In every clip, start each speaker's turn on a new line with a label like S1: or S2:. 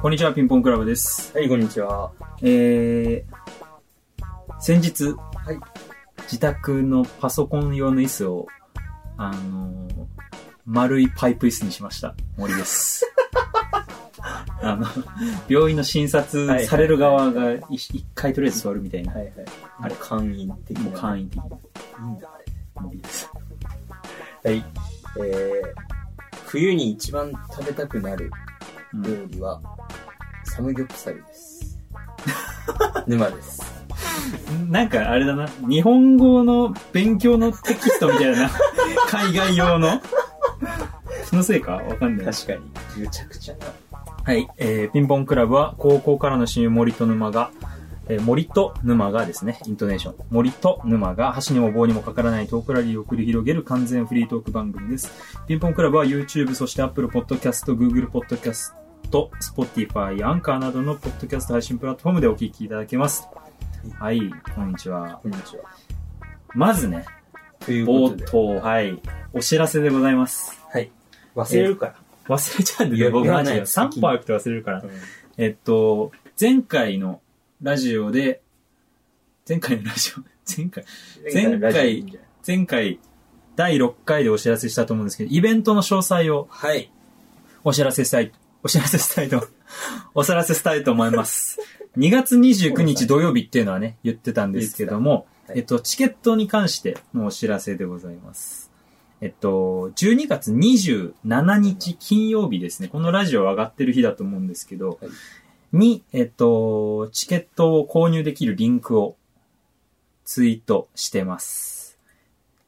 S1: こんにちは、ピンポンクラブです。
S2: はい、こんにちは。
S1: えー、先日、
S2: い
S1: 自宅のパソコン用の椅子を、あのー丸いパイプ椅子にしました。森 です。あの、病院の診察される側がい一回とりあえず座るみたいな。
S2: はいはい。あれ、簡易的な。
S1: もう簡易的
S2: いいんだ、あれ。いいです。はい。えー、冬に一番食べたくなる
S1: うん
S2: 料理は、サムギョプサル です。沼です。
S1: なんかあれだな、日本語の勉強のテキストみたい な、海外用の。気のせいかわかんない。
S2: 確かに。むちゃくちゃな。
S1: はい、えーピンポンクラブは高校からの親友森と沼が、えー森と沼がですね、イントネーション。森と沼が箸にも棒にもかからないトークラリーを繰り広げる完全フリートーク番組です。ピンポンクラブは YouTube、そして Apple Podcast、Google Podcast、Spotify、アンカーなどのポッドキャスト配信プラットフォームでお聞きいただけます。はい、こんにちは。
S2: こんにちは。
S1: まずね、
S2: というこ
S1: 冒
S2: とで。
S1: 頭、はい、お知らせでございます。
S2: はい。忘れるから。
S1: 忘れちゃうんで
S2: い
S1: ね、
S2: や
S1: 僕
S2: 言
S1: マ
S2: わ
S1: ジ
S2: ない
S1: で。
S2: よ
S1: 3歩歩くと忘れるから。えっと、前回のラジオで、前回のラジオ、 前回、前回
S2: ラジオいいんじゃない
S1: 前回、第6回でお知らせしたと思うんですけど、イベントの詳細を
S2: はい。
S1: お知らせしたい、お知らせしたいと、 お知らせしたいと思います。2月29日土曜日っていうのはね、言ってたんですけども、
S2: 言ってたはい
S1: えっと、チケットに関してのお知らせでございます。えっと、12月27日金曜日ですね、このラジオ上がってる日だと思うんですけど、
S2: はい
S1: に、えっと、チケットを購入できるリンクをツイートしてます。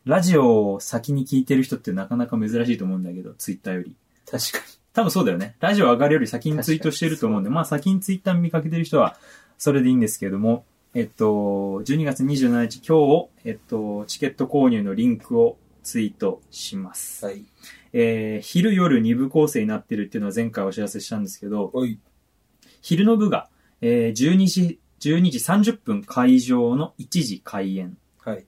S1: ラジオを先に聞いてる人ってなかなか珍しいと思うんだけど、ツイッターより。
S2: 確か
S1: 多分そうだよね。ラジオ上がるより先にツイートしてると思うんで、まあ先にツイッター見かけてる人はそれでいいんですけれども、えっと、12月27日今日を、えっと、チケット購入のリンクをツイートします。
S2: に。はい。
S1: えー、昼夜2部構成になってるっていうのは前回お知らせしたんですけど、
S2: おい。
S1: 昼の部が、えー、12時、12時30分会場の1時開演。
S2: はい。
S1: で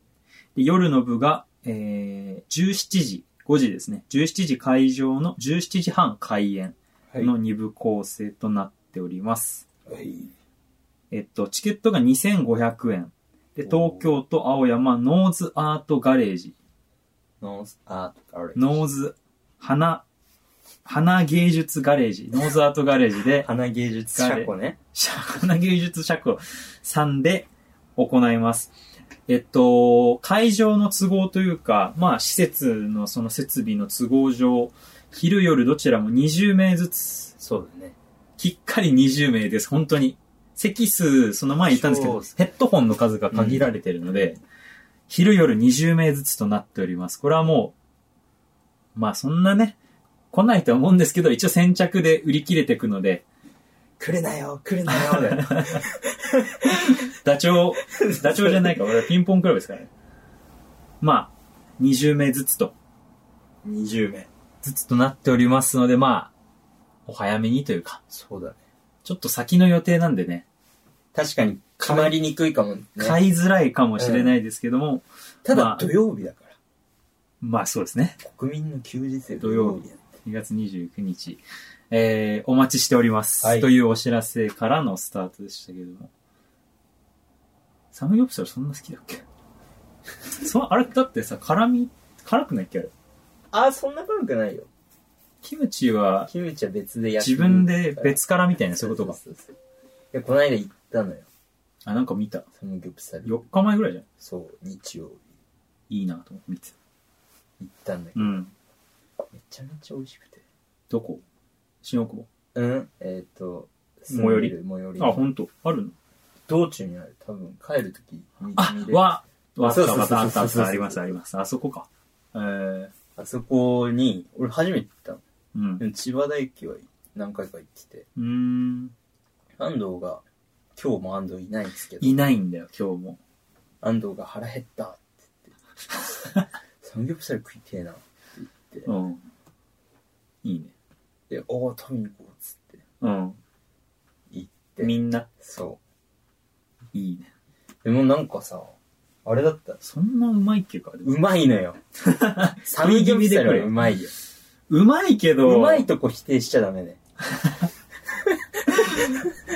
S1: 夜の部が、えー、17時、5時ですね。17時会場の17時半開演。
S2: はい。
S1: の2部構成となっております。
S2: はい。
S1: えっと、チケットが2500円。で、
S2: おー
S1: 東京都青山ノーズアートガレージ。
S2: ノース、あ、あれ。
S1: ノーズ、花、花芸術ガレージ。ノーズアートガレージ で、
S2: 花芸術車庫ね。
S1: 花芸術社庫さんで行います。えっと、会場の都合というか、まあ、施設のその設備の都合上、昼夜どちらも20名ずつ
S2: そうだね。
S1: きっかり20名です、本当に。席数、その前言ったんですけ
S2: そう
S1: ど
S2: です、
S1: ヘッドホンの数が限られてるので、昼夜20名ずつとなっております。これはもう、まあそんなね、来ないとは思うんですけど、一応先着で売り切れていくので、
S2: 来るなよ、 来るなよ、だよ
S1: ダチョウ、 ダチョウじゃないか、俺はピンポンクラブですからね。まあ、20名ずつと、
S2: 20名。
S1: ずつとなっておりますので、まあ、お早めにというか、
S2: そうだね。
S1: ちょっと先の予定なんでね、
S2: 確かに、決まりにくいかもね。
S1: 買いづらいかもしれないですけども、
S2: た
S1: まあ
S2: だ、土曜日だから。
S1: まあそうですね。
S2: 国民の休日で
S1: 土曜日
S2: だね
S1: 2月29日、えー、お待ちしております、
S2: はい
S1: というお知らせからのスタートでしたけれども。サムギョプサルそんな好きだっけ そう、あれだってさ、辛み、辛くないっけあれ。
S2: あー、そんな辛くないよ。
S1: キムチは
S2: キムチは別で焼く
S1: 自分で別辛みたいなそういうことか。
S2: そうそうそういや、この間行ったのよ。
S1: あ、なんか見た。
S2: サムギョプサル。
S1: 4日前ぐらいじゃん。
S2: そう、日曜
S1: いいなと思って見てた。
S2: 日行ったんだけ
S1: う
S2: ど、
S1: ん。
S2: めちゃめちゃ美味しくて。
S1: どこ新大久
S2: うん。えっ、と、
S1: 最寄り
S2: 住んでる最寄り
S1: 保。あ、ほんと。あるの
S2: 道中にある。多分、帰るとき見
S1: あ
S2: 見、れる
S1: わ、わあっ
S2: そう
S1: た
S2: そう
S1: わっ
S2: そう
S1: たあったあっ
S2: そうそうそう
S1: た。ありますあります。あそこか。えー、
S2: あそこに、俺初めて行ったの。
S1: うん。
S2: でも千葉大駅は何回か行ってて、
S1: うーん。
S2: 安藤が、今日も安藤いないんですけど、
S1: いないんだよ、今日も。
S2: 安藤が腹減ったって言って、サムギョプサル食いてえなって言っ
S1: うん。いいね。
S2: て、で、おお、食べに行こうっつって
S1: うん。
S2: 行って、
S1: みんな、
S2: そ
S1: いいね。
S2: う。でもなんかさ、あれだった。
S1: そんなうまいっけか。でも
S2: うまいのよ。サムギョプサルはうまいよ。
S1: うまいけど、
S2: うまいとこ否定しちゃダメね。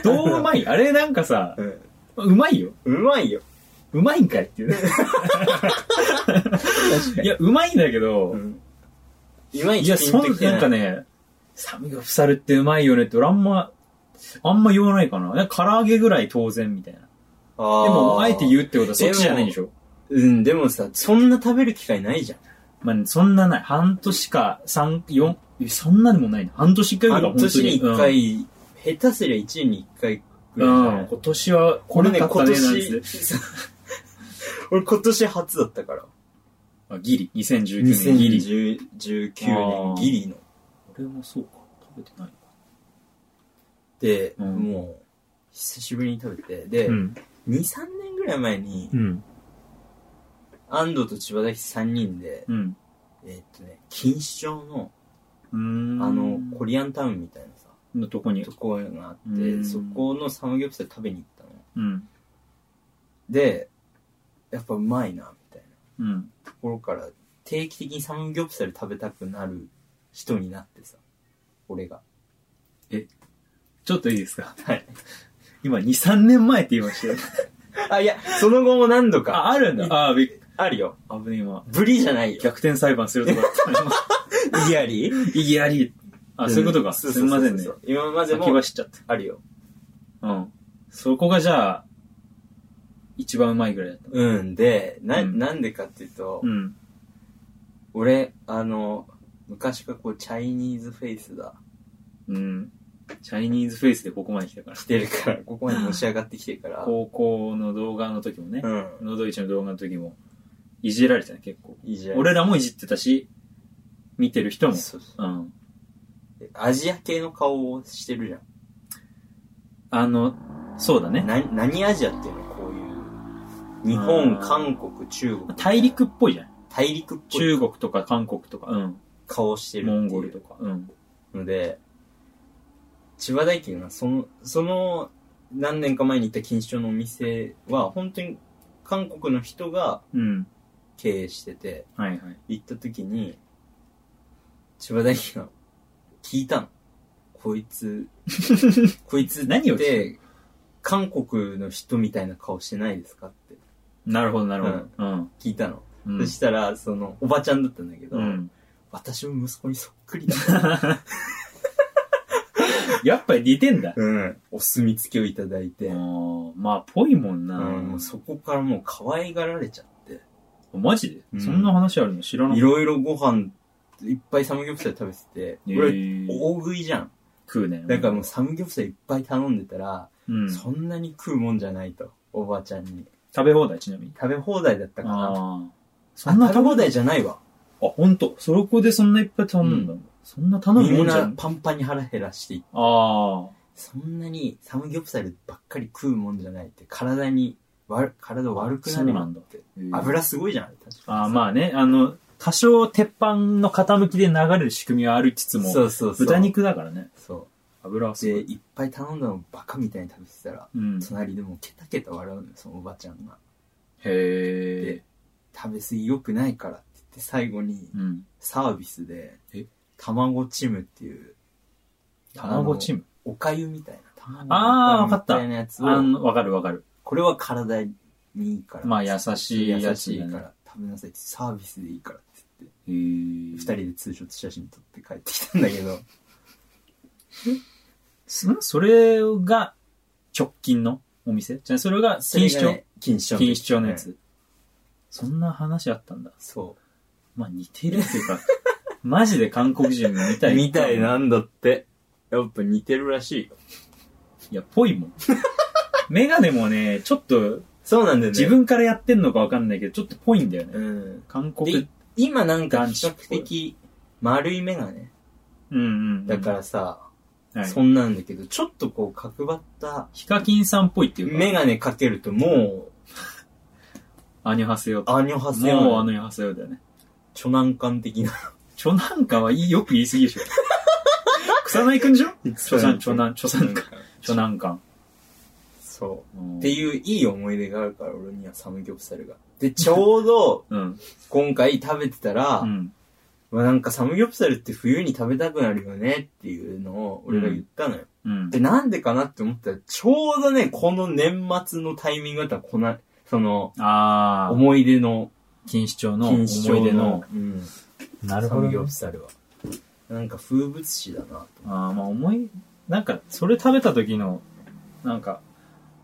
S1: どううま いあれなんかさ、
S2: うん。
S1: うまいよ。
S2: うまいよ。
S1: うまいんかいって いうね。
S2: 確か
S1: いや、うまいんだけど、
S2: うん。いまい
S1: い
S2: ち
S1: や、
S2: ピ
S1: そ
S2: ンと
S1: ん
S2: き、て
S1: なんかね、サムギョプサルってうまいよねって、俺あんま、あんま言わないかな。なんか唐揚げぐらい当然みたいな。で
S2: あ
S1: も、あえて言
S2: う。
S1: うってことはそっちじゃないでしょ。
S2: うん、でもさ、そんな食べる機会ないじゃん。
S1: まあ、そんなない。半年か、三、四、えそんなでもないな。半年一回ぐらいか、
S2: 半
S1: 本当
S2: 年に
S1: に。
S2: 一回、下手すりゃ一年に一回ぐ
S1: う
S2: らいじゃ
S1: ん。う
S2: ない
S1: ん。今年は、これね、今
S2: 俺ね
S1: 年、
S2: 俺今年初だったから。
S1: あギリ。2019年ギリ。
S2: 2019年ギリの。
S1: 俺もそうか。食べてない。
S2: で、
S1: うん
S2: もう、久しぶりに食べて。で、
S1: うん。
S2: 2、3年ぐらい前に
S1: う、ん。
S2: 安藤と千葉崎3人で、
S1: うん。
S2: えーっとね、錦糸町の、
S1: うー
S2: あ
S1: ん。
S2: の、コリアンタウンみたいなさ、
S1: のとこに
S2: と。こがあっ
S1: う
S2: て、
S1: ん
S2: そこのサムギョプサル食べに行ったの。
S1: うん。
S2: で、やっぱうまいな、みたいな。
S1: うん。
S2: ところから定期的にサムギョプサル食べたくなる人になってさ俺が
S1: ちょっといいですか
S2: はい
S1: 今、2、3年前って言いましたよ。
S2: あいやその後も何度か
S1: あ、あるんだ。あ、びっ
S2: あるよ
S1: あぶねえ、今。
S2: ブリじゃないよ
S1: 逆転裁判するとかだった。
S2: イヤリ ー
S1: いやり。あ、そういうことか。すみませんね。
S2: 今まで
S1: 先
S2: も
S1: 走っちゃっ
S2: あるよ
S1: た。うん。そこがじゃあ、一番うまいぐらいだった。
S2: うんでな,、
S1: うん
S2: ん、なんでかっていうと、
S1: うん。
S2: 俺あの昔からこうチャイニーズフェイスだ
S1: うん。チャイニーズフェイスでここまで来たから
S2: 来。てるからここまでのし上がってきてるから
S1: 高校の動画の時もね
S2: う、ん
S1: のどいちの動画の時も、いじられてたね、結構。
S2: いいじゃん
S1: 俺らもいじってたし、見てる人も。
S2: そうそ
S1: うん。
S2: うアジア系の顔をしてるじゃん
S1: あの、そうだね。
S2: な何アジアっていうのこういう日本
S1: あー
S2: 韓国中国
S1: 大陸っぽいじゃん。
S2: 大陸っぽい
S1: 中国とか韓国とか、うん。
S2: 顔してる
S1: モン
S2: って
S1: ゴル
S2: い
S1: と
S2: う
S1: か、うん。
S2: ので千葉大輝がそのその何年か前に行った錦糸町のお店は本当に韓国の人が
S1: うん。
S2: 経営してて
S1: はいはい。
S2: 行った時に千葉大輝が聞いたのこい つこいつっ
S1: 何をして
S2: て韓国の人みたいな顔してないですかって
S1: なるほど、なるほど。うん。
S2: 聞いたの
S1: うん
S2: そしたら、その、おばちゃんだったんだけど、
S1: うん。
S2: 私も息子にそっくりだ。
S1: やっぱり似てんだ。
S2: うん。お墨付きをいただいて、
S1: あ
S2: うん、
S1: ーまあ、ぽいもんな。
S2: もうそこからもう可愛がられちゃって、
S1: マジで、
S2: うん
S1: そんな話あるの知らないい。
S2: ろいろご飯、いっぱいサムギョプサル食べてて、
S1: え
S2: 俺、
S1: ー
S2: 大食いじゃん。
S1: 食うね。
S2: だからもうサムギョプサルいっぱい頼んでたら、
S1: うん、
S2: そ
S1: 食
S2: んなに食うもんじゃないと、おばちゃんに。
S1: べ放題、ちなみに。
S2: 食べ放題だったかな。あ
S1: ああ。そんな食
S2: 食べ
S1: べ
S2: 放
S1: 放題
S2: 題じゃないわ。
S1: あ、ほんと。そろこでそんないっぱい頼むんだもん。そんな頼む
S2: み
S1: も
S2: ん
S1: んじゃ。
S2: なんパンパンに腹減らしていって
S1: ああ。
S2: そんなにサムギョプサルばっかり食うもんじゃないって、体に悪、体悪くなる
S1: そうな
S2: なんん
S1: だ
S2: て。
S1: えー
S2: 油すごいじゃない確かに。
S1: ああ、まあね。あの、多少鉄板の傾きで流れる仕組みはありつつも、
S2: そうそうそう。
S1: 豚肉だからね。
S2: そ
S1: 油は
S2: う。
S1: す
S2: で、
S1: ごい。
S2: いっぱい頼んだのバカみたいに食べてたら、
S1: うん。
S2: 隣でもうケタケタ笑うのよ、そのおばちゃんが。
S1: へえ
S2: で。、食べ過ぎ良くないからって言って、最後に
S1: うん。
S2: サービスで
S1: え、
S2: 卵チムっていう、
S1: 卵チ
S2: ム
S1: ム。
S2: おかゆみたいな。卵
S1: あー
S2: のおかゆみたいなやつ
S1: あ
S2: を、
S1: の、わかるわかる。
S2: これは体にいいから。
S1: まあ優しいや
S2: 優
S1: つだね
S2: しいから、食べなさいって、サービスでいいからって言って。
S1: へ二
S2: 二人でツーショット写真撮って帰ってきたんだけど、
S1: そそれが直近のお店じゃあそれが錦糸町
S2: 錦糸町
S1: 錦糸町のやつ、そんな話あったんだ。
S2: そ
S1: まあ似てるっていうか、 マジで韓国人みた
S2: う
S1: い。
S2: みたい。なんだってやっぱ似てるらしいよ
S1: いや、ぽいもん。メガネもね、ちょっと
S2: そうなんだよね
S1: 自分からやってんのかわかんないけど、ちょっとぽいんだよね。
S2: うん
S1: 韓
S2: で
S1: 国。
S2: 今なんか比較的丸い目がね
S1: うんうん、うん。
S2: だからさ、
S1: ら、はい
S2: そんなんだけどちょっとこう角張った
S1: ヒカキンさんっぽいっていうか、
S2: 眼鏡かけるともう
S1: アニョハセヨ。
S2: アニョハセヨ
S1: もうア
S2: の
S1: ニョハセヨだよね。
S2: 著難感的な
S1: ちょなんかはいいよく言い過ぎ でしょ。草薙くんでしょちょさん、ちょなん、ちょさん か。ちょなんかん。
S2: そう
S1: っ
S2: って
S1: う。
S2: いういい思い出があるから 俺にはサムギョプサルがでちょうど
S1: うん。
S2: 今回食べてたら、
S1: うん。
S2: まあなんかサムギョプサルって冬に食べたくなるよねっていうのを俺が言ったのよ。
S1: うん
S2: で、。なんでかなって思ったら、ちょうどね、この年末のタイミングだったら、こな、その、
S1: ああ、
S2: 思い出の、
S1: 錦糸町の思
S2: 錦
S1: い
S2: 糸町
S1: 出の
S2: の。、うん、
S1: な
S2: サムギョプ
S1: ね
S2: サルは。なんか風物詩だなと。
S1: ああ、まあ思い、なんか、それ食べた時の、なんか、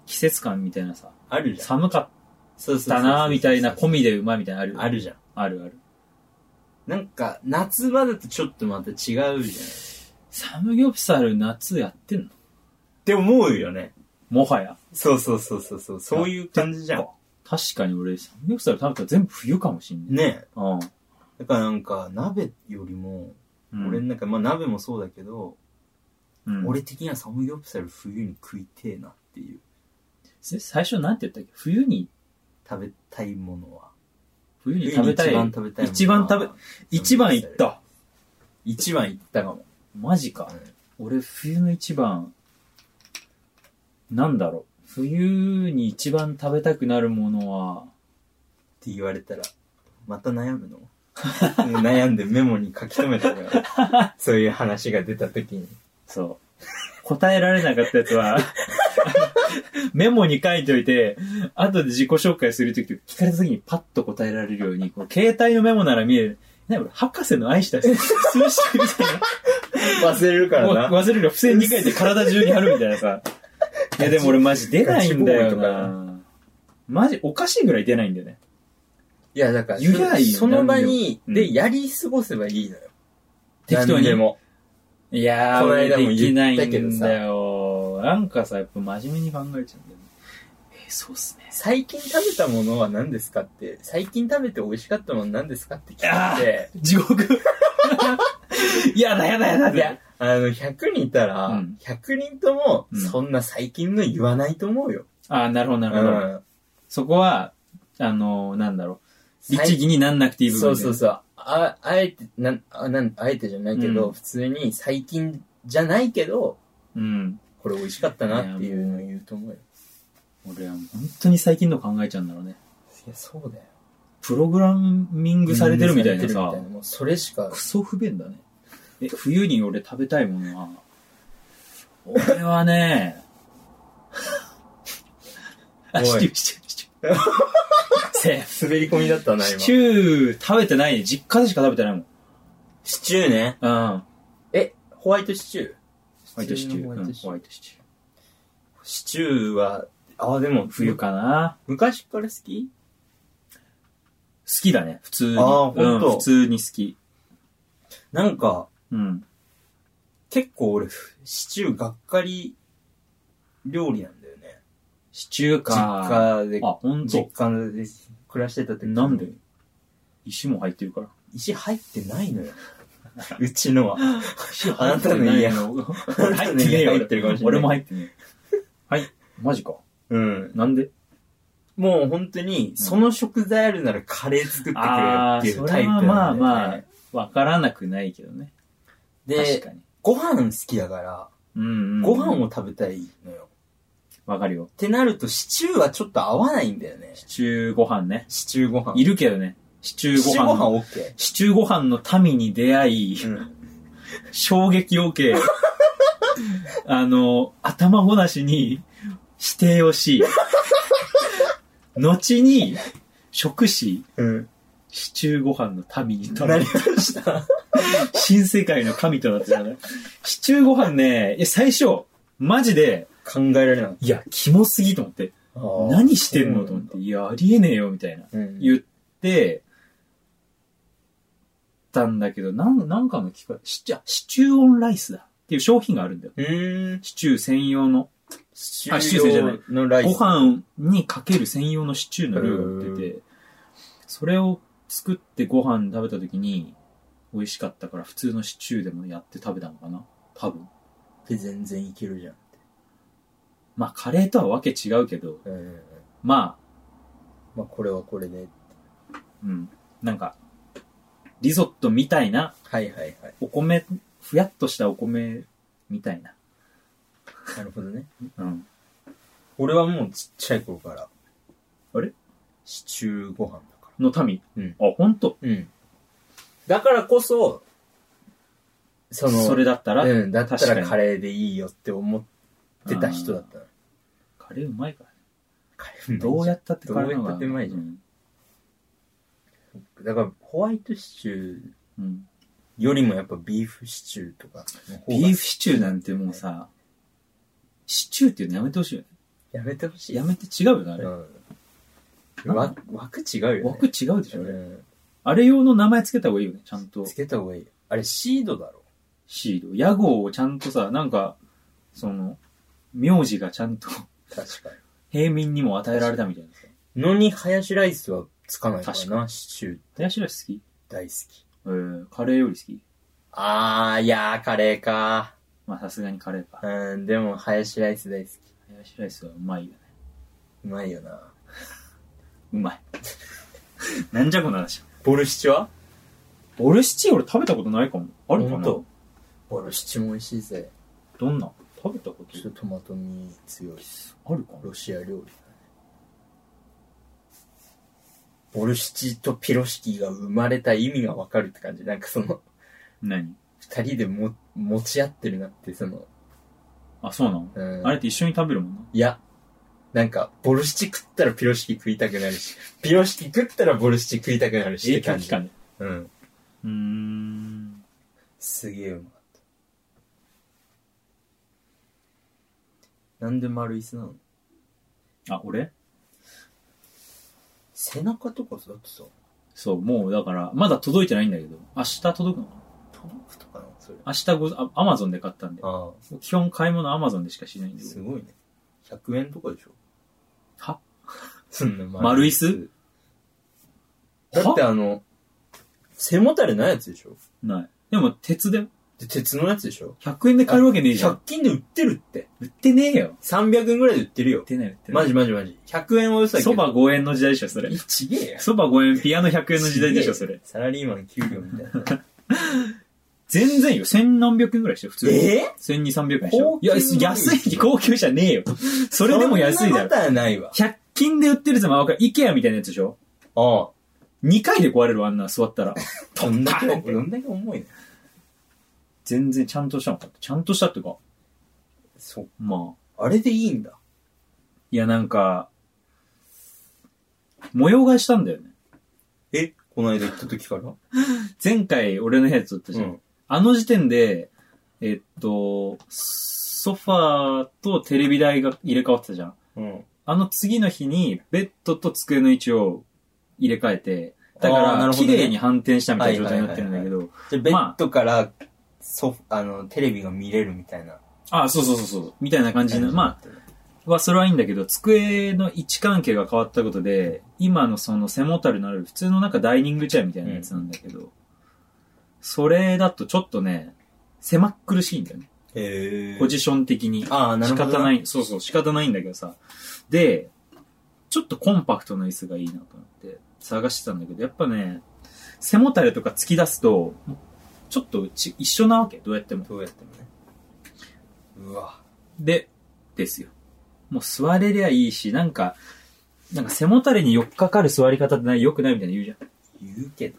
S1: 季節感みたいなさ、
S2: あるじゃん。
S1: 寒か
S2: そう
S1: ったなーみたいな、込みでうまいみたいなのあるよね
S2: あるじゃん。
S1: あるある。
S2: なんか、夏場だとちょっとまた違うじゃない
S1: サムギョプサル夏やってんの
S2: って思うよね。
S1: もはや。
S2: そうそうそうそうそう。そういう感じじゃん。
S1: 確かに俺、サムギョプサル食べたら全部冬かもしんない。
S2: ね
S1: うん。
S2: だからなんか、鍋よりも、
S1: うん
S2: 俺の中、まあ鍋もそうだけど、
S1: うん、
S2: 俺的にはサムギョプサル冬に食いてえなっていう。
S1: せ最初なんて言ったっけ冬に、
S2: 食べたいものは。
S1: 冬に食べたい。
S2: 一番食べたいものは。
S1: 一番食一番行った。
S2: 一番いったかも。
S1: マジか。俺、冬の一番、なんだろう。冬に一番食べたくなるものは、
S2: って言われたら、また悩むの 悩んでメモに書き留め たから。そういう話が出た時に。
S1: そう。答えられなかったやつは、 メモに書いといて、後で自己紹介するとき、聞かれたときにパッと答えられるように、こう携帯のメモなら見える。ね、俺、博士の愛した数式みたいな。
S2: 忘れるか
S1: もう
S2: らな。
S1: 忘れるよ。付箋2回で体中に貼るみたいな さ。いや、でも俺マジ出ないんだよ
S2: ガチボーイとか
S1: な。マジおかしいぐらい出ないんだよね。
S2: いや、だから、
S1: ゆりゃいいよ
S2: その場に、
S1: うん
S2: で、やり過ごせばいいのよ。
S1: 適当
S2: 何
S1: に
S2: で。も。
S1: いやー、
S2: この
S1: 俺
S2: 間も
S1: できない
S2: 言ったけど
S1: ん
S2: さ
S1: だよ。なんかさ、やっぱ真面目に考えちゃうんだよね。えーそうっすね。
S2: 最近食べたものは何ですかって、最近食べて美味しかったものは何ですかって聞いて、
S1: 地獄。 いやだやだやだ
S2: いや、あの、100人いたら、
S1: うん
S2: 100人とも
S1: うん、
S2: そんな最近の言わないと思うよ。
S1: あーなるほどな
S2: う
S1: るほど。
S2: ん。
S1: そこは、あのーなんだろう。
S2: 最
S1: 律儀になんなくていい部分
S2: そう
S1: で。
S2: そうそう。あ、あえて、なん、あなんあえてじゃないけど、
S1: うん
S2: 普通に最近じゃないけど、
S1: うん。
S2: これ美味しかったなっていうのを言うと思うよ。
S1: 俺はもう本当に最近の考えちゃうんだろうね。
S2: いや、そうだよ。
S1: プログラミングされてるみたいな
S2: さ
S1: さ
S2: れてるみたい。なもうそれしか
S1: ク、ソ不便だね。え、冬に俺食べたいものは、俺はね、あ、
S2: おい
S1: シチュー、シチュー、シチュー。セーフ
S2: 滑り込みだった な、今。
S1: シチュー食べてないね。実家でしか食べてないもん。
S2: シチューね。
S1: うん。ホ
S2: え、ホワイトシチュー
S1: ワイトシチュー。
S2: 普通
S1: う
S2: のホワイ
S1: ん
S2: トシ
S1: ホ
S2: チュー
S1: ワイトシチュー。
S2: シチューは、あ、でも
S1: 冬。かな
S2: 昔から好き
S1: 好きだね。普通に。
S2: あーほんと
S1: うん普通に好き。
S2: なんか、
S1: うん。
S2: 結構俺、シチューがっかり料理なんだよね。
S1: シチュー
S2: 実
S1: か。
S2: 家で、
S1: あ、ほん
S2: 実
S1: と。
S2: 家で暮らしてた時に
S1: なんで石も入ってるから。
S2: 石入ってない のよ。うちのは。あなたの
S1: 入って
S2: 家
S1: ないの。
S2: の。なた
S1: 入っ
S2: の家
S1: てねえよ。
S2: 入ってるかもしれない
S1: 俺も入ってねえ。はい。マジか。
S2: うん。
S1: なんで
S2: もう本当に、その食材あるならカレー作ってくれよっていうタイプなんだよ、ね。
S1: まあまあ、わからなくないけどね。確
S2: で、
S1: かに。
S2: ご飯好きだから、
S1: うんうん。
S2: ご飯を食べたいのよ。
S1: わかるよ
S2: っ。てなると、シチューはちょっと合わないんだよね。
S1: シチューご飯ね。
S2: シチューご飯。
S1: いるけどね。シチュ
S2: シ
S1: ー
S2: チ
S1: ご
S2: ューご飯
S1: 飯。
S2: オッケ
S1: シチューご飯の民に出会い、
S2: ー。うん。
S1: 衝撃を 受け、あの、頭ごなしに否定をし、後に食し、
S2: うん。
S1: シチューご飯の民にと
S2: なりました。
S1: 新世界の神となってたね。シチューご飯ね、いや最初、マジで、
S2: 考えられない。
S1: いや、キモすぎと思って、何してんのと思って、いや、ありえねえよ、みたいな。
S2: うん。
S1: 言って、たんだけど、なん、なんかの機会、シチュー、あシチューオンライスだっていう商品があるんだよ。
S2: うーん。
S1: シチュー専用の、
S2: シ
S1: あシチューじゃない
S2: のライス。
S1: ご飯にかける専用のシチューの量が売ってて、それを作ってご飯食べた時に、美味しかったから普通のシチューでもやって食べたのかな多分。
S2: って全然いけるじゃん。
S1: まあ、カレーとはわけ違うけど、
S2: うん。
S1: ま
S2: まあ、これはこれで。
S1: あ、うん、なんか、リゾットみたいな、
S2: はいはいはい。
S1: お米、ふやっとしたお米みたいな。
S2: なるほどね。
S1: うん。
S2: 俺はもうちっちゃい頃から。
S1: あれ
S2: シチューご飯だか
S1: の民。
S2: うん
S1: あ、ほんと。
S2: ら。うん。だからこそ、その、
S1: それだったら、
S2: うん、だった
S1: 確からに
S2: カレーでいいよって思ってた人だったの。
S1: カレーうまいからね。
S2: カレー
S1: どうや
S2: っ
S1: ったってカレーの方が
S2: どうやったってうまいじゃん
S1: ん。
S2: だから、ホワイトシチュー
S1: うん
S2: よりもやっぱビーフシチューとかの方が
S1: ビーフシチューなんてもうさ、シチューっていうのやめてほしいよね。
S2: やめてほしい。
S1: やめて違うよね、あれ。
S2: うん。わ枠違うよね。
S1: 枠違うでしょ、あ
S2: う
S1: れ
S2: ん
S1: あれ用の名前つけた方がいいよね、ちゃんと
S2: つ。けた方がいい。あれ、シードだろ。
S1: シード。屋号をちゃんとさ、なんか、その、名字がちゃんと
S2: 確か
S1: 平民にも与えられたみたいなさ。
S2: に。のに、ハヤシライスはつかないから
S1: 確
S2: な、シチュー
S1: 林ら好き
S2: 大好き。
S1: えー、カレーより好き
S2: あー、いやー、カレーか
S1: まあさすがにカレーか。
S2: うん、でも、ハヤシライス大好き。
S1: 林ライスはうまいよね。
S2: うまいよな。
S1: うまい。 なんじゃこの話。
S2: ボルシチは
S1: ボルシチ俺食べたことないかも。あるか
S2: ほん
S1: な
S2: とボルシチも美味しいぜ。
S1: どんな食べたこと
S2: ちょっとトマトに強い。
S1: あるかな
S2: ロシア料理だね。ボルシチとピロシキが生まれた意味がわかるって感じ。なんかその、
S1: 何
S2: 二人でも持ち合ってるなって、その、
S1: あ、そうなの、
S2: うん。
S1: あれって一緒に食べるもんな。
S2: いや、なんか、ボルシチ食ったらピロシキ食いたくなるし、ピロシキ食ったらボルシチ食いたくなるしっ
S1: 影響
S2: て感
S1: 期
S2: じ。
S1: 間で。
S2: うん。
S1: うーん。
S2: すげえうまかった。なんで丸椅子なの
S1: あ、俺
S2: 背中とかだってさ、
S1: そう、もうだから、まだ届いてないんだけど、明日届くのかな
S2: 届くとかなそれ。
S1: 明日ご、あアマゾンで買ったんで。
S2: あ
S1: 基本買い物アマゾンでしかしないん
S2: あ、
S1: ですすよ。
S2: ごいね。100円とかでしょ
S1: は
S2: そんな
S1: 丸椅子
S2: だってあの、背もたれないやつでしょ
S1: ない。でも、鉄で、
S2: で、鉄のやつでしょ
S1: 100円で買えるわけねえじゃ
S2: 100
S1: ん。
S2: 均で売ってるって。
S1: 売ってねえよ。
S2: 300円ぐらいで売ってるよ
S1: 売っ。てない、売ってない。
S2: マジマジマジ。100円は嘘だけど。
S1: そば5円の時代でしょ、それ
S2: い。ちげえや。
S1: そば5円、ピアノ100円の時代でしょ、それ。
S2: サラリーマン給料みた いな。
S1: 全然よ。千何百円ぐらいでしょ、普通に。
S2: え
S1: 千二三百円でしょ
S2: 高。
S1: い
S2: 級
S1: や、安い、高級じゃねえよ。それでも安い
S2: そん
S1: だ
S2: なこ
S1: ろ
S2: と。はないわ。
S1: 100均で売ってるやつもわかる。イケアみたいなやつでしょ
S2: ああ。
S1: ?2 回で壊れる、あんな座ったら。
S2: どんだけ、
S1: パン
S2: どんだけ重いの
S1: 全然ちゃんとしたのかって。ちゃんとしたっていうか、
S2: そう。
S1: まあ。
S2: あれでいいんだ。
S1: いや、なんか、模様替えしたんだよね。
S2: えこの間行った時から
S1: 前回俺の部屋撮ったじゃん。。あの時点で、えっと、ソファーとテレビ台が入れ替わってたじゃん。
S2: うん。
S1: あの次の日にベッドと机の位置を入れ替えて、だか
S2: あーな
S1: ら
S2: るほ
S1: 綺
S2: どね
S1: 麗に反転したみたいな状態になってるんだけど、
S2: じゃあ、ベッドから、ソフ、あの、テレビが見れるみたいな
S1: あー、そうそうそうそう、みたいな感
S2: 感
S1: じ
S2: じ
S1: の、
S2: に
S1: ま
S2: な
S1: あ
S2: ってる。、
S1: はそれはいいんだけど、机の位置関係が変わったことで、今のその背もたれのある普通のなんかダイニングチェアみたいなやつなんだけど、それだとちょっとね、狭っ苦しいんだよね。
S2: へえ。
S1: ポジション的に。
S2: ああ、なる
S1: 仕
S2: ほど。
S1: 方ない、そうそう、仕方ないんだけどさ。で、ちょっとコンパクトな椅子がいいなと思って探してたんだけど、やっぱね、背もたれとか突き出すと、ちょっとうち一緒なわけ、どうやっても。
S2: どうやってもね。うわ。
S1: で、ですよ。もう座れりゃいいし、なんか、なんか背もたれに寄っかかる座り方ってない良くないみたいな言うじゃん。
S2: 言うけど。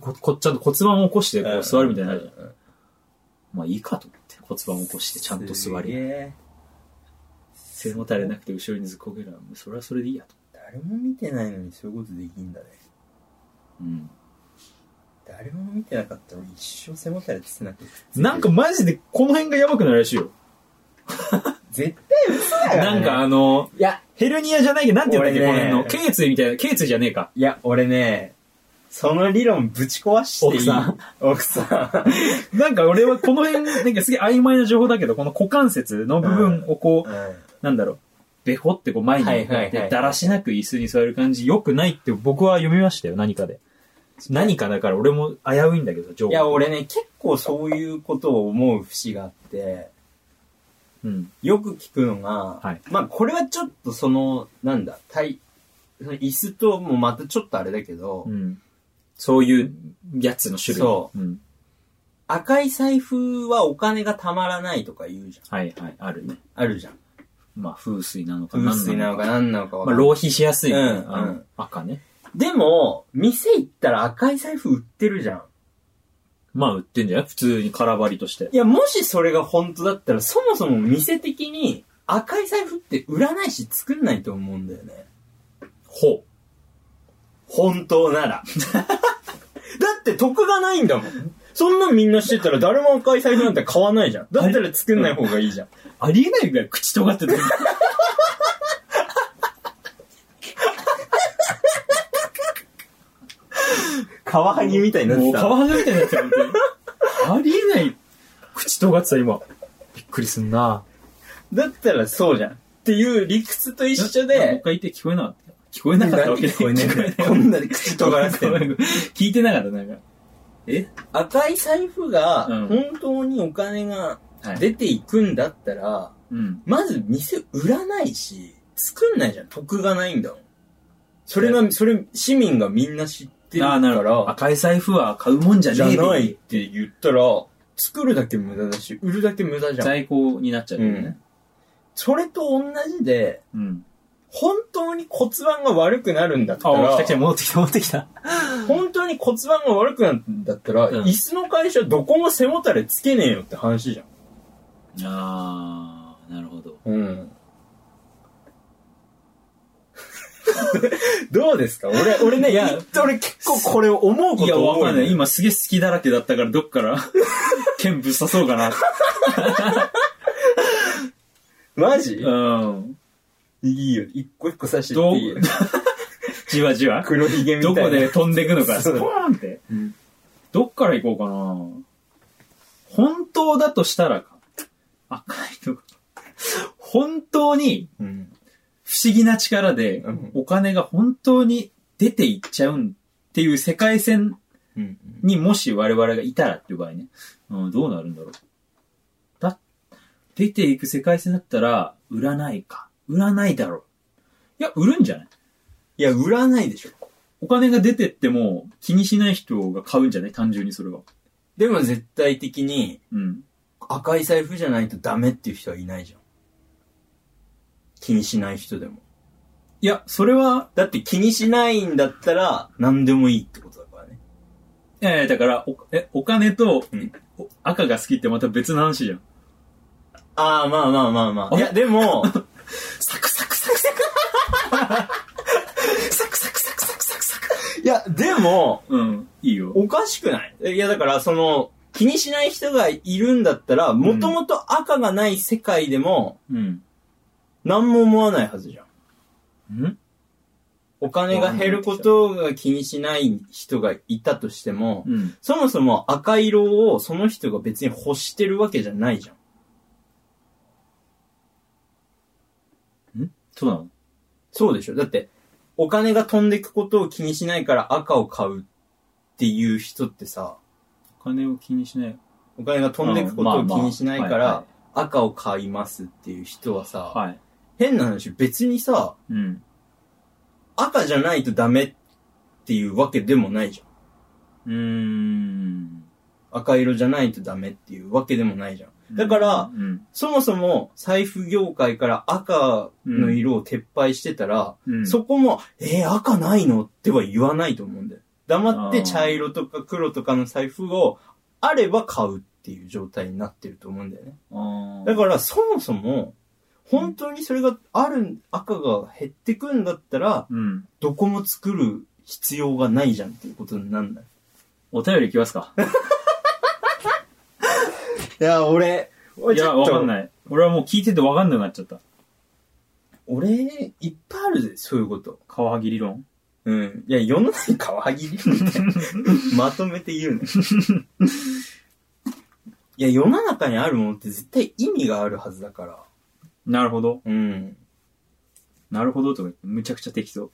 S1: ここっちゃんと骨盤を起こしてこう座るみたいなのあるじゃん。
S2: うんうんうん
S1: まあいいかと思って骨盤を起こしてちゃんと座
S2: すげ
S1: り。
S2: え
S1: 背もたれなくて後ろにずっこげるのはもうそれはそれでいいやと。
S2: 誰も見てないのにそういうことできんだね。
S1: うん。
S2: 誰も見てなかったら一生背もたれつなく
S1: なんかマジでこの辺がやばくなるらしいよ。
S2: 絶対嘘だから、
S1: な
S2: ね。
S1: んかあの、
S2: いや、
S1: ヘルニアじゃないけど、なんて言うんだっけ、
S2: 俺
S1: こ
S2: ね
S1: の辺の。頸椎みたいな、頸椎じゃねえか。
S2: いや、俺ね、その理論ぶち壊していい。
S1: 奥さん。
S2: 奥さん。
S1: なんか俺はこの辺、なんかすげえ曖昧な情報だけど、この股関節の部分をこう、なんだろう、ベホってこう前に
S2: はいはい
S1: や
S2: は
S1: っ
S2: いは
S1: て、
S2: い
S1: だらしなく椅子に座る感じ、良くないって僕は読みましたよ、何かで。何かだから俺も危ういんだけど、情
S2: いや、
S1: 報。
S2: 俺ね、結構そういうことを思う節があって、
S1: うん。
S2: よく聞くのが、
S1: はい
S2: まあこれはちょっとその、なんだ、体、その椅子ともまたちょっとあれだけど、
S1: うん。そういうやつの種類。。
S2: そう
S1: うん。
S2: 赤い財布はお金がたまらないとか言うじゃん。
S1: はいはい、あるね。
S2: あるじゃん。
S1: まあ、風水なのか
S2: 風水なのか何なのかわ
S1: ま
S2: か
S1: あ、
S2: んない
S1: 浪費しやすい、
S2: うん
S1: あの
S2: うん
S1: 赤ね。
S2: でも、店行ったら赤い財布売ってるじゃん。
S1: まあ売ってんじゃない普通に空張りとして。
S2: いや、もしそれが本当だったら、そもそも店的に赤い財布って売らないし作んないと思うんだよね。
S1: ほ
S2: 本当なら。 だって得がないんだもん。そんなんみんなしてたら誰も赤い財布なんて買わないじゃん。だったら作んない方がいいじゃん。
S1: う。ありえないぐらい口尖ってた。
S2: カワハギみたいになっ
S1: も
S2: て
S1: う
S2: た。
S1: カワハギみたいになってた、本当に。ありえない口尖ってた、今。びっくりすんな。
S2: だったらそうじゃん。っていう理屈と一緒
S1: なもう一
S2: で、
S1: 回言って聞こえなかった。聞こえなかったわけ
S2: 聞こえ ね
S1: 聞こえ
S2: えこんなに口尖らせてる。
S1: 聞いてなかった、なんか。え
S2: 赤い財布が
S1: うん
S2: 本当にお金が
S1: はい
S2: 出ていくんだったら、
S1: うん。
S2: まず店売らないし、作んないじゃん。得がないんだもん。それが、それ、市民がみんな知ってる
S1: あ
S2: か
S1: あ、なるほど。
S2: ら、
S1: 赤い財布は買うもんじゃね
S2: じゃ
S1: えべ
S2: ないっ。て言ったら、作るだけ無駄だし、売るだけ無駄じゃん。
S1: 在庫になっちゃうよね。
S2: それと同じで、
S1: うん。
S2: 本当に骨盤が悪くなるんだっ
S1: あ、
S2: た
S1: 来
S2: ら
S1: た来、た、戻ってきた、戻ってきた。
S2: 本当に骨盤が悪くなるんだったら、
S1: うん
S2: 椅子の会社どこも背もたれつけねえよって話じゃん。
S1: ああ、なるほど。
S2: うん。 どうですか俺、俺ね、
S1: いや
S2: 俺結構これを思うこと
S1: いや、わかんない。
S2: 今。
S1: 今すげえ好きだらけだったから、どっから、 剣ぶっ刺そうかな。
S2: マジ
S1: うん。
S2: いいよ。一個一個刺して
S1: どう
S2: っていいよ。
S1: じわじわ。
S2: 黒ひげみた
S1: ど
S2: いな。
S1: こで飛んでくのか、ス
S2: そ
S1: ポ
S2: う
S1: ーンって。
S2: うん
S1: どっから行こうかな。本当だとしたらか。赤いとか。本当に
S2: うん。
S1: 不思議な力で
S2: うん、
S1: お金が本当に出ていっちゃうんっていう世界線
S2: うん。
S1: にもし我々がいたらっていう場合ね、うん、どうなるんだろう。だ、出ていく世界線だったら、売らないか。売らないだろう。いや、売るんじゃない
S2: いや、売らないでしょ。
S1: お金が出てっても気にしない人が買うんじゃない単純にそれは。
S2: でも絶対的に
S1: うん。
S2: 赤い財布じゃないとダメっていう人はいないじゃん。気にしない人でも。
S1: いや、それは、
S2: だって気にしないんだったら何でもいいってことだからね。
S1: ええだから、お、え、お金と、
S2: うん
S1: お赤が好きってまた別の話じゃん。
S2: ああ、まあまあまあまあ。いや、で も、
S1: サクサクサク サクサクサクサクサクサクサク
S2: いや、でも、
S1: うん、いいよ。
S2: おかしくないいや、だから、その、気にしない人がいるんだったら、もともと赤がない世界でも、
S1: うん。
S2: 何も思わないはずじゃん。
S1: ん
S2: お金が減ることが気にしない人がいたとしても、
S1: うん。
S2: そもそも赤色をその人が別に欲してるわけじゃないじゃん。
S1: そうなの
S2: そうでしょだって、お金が飛んでくことを気にしないから赤を買うっていう人ってさ、
S1: お金を気にしない。
S2: お金が飛んでくことを気にしないか
S1: うんまあ
S2: ら、赤を買いますっていう人は
S1: まあ
S2: さ、
S1: はいはい。はい
S2: 変な話、別にさ、
S1: うん。
S2: 赤じゃないとダメっていうわけでもないじゃん。
S1: うーん。
S2: 赤色じゃないとダメっていうわけでもないじゃん。だから、
S1: うん。
S2: そもそも財布業界から赤の色を撤廃してたら、
S1: うん。
S2: そこも、えー、赤ないのっては言わないと思うんだよ。黙って茶色とか黒とかの財布をあれば買うっていう状態になってると思うんだよね。
S1: あー
S2: だからそもそも、本当にそれがある、赤が減ってくんだったら、
S1: うん。
S2: どこも作る必要がないじゃんっていうことになんない。
S1: お便りいきますか。
S2: いや、俺、
S1: いや、わかん
S2: い。
S1: ない。俺はもう聞いててわかんなくなっちゃった。
S2: 俺、いっぱいあるぜ、そういうこと。
S1: カワハギ理論。
S2: うん。いや、世の中カワハギみたいな。まとめて言うね。いや、世の中にあるものって絶対意味があるはずだから。
S1: なるほど。
S2: うん。
S1: なるほどとか言って、むちゃくちゃ適当。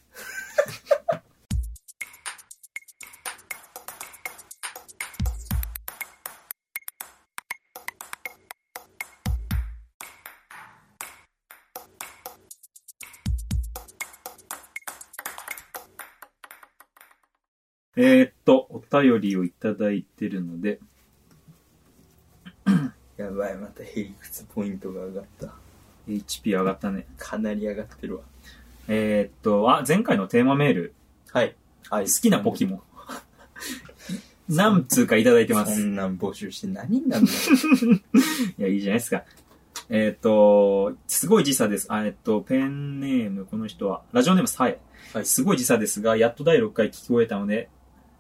S1: えー、っと、お便りをいただいてるので、
S2: やばい、またヘリクツポイントが上がった。
S1: HP 上がったね。
S2: かなり上がってるわ。
S1: えー、っと、あ、前回のテーマメール、
S2: はい。は
S1: 好きなポケモン。何通かいただいてま
S2: そ
S1: す。
S2: んなん募集して何になる の
S1: いや、いいじゃないですか。えっ、と、すごい時差です。あえっ、と、ペンネーム、この人は、ラジオネームさえ。
S2: はい
S1: すごい時差ですが、やっと第6回聞き終えたので、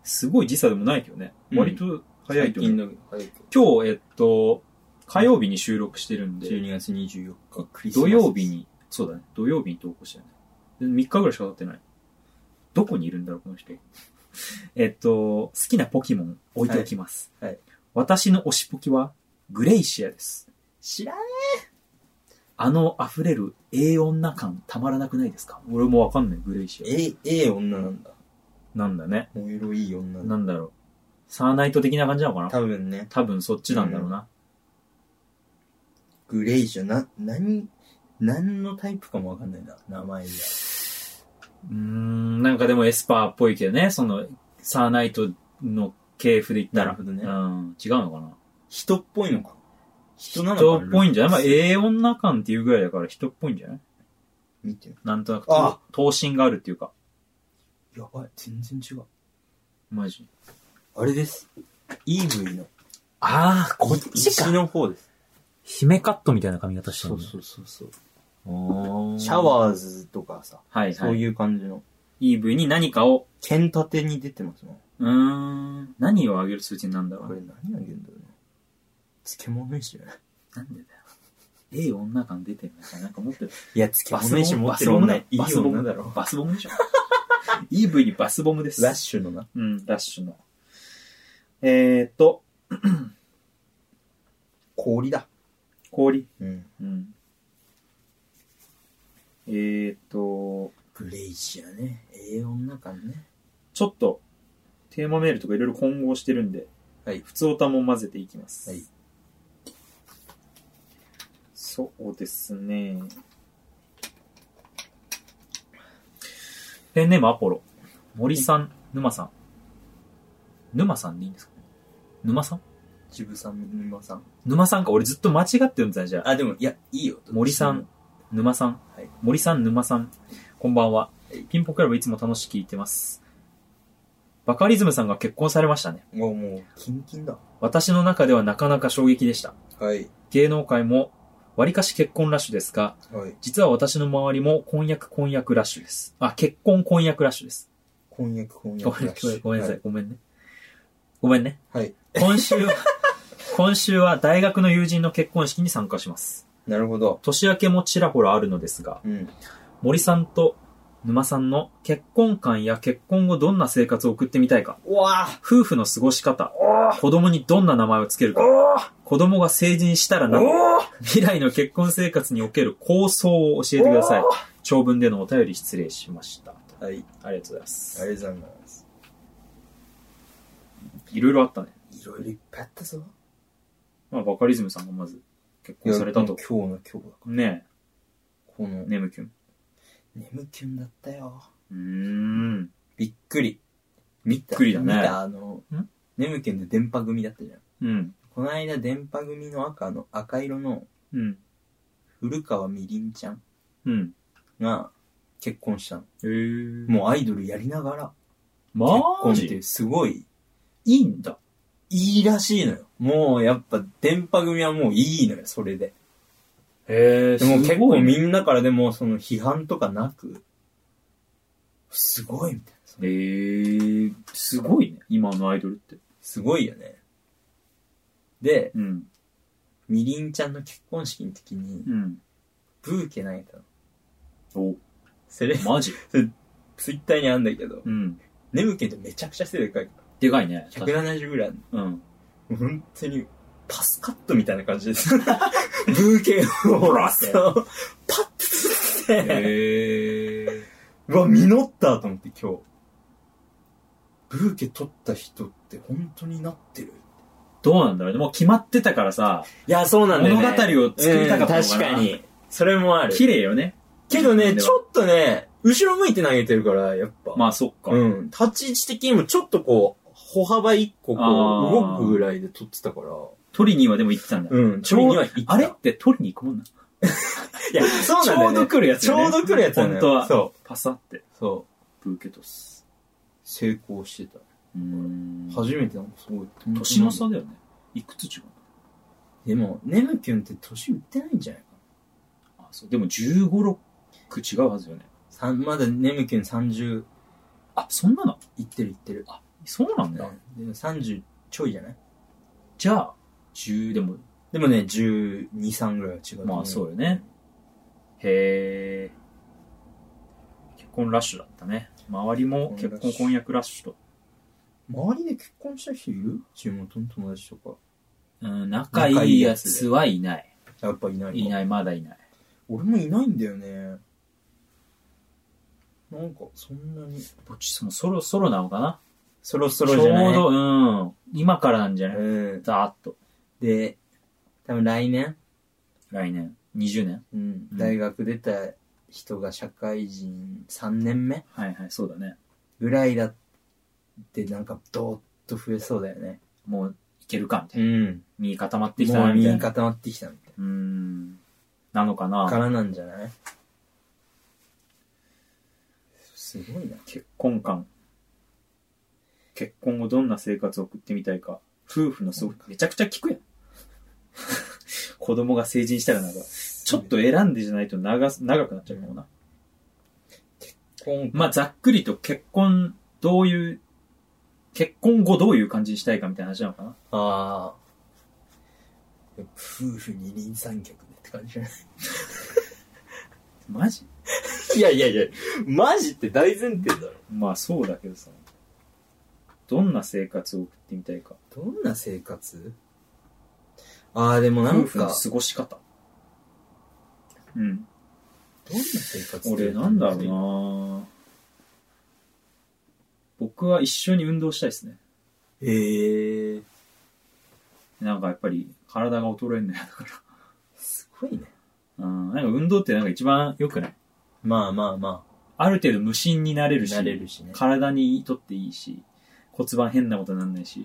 S1: すごい時差でもないけどね。
S2: うん
S1: 割と早いと思う。
S2: の早い
S1: 今日、えっ、と、火曜日に収録してるんで、
S2: 12月24日クリスマ
S1: 土
S2: ス
S1: 曜日に、そうだね、土曜日に投稿したよね。で3日ぐらいしか経ってない。どこにいるんだろう、この人。 えっと、好きなポケモン置いておきます。
S2: はいはい
S1: 私の推しポケは、グレイシアです。
S2: 知らん
S1: あの溢れるええ女感たまらなくないですか俺もわかんない、グレイシア。
S2: えええ女なんだ
S1: なんだね。
S2: お色いい女なんだ
S1: なんだろう。サーナイト的な感じなのかな
S2: 多分ね
S1: 多分そっちなんだろうな。
S2: グレイじゃな何何のタイプかもわかんないな名前が
S1: うーん、なんかでもエスパーっぽいけどね、その、サーナイトの系譜で言ったら。
S2: なるほどね
S1: うん、違うのかな
S2: 人っぽいのか人なのかな
S1: 人っぽいんじゃないまあ、ええ女感っていうぐらいだから人っぽいんじゃない
S2: 見て
S1: なんとなく
S2: あ、
S1: 頭身があるっていうか。
S2: やばい全然違う
S1: マジ。
S2: あれですイーブイの
S1: ああ、
S2: 西の方です
S1: 姫カットみたいな髪型してるの
S2: そう
S1: ね
S2: そうそうそう
S1: おー
S2: シャワーズとかさ
S1: はい
S2: そ
S1: は
S2: う
S1: い。
S2: いう感じの
S1: EV に何かを、
S2: 剣立てに出てますもん
S1: うーん、何を上げる数値なんだろ
S2: こ
S1: うね
S2: れ何あげるんだろうな漬物飯じゃない
S1: なんでだよ。ええ女感出てるな。なんかもっと、
S2: いや、漬物飯持ってる女いい
S1: バスボ
S2: 女
S1: ム
S2: だろ。
S1: バスボムでしょ。EV にバスボムです。
S2: ラッシュのな。
S1: うん、ラッシュの。えーっと、
S2: 氷だ。
S1: 氷。
S2: うん。
S1: うん。えーっと、
S2: グレイジアね。ええ女感ね。
S1: ちょっと、テーマメールとかいろいろ混合してるんで、
S2: はい
S1: 普通歌も混ぜていきます。
S2: はい
S1: そうですね。ペンネームアポロ。森さん、沼さん。沼さんでいいんですかね沼さん
S2: ジブさん、沼さん。
S1: 沼さんか。俺ずっと間違ってるんだねじゃあ。
S2: あ、でも、いや、いいよ。
S1: 森さん。、沼さん、
S2: はい
S1: 森さん、沼さん、こんばんは
S2: はい。
S1: ピンポクラブいつも楽しく聞いてます。バカリズムさんが結婚されましたね。
S2: もう、もう、キンキンだ。
S1: 私の中ではなかなか衝撃でした。
S2: はい。
S1: 芸能界も、割かし結婚ラッシュですが、
S2: はい。
S1: 実は私の周りも婚約婚約ラッシュです。あ、結婚婚約ラッシュです。
S2: 婚約、婚
S1: ご
S2: 約
S1: めん
S2: ラッシ ュ。
S1: ごめんなさい、ごめんね。ごめんね。
S2: はい。はい。
S1: 今週は、今週は大学の友人の結婚式に参加します。
S2: なるほど。
S1: 年明けもちらほらあるのですが、
S2: うん。
S1: 森さんと沼さんの結婚観や結婚後どんな生活を送ってみたいか、
S2: うわぁ
S1: 夫婦の過ごし方、
S2: おぉ
S1: 子供にどんな名前をつけるか、
S2: お
S1: 子供が成人したらなど、
S2: お
S1: 未来の結婚生活における構想を教えてください
S2: お。
S1: 長文でのお便り失礼しました。
S2: はい。
S1: ありがとうございま
S2: あ
S1: す。
S2: りがとうございます。
S1: いろいろあったね。
S2: いろいろいっぱいあったぞ。
S1: まあ、バカリズムさんがまず結婚された
S2: いやも
S1: と
S2: う。今日の今日だ。
S1: ね
S2: この
S1: え、、ネムキュン。
S2: 眠きゅんだったよ。
S1: うーん。
S2: びっくり。
S1: びっくりだ
S2: 見
S1: ね。
S2: たあの
S1: ん、
S2: 眠気の電波組だったじゃん。
S1: うん。
S2: この間、電波組の赤の、赤色の
S1: うん。
S2: 古川みりんちゃん
S1: うん。
S2: が結婚したの。
S1: えー。
S2: もうアイドルやりながら結婚
S1: マ
S2: っ
S1: ジ
S2: てすごい
S1: いいんだ。
S2: いいらしいのよ。もうやっぱ電波組はもういいのよ、それで。
S1: へえ
S2: でも結構み
S1: なん
S2: なからでもその批判とかなく、すごいみたいな。その
S1: えー、すごいね。今のアイドルって。
S2: すごいよね。で、
S1: うん。
S2: みりんちゃんの結婚式の時に
S1: うん。
S2: ブーケ投げたの。
S1: お、
S2: それ、
S1: マジ
S2: ツイッターにあんだけど、
S1: うん。
S2: ネムケンってめちゃくちゃ背でかいか
S1: でかいね。
S2: ら。170ぐらいある
S1: うん。
S2: の。本当に、パスカットみたいな感じ です。ブーケンを、ほらって、パッてつって、
S1: へえー。
S2: うわ、実ったと思って今日。ブーケ取った人って本当になってる。
S1: どうなんだろうね。もう決まってたからさ、
S2: いや、そうなんだよ、ね。
S1: 物語を作りたかったのかな
S2: うん確かに。それもある。
S1: 綺麗よね。
S2: けど
S1: 自
S2: ね、
S1: 分では
S2: ちょっとね、後ろ向いて投げてるから、やっぱ。
S1: まあ、そっか。
S2: うん。立ち位置的にもちょっとこう、歩幅一個こ
S1: あー
S2: う、動くぐらいで撮ってたから。
S1: 取りにはでも行ってたんだ。
S2: うん。
S1: ちょうど
S2: い
S1: あれって取りに行くもんな。
S2: いや、そうなんだよ、
S1: ちょう
S2: ね。
S1: ど来るやつ
S2: ち
S1: よね
S2: ょうど来るやつだね。
S1: 本当は
S2: そう。
S1: パサって、
S2: そう。
S1: ブーケトス。
S2: 成功してた。
S1: ううん
S2: 初めてなんかすごい
S1: 年の差だよね。いくつ違う
S2: でもネムキュンって年売ってないんじゃない
S1: あそうでも15、6違うはずよね。
S2: かなさんまだネムキュン30
S1: あ、そんなの
S2: いってるいってる
S1: そうなんだ。
S2: でも30ちょいじゃない
S1: じゃあ、10でも、
S2: でもね1 2三3ぐらいは違うと思
S1: まあそうよね。へえ。結婚ラッシュだったね。周りも
S2: 結
S1: 結
S2: 婚ラッシュ
S1: 婚婚約ラッシュと。
S2: 周りで結婚した人いる地元の友達とか
S1: うん、仲いいやつはいない。
S2: やっぱいないか
S1: いない、まだいない。
S2: 俺もいないんだよねなんかそんなに
S1: どっちそもそろそろなのかな
S2: そろそ
S1: ちょ
S2: ろじゃないう
S1: ど、うん。今からなんじゃない
S2: うん
S1: ざーっと。
S2: で多分来年、
S1: 来年。20年
S2: うん
S1: うん
S2: 大学出た人が社会人3年目
S1: はいはい、そうだね。
S2: ぐらいだってなんかドーッと増えそうだよね
S1: もう、いけるかみたいな。
S2: ん
S1: 身固まってきた
S2: も
S1: な、
S2: う
S1: みた
S2: 身
S1: い
S2: に
S1: な。
S2: 固まってきたみたいう
S1: ーん。なのか
S2: なか
S1: な
S2: らなんじゃないすごいな
S1: 結婚観。結婚後どんな生活を送ってみたいか。夫婦のすごく、めちゃくちゃ聞くやん。 子供が成人したらなんか、ちょっと選んでじゃないと長す、長くなっちゃうかもな。
S2: 今
S1: まあ、ざっくりと結婚、どういう、結婚後どういう感じにしたいかみたいな話なのかな。
S2: ああ。夫婦二人三脚でって感じじゃない
S1: マジ
S2: いやいやいや、マジって大前提だろ。
S1: まあそうだけどさ。どんな生活を送ってみたいか。
S2: どんな生活ああ、でもなん
S1: 夫
S2: か、
S1: 婦
S2: どん
S1: の
S2: な
S1: 過ごし方。うん。
S2: 生活
S1: 俺なんだろう。な僕は一緒に運動したいですね。
S2: へえー、
S1: なんかやっぱり体が衰えんのやだか
S2: すごいね。
S1: ら。うん。なんか運動ってなんか一番良くない
S2: まあまあま
S1: ある程度無心になれ
S2: あ、
S1: るし、
S2: 慣れるしね。
S1: 体にとっていいし、骨盤変なことになんないし。
S2: い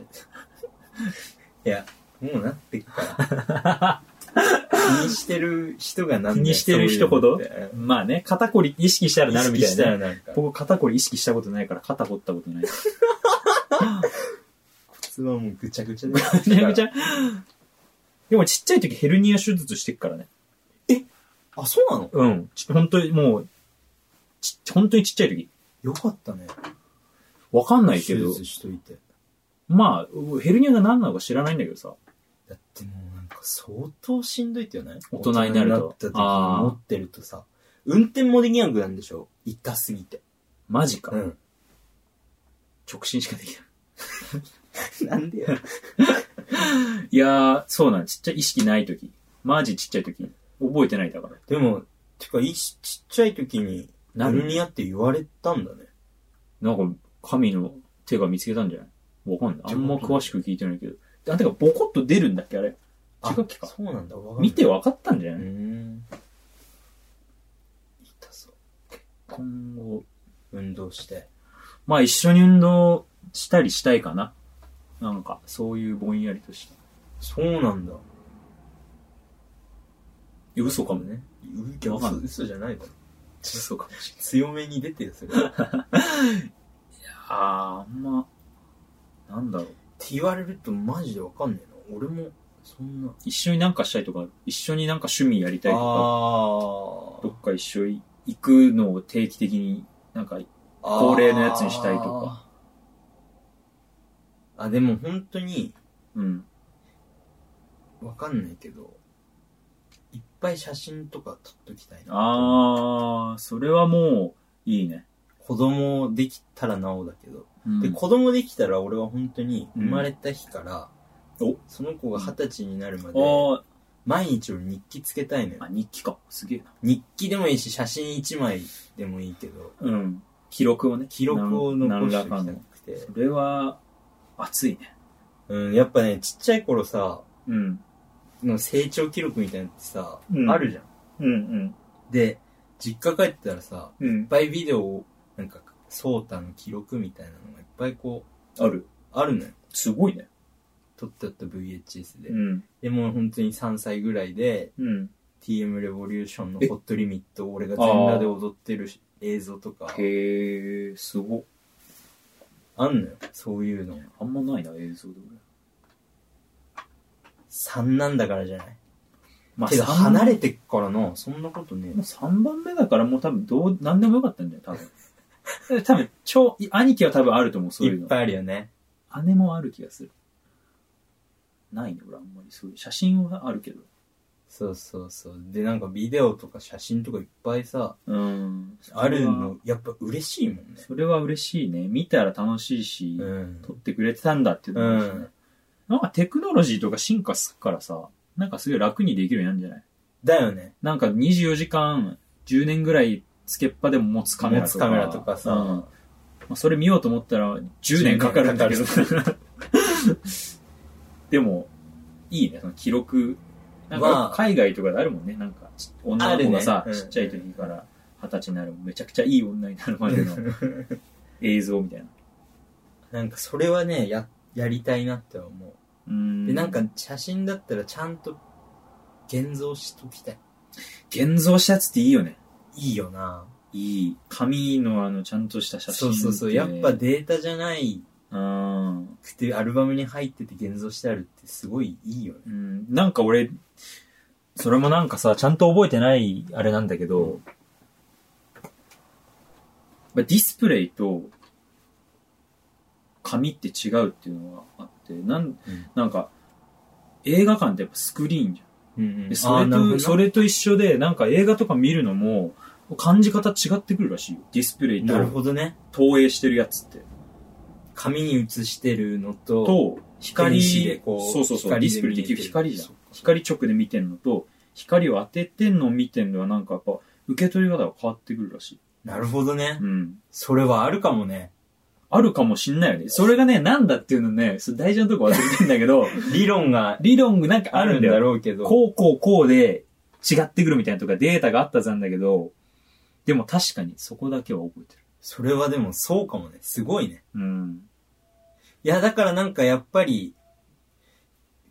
S2: や、もうなってっ から。気にしてる人がなんだよ
S1: 気にしてる人ほど
S2: そういうのって
S1: まあね、肩こり意識したらなるみ
S2: 意識
S1: たい
S2: した
S1: な
S2: ら
S1: ね。
S2: なんか、
S1: 僕肩こり意識したことないから肩凝ったこと ない。
S2: 靴はもうぐちゃぐちゃだよ
S1: めちゃめちゃ。でもちっちゃい時ヘルニア手術してっからね。
S2: あ、そうなの
S1: うん。ち本当にもう、ち、本当にちっちゃい時。
S2: よかったね。
S1: わかんないけ
S2: 手
S1: ど。
S2: 術しといて。
S1: まあ、ヘルニアが何なのか知らないんだけどさ。
S2: だってもうなんか相当しんどいってよね。
S1: 大人になると
S2: 大人になった時に
S1: あー
S2: 持ってるとさ、運転もできなくなるんでしょ痛すぎて。
S1: マジか。
S2: ん。
S1: 直進しかできな
S2: なんでよ。
S1: い。いやー、そうなん。ちっちゃい意識ない時。マジちっちゃい時。覚えてないだから。
S2: でも、てか、いちちっちゃい時に、
S1: な
S2: ナ
S1: る
S2: ルニアって言われたんだね。
S1: なんか、神の手が見つけたんじゃないわかんない。あんま詳しく聞いてないけど。あ、てか、ボコッと出るんだっけあれ。
S2: あ
S1: 違うっけか。
S2: そうなんだ。わかんない
S1: 見て分かったんじゃ
S2: う
S1: な
S2: ー
S1: い、
S2: ん。痛そう。
S1: 今後。
S2: 運動して。
S1: まあ一緒に運動したりしたいかな。なんか、そういうぼんやりとした。
S2: そうなんだ。
S1: いや嘘かもね。
S2: ね。いや
S1: わかん
S2: 嘘
S1: ない
S2: 嘘じゃないだろ。
S1: 嘘かもしれない。
S2: 強めに出てる、それ。って
S1: あー、あんま、なんだろう。
S2: 言われるとマジでわかんねえな。俺も、そんな。
S1: 一緒になんかしたいとか、一緒になんか趣味やりたいとか、
S2: あ
S1: どっか一緒に行くのを定期的に、なんか、恒例のやつにしたいとか
S2: あー。あ、でも本当に、
S1: うん。
S2: わかんないけど、いっぱい写真とか撮っときたいな。
S1: あー、それはもう、いいね。
S2: 子供できたらなおだけど。
S1: うん
S2: で、子供できたら俺は本当に、
S1: う
S2: 生
S1: ん
S2: まれた日から、
S1: お
S2: その子が二十歳になるま
S1: あ
S2: で、
S1: ー、
S2: 毎日俺日記つけたいのよ
S1: あ、。日記か。すげえな。
S2: 日記でもいいし、写真一枚でもいいけど、
S1: うん。記録をね。
S2: 記録を残
S1: なん
S2: しておき
S1: な
S2: た
S1: んらかの
S2: くて。
S1: それは、熱いね。
S2: うん、やっぱね、ちっちゃい頃さ、
S1: うん。
S2: の成長記録みたいなのってさ、
S1: うん
S2: あるじゃん。
S1: うん
S2: で、実家帰ってたらさ、
S1: うん。うん
S2: いっ。ぱいビデオを、なんか、ソータの記録みたいなのがいっぱいこう、
S1: ある。
S2: あるのよ。
S1: すごいね。
S2: 撮ってあった VHS で。
S1: うん。
S2: でもう本当に3歳ぐらいで、
S1: うん。
S2: TM レボリューションの
S1: え
S2: ホットリミットを俺が全裸で踊ってるし映像とか、
S1: へえ、すご。
S2: あんのよ。そういうの。
S1: あんまないな、映像で俺。
S2: 3なんだからじゃない。
S1: ま
S2: けど
S1: 三
S2: 離れてっからな、そんなことねえ
S1: もう3番目だからもう多分どう、なんでもよかったんだよ、多分。 多分、超、い兄貴は多分あると思う、そうい
S2: いうっ
S1: の。
S2: ぱいあるよね。
S1: 姉もある気がする。ないね、俺あんまりそういう。写真はあるけど。
S2: そうそうそう。で、なんかビデオとか写真とかいっぱいさ、
S1: うん。
S2: あるの、やっぱ嬉しいもんね。
S1: それは嬉しいね。見たら楽しいし、
S2: うん。
S1: 撮ってくれてたんだっていうのもあるしね。なんかテクノロジーとか進化するからさ、なんかすごい楽にできるようになるんじゃない
S2: だよね。
S1: なんか24時間、10年ぐらいつけっぱでも持つカメラ
S2: 持
S1: と
S2: つ
S1: か。
S2: カメラとかさ、
S1: うんまあ、それ見ようと思ったら10年かかるんだけど。でも、いいね、その記録。なん
S2: ま
S1: か
S2: あ
S1: 海外とかであるもんね。なんかち、女の子がさ、
S2: あるね
S1: ちっちゃい時から二十歳になる、めちゃくちゃいい女になるまでの映像みたいな。
S2: なんかそれはね、や、やりたいなって思
S1: う
S2: う。
S1: ん。
S2: で、なんか、写真だったらちゃんと現像しときたい。
S1: 現像したやつっていいよね。
S2: いいよない
S1: い。紙のあの、ちゃんとした写真っ
S2: そう
S1: て
S2: そうそう。やっぱデータじゃない
S1: うん。
S2: くて、アルバムに入ってて現像してあるってすごいいいよね。
S1: うん、なんか俺、それもなんかさ、ちゃんと覚えてないあれなんだけど、まあディスプレイと紙って違うっていうのがあって、なん、なんか、映画館ってやっぱスクリーンじ
S2: うん
S1: ゃん。で
S2: うん。
S1: それ
S2: あー
S1: と、そ。れと一緒で、なんか映画とか見るのも、感じ方違ってくるらしいよ。ディスプレイ
S2: なる
S1: と
S2: ほどね。
S1: 投影してるやつって。
S2: 紙に写してるのと、
S1: と、光
S2: 電子でこう
S1: そうそうそう、ディ
S2: 光
S1: ス
S2: で
S1: プレイで
S2: 見え
S1: き
S2: てる
S1: る光じゃん
S2: そっか。
S1: 光直で見てんのと、光を当ててんのを見てんのはなんかやっぱ、受け取り方が変わってくるらしい。
S2: なるほどね。
S1: うん。
S2: それはあるかもね。
S1: あるかもしんないよね。それがね、なんだっていうのね、それ大事なとこ忘れてんだけ ど、
S2: 理論が
S1: 理論がなんかあ
S2: あ
S1: る
S2: る
S1: ん
S2: ん
S1: だ
S2: だ
S1: よ。
S2: ろうけど。
S1: こうこうこうで違ってくるみたいなとかデータがあったざんだけど、でも確かにそこだけは覚えてる。
S2: それはでもそうかもね。すごいね。
S1: うん。
S2: いや、だからなんかやっぱり、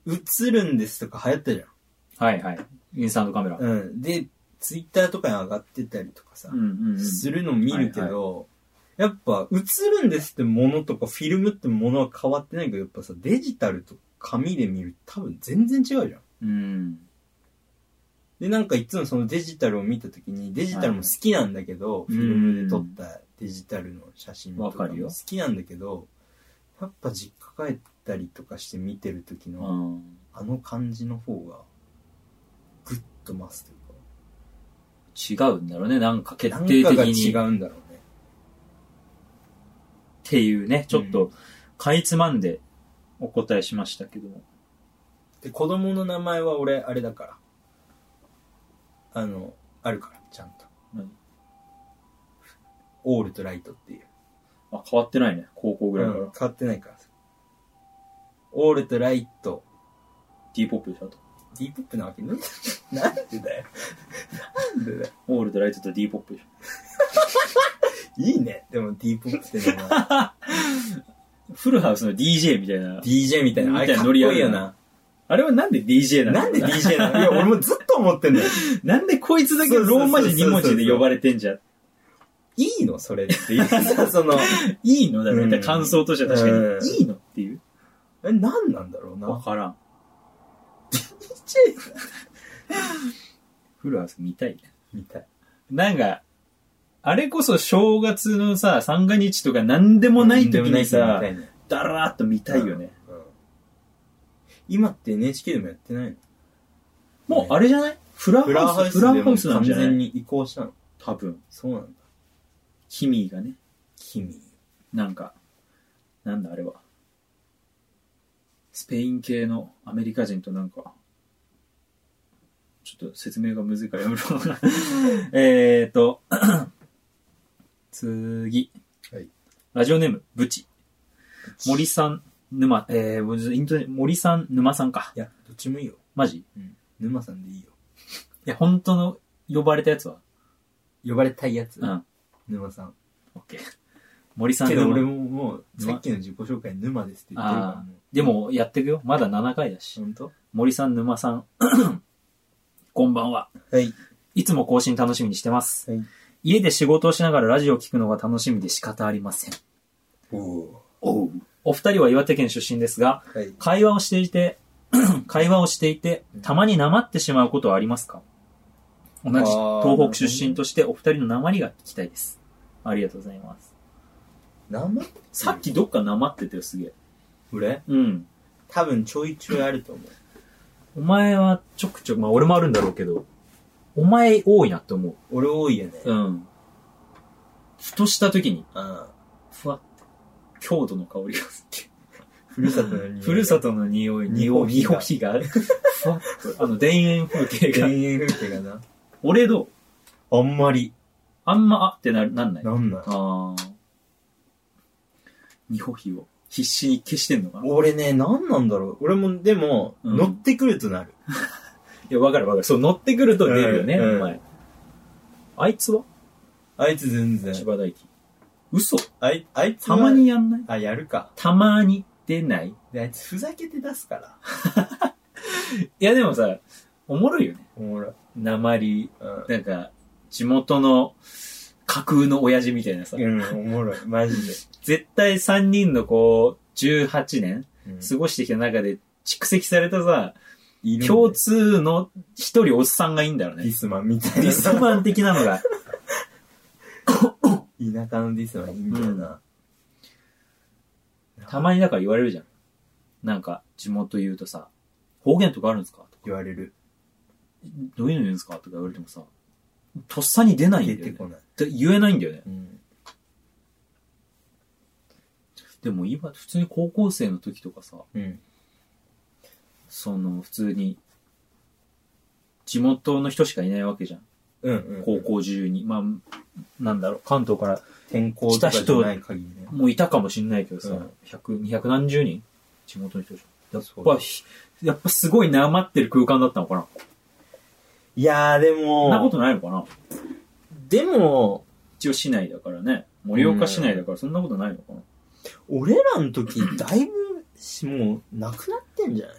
S2: 映るんですとか流行ったじ
S1: はいはい。インスタントカメラ。
S2: ゃん。うん。で、ツイッターとかに上がってたりとかさ
S1: う、んうんうん。
S2: するの見るけど、やっぱ映るんですってものとかフィルムってものは変わってないけど、やっぱさ、デジタルと紙で見る多分全然違うじゃん。
S1: うん。
S2: で、なんかいつもそのデジタルを見たときに、デジタルも好きなんだけど、
S1: い
S2: フィルムで撮ったデジタルの写真と
S1: わ
S2: か
S1: か
S2: も
S1: るよ
S2: 好きなんだけど、やっぱ実家帰ったりとかして見てる時
S1: う
S2: の、
S1: ん。
S2: あの感じの方が、グッと増すというか、
S1: 違うんだろうね。なんか決
S2: なん
S1: 定
S2: か
S1: 的
S2: が
S1: に。
S2: 違うんだろうね。
S1: っていうね、ちょっ
S2: う
S1: と、かいつまんでお答えしましたけども。
S2: で、子供の名前は俺、あれだから。あの、あるから、ちゃんと。
S1: うん
S2: オールとライトっていう。
S1: あ、変わってないね。高校ぐらいから。
S2: うん変わってないから。オールとライト、
S1: D ポップでしょあと。
S2: ディープップなわけね。 なんでだよ。なんでだよ。
S1: オールドライトと D ポップでし
S2: いいね。でもディープップっての は。
S1: ょ。フルハウスの DJ みたいな。
S2: DJ みたいな。あれかっこいいよな。
S1: あれはなんで DJ なの
S2: なんで DJ なのいや、俺もずっと思ってんだよ。
S1: なんでこいつだけローマ字2文字で呼ばれてんじゃん。
S2: いいのそれっていう。 その、
S1: いいのだろ、
S2: うん
S1: 感想としては確か
S2: うん
S1: に。いいのっていう。
S2: え、なんなんだろう
S1: わ
S2: な。
S1: からん。
S2: DJ?
S1: フルハウス見たいね。
S2: みたい。
S1: なんか、あれこそ正月のさ、三が日とかなんでもない時にさ
S2: みた、いな
S1: だらーっと見たいよね。。
S2: うん今って NHK でもやってないの
S1: もうあれじゃないフラ
S2: フラー
S1: ハ
S2: ハ
S1: ウ
S2: ウ
S1: ス、
S2: ス
S1: フラ
S2: で
S1: ハ
S2: も
S1: ウスなん
S2: 完
S1: じゃな
S2: 全
S1: い
S2: に移行したの。
S1: 多分、
S2: そうなんだ。
S1: キミーがね、
S2: 君。
S1: なんか、なんだあれは。スペイン系のアメリカ人となんか、ちょっと説明がむずいからや めろ。えーと、 次。
S2: はい
S1: ラジオネーム、ブチ。森さん、沼、えー、イントネ森さん、沼さんか。
S2: いや、どっちもいいよ。
S1: マジい
S2: 沼さんでいいよ。
S1: や、本当の呼ばれたやつは
S2: 呼ばれたいやつ
S1: う。ん。
S2: 沼さん。
S1: オッケー。森さん
S2: けど
S1: 沼
S2: 俺ももう、
S1: 沼
S2: さっきの自己紹介沼ですって言ってるから
S1: ああ
S2: もう。
S1: でも、やっていくよ。まだ7回だし。
S2: 本当
S1: 森さん、沼さん。 こんばんは。
S2: はい。
S1: いつも更新楽しみにしてます。
S2: はい。
S1: 家で仕事をしながらラジオを聞くのが楽しみで仕方ありません。
S2: おお。おう。
S1: お二人は岩手県出身ですが、
S2: はい。
S1: 会話をしていて、 会話をしていて、たまになまってしまうことはありますか同じ
S2: あー
S1: 東北出身としてお二人のなまりが聞きたいです。ありがとうございます。
S2: 生
S1: さっきどっかなまってたよ、すげえ。
S2: 俺
S1: うん。
S2: 多分ちょいちょいあると思
S1: お
S2: う。
S1: 前はちょくちょく、まあ俺もあるんだろうけど、お前多いなって思う。
S2: 俺多いよね。
S1: うん。ふとした時に、
S2: うん。
S1: ふわって、郷土の香りがする。
S2: ふるさとの匂い。
S1: ふるさとの匂い、匂い、
S2: 日
S1: 匂
S2: 本
S1: いが、 ふわっと、あの、田園風景
S2: 田
S1: が。
S2: 園風景がな。
S1: 俺どう
S2: あんまり。
S1: あんま、あってな、なんない。あ
S2: なんない。
S1: あー。ニホヒを必死に消してんのかない
S2: 俺ね、なんなんだろう。俺も、でも、
S1: うん
S2: 乗ってくるとなる。
S1: や、わかるわかる。そう、乗ってくると出るよね、
S2: うん
S1: お前。あいつは
S2: あいつ全然。
S1: 千葉大輝。嘘
S2: あい、あいつ
S1: た
S2: は
S1: まに。やんない
S2: あ、やるか。
S1: たまに出ない
S2: で、あいつふざけて出すから。
S1: いや、でもさ、おもろいよね。
S2: おもろい。
S1: 鉛、
S2: うん。
S1: なんか、地元の架空の親父みたいなさ。
S2: うん、おもろい。マジで。
S1: 絶対3人のこう、18年
S2: うん
S1: 過ごしてきた中で蓄積されたさ、
S2: いるんだよ
S1: 共通の一人おっさんがいいんだろうね。
S2: ディ
S1: デ
S2: スマンみたいな。
S1: ィスマン的なのが。
S2: 田舎のディスマンいいんだよな。
S1: たまにだから言われるじゃん。なんか、地元言うとさ、方言とかあるんですかとか
S2: 言われる。
S1: どういうの言うんですかとか言われてもさ、とっさに出ない
S2: 出
S1: んだ
S2: て
S1: よね
S2: こな
S1: で
S2: い。。
S1: 言えないんだよね。
S2: うん。
S1: でも今、普通に高校生の時とかさ、
S2: うん。
S1: その、普通に、地元の人しかいないわけじゃん。
S2: うんうん。
S1: 高校中に。まあ、なんだろう、関東から
S2: 転校とかじゃない限りね。
S1: もういたかもしんないけどさ、
S2: うん
S1: 100、200何十人地元の人でしょ。や
S2: そ
S1: っ
S2: う
S1: ぱ
S2: だ
S1: ひ、やっぱすごいなまってる空間だったのかな。
S2: いやーで
S1: そんなこ
S2: も、
S1: とないのかな
S2: でも、
S1: 一応市内だからね。盛岡市内だからそんなことないのかな。
S2: 俺らの時、だいぶし、もう、なくなってんじゃない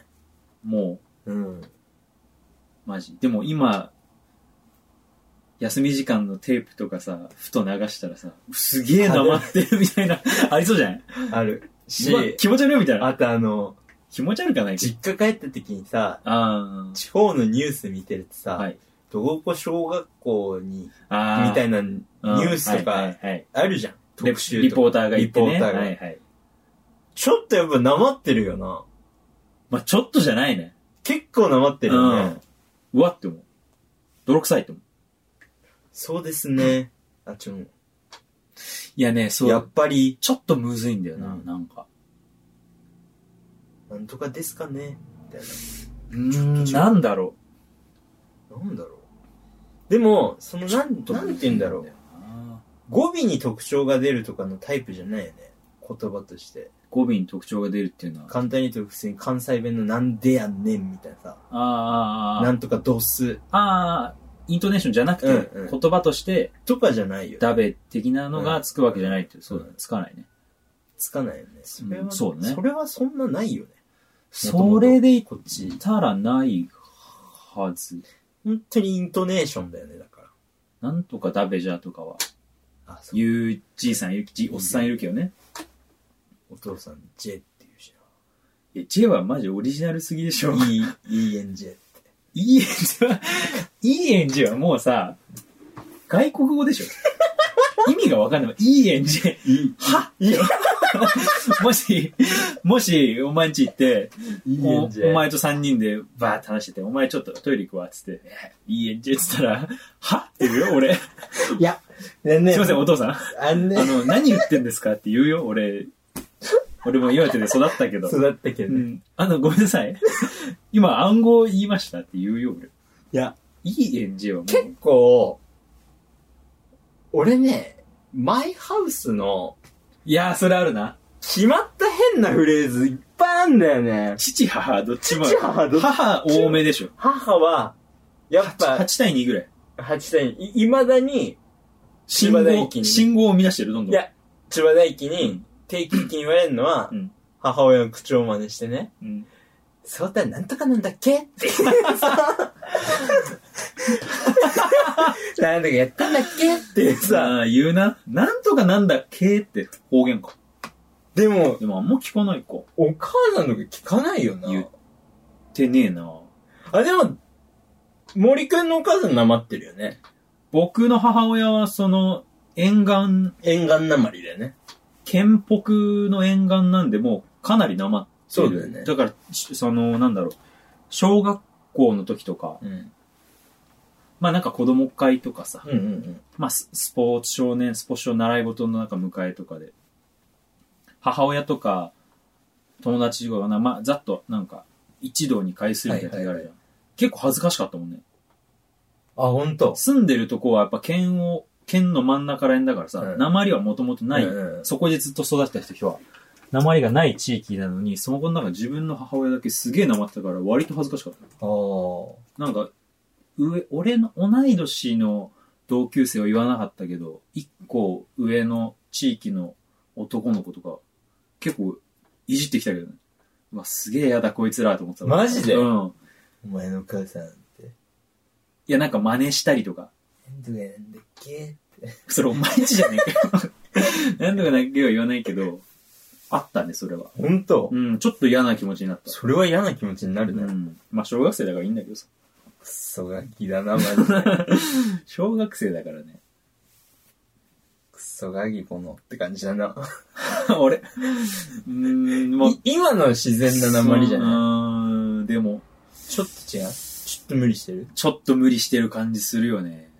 S1: も
S2: うん。
S1: う、マジ。でも今、休み時間のテープとかさ、ふと流したらさ、すげえなまってるみたい な、ありそうじゃない
S2: ある。し
S1: うわ、気持ち悪いみたいな。
S2: あとあの、
S1: 気持ち悪くはないけど
S2: 実家帰った時にさ、
S1: あ
S2: 地方のニュース見てると
S1: あ。
S2: さ、
S1: はい。
S2: どこ小学校に、
S1: ああ。
S2: みたいなニ
S1: うん
S2: ュースと
S1: はいは
S2: か
S1: いはい。
S2: あるじゃん。
S1: レ
S2: 特集
S1: リ
S2: とか
S1: ポーターがいてね。
S2: リポーターが
S1: はいはい。
S2: ちょっとやっぱなまってるよな。
S1: まあ、ちょっとじゃないね。
S2: 結構なまってるよね。
S1: うん。うわって思う。泥臭いって思う。
S2: そうです ね。あ、ちょ、
S1: いやね、そ
S2: やっ
S1: う。
S2: ぱり、
S1: ちょっとむずいんだよな、
S2: うん
S1: なんか。
S2: なんとかですかね。みたいな。
S1: うん、なんだろ
S2: なんだろう。でも、その、
S1: う。
S2: なん、
S1: ちょっと
S2: な
S1: む
S2: ん
S1: ず
S2: て言うんだろう。
S1: な。
S2: 語尾に特徴が出るとかのタイプじゃないよね。言葉として。
S1: 語尾に特徴が出るっていうのは。あ
S2: 簡単に言うと普通に関西弁のなんでやんねんみたいなさ。
S1: あ、ああ、
S2: な
S1: あ
S2: んとかどす
S1: あ、ああイントネーションじゃなくて、
S2: うんうん
S1: 言葉として、
S2: とかじゃないよ。
S1: ダベ的なのがつくわけじゃないって、そうだね
S2: う、ん
S1: つかないね。
S2: つかないよね。それは、
S1: うんそうね
S2: それはそんなないよね。
S1: それで言
S2: こっち
S1: っ。たらないはず。
S2: 本当にイントネーションだよね、だから。
S1: なんとかダベじゃとかは、
S2: あ、そう。
S1: ゆうじいさんいる、じおっさんいるけどね。
S2: お父さん、J っていうし
S1: いや、J はマジオリジナルすぎでしょ。
S2: な。E、ENJ。
S1: いい演じは、いい演じはもうさ、外国語でしょ。意味がわかんない。いい演じ。はもし、もし、お前んち行って、お
S2: ENJ。
S1: お前と3人でバーって話してて、お前ちょっとトイレ行くわ、つって、いい演じっつったら、はって言うよ、俺。す
S2: いや、ねね
S1: いません、お父さん。あ
S2: あんね、
S1: の、何言ってんですかって言うよ、俺。俺も岩手で育ったけど。
S2: 育ったけ
S1: う
S2: どね。
S1: ん。あの、ごめんなさい。 今、暗号言いましたって言うよ、俺。
S2: いや、
S1: いい演じはもう。
S2: 結構、俺ね、マイハウスの
S1: いやー、それあるな。
S2: 決まった変なフレーズいっぱいあんだよね。
S1: 父、母、どっちもある。
S2: 父母どっち
S1: 母多めでしょ。
S2: 母は、やっ
S1: 8,
S2: ぱ、
S1: 対2ぐらい。
S2: 8点、いまだに、
S1: 信
S2: 千葉大輝
S1: 号、
S2: に
S1: 信号を生み出してる、どんどん。
S2: いや、千葉大輝
S1: う
S2: に
S1: ん
S2: 定期的に言われるのは、
S1: うん
S2: 母親の口調を真似してね、
S1: うん。
S2: そうだなんとかなんだっ けって。なんとかやったんだっけっていうさ、
S1: さあ、言うな。なんとかなんだっけって方言か。
S2: でも、
S1: でもあんま聞かないか。っ
S2: お母さんの声聞かないよな。
S1: 言てねえな
S2: あ、でも、森くんのお母さんなまってるよね。
S1: 僕の母親はその、沿岸、
S2: 沿岸なまりだよね。
S1: 県北の沿岸なんで、もうかなりなまってる。
S2: そうだよね
S1: だから、しその、なんだろう、小学校の時とか、
S2: うん。
S1: まあなんか子供会とかさ、
S2: うんうんうん。
S1: まあススポーツ少年、スポ少習い事のなんか迎えとかで、母親とか友達がな、まあざっとなんか一堂に会するみたいな時あるじゃん。
S2: はいはい
S1: 結構恥ずかしかったもんね。
S2: あ、ほんと。
S1: 住んでるとこはやっぱ県を、県の真ん中らへんだからさ
S2: う、ん
S1: 鉛はもともとない、
S2: うんうんうん
S1: そこでずっと育った人は、鉛がない地域なのに、その子の中自分の母親だけすげえ鉛ってたから割と恥ずかしかった。
S2: ああ。
S1: なんか、上、俺の同い年の同級生は言わなかったけど、一個上の地域の男の子とか、結構いじってきたけどね。うわ、すげえやだこいつらと思ってた。
S2: マジで
S1: うん。
S2: お前のお母さんって、
S1: いや、なんか真似したりとか。
S2: なんとかなんだっけ
S1: それお前んちじゃねえかよ。 何とかだけは言わないけど、あったね、それは。
S2: ほんと。
S1: うん、ちょっと嫌な気持ちになった。
S2: それは嫌な気持ちにな
S1: う
S2: るね。
S1: ん。まあ、小学生だからいいんだけどさ。
S2: クソガキだな、マジで。
S1: 小学生だからね。
S2: クソガキこのって感じだな。
S1: 俺。うーん、まあ
S2: い、今の自然な鉛じゃない
S1: ないでも、
S2: ちょっと違うちょっと無理してる
S1: ちょっと無理してる感じするよね。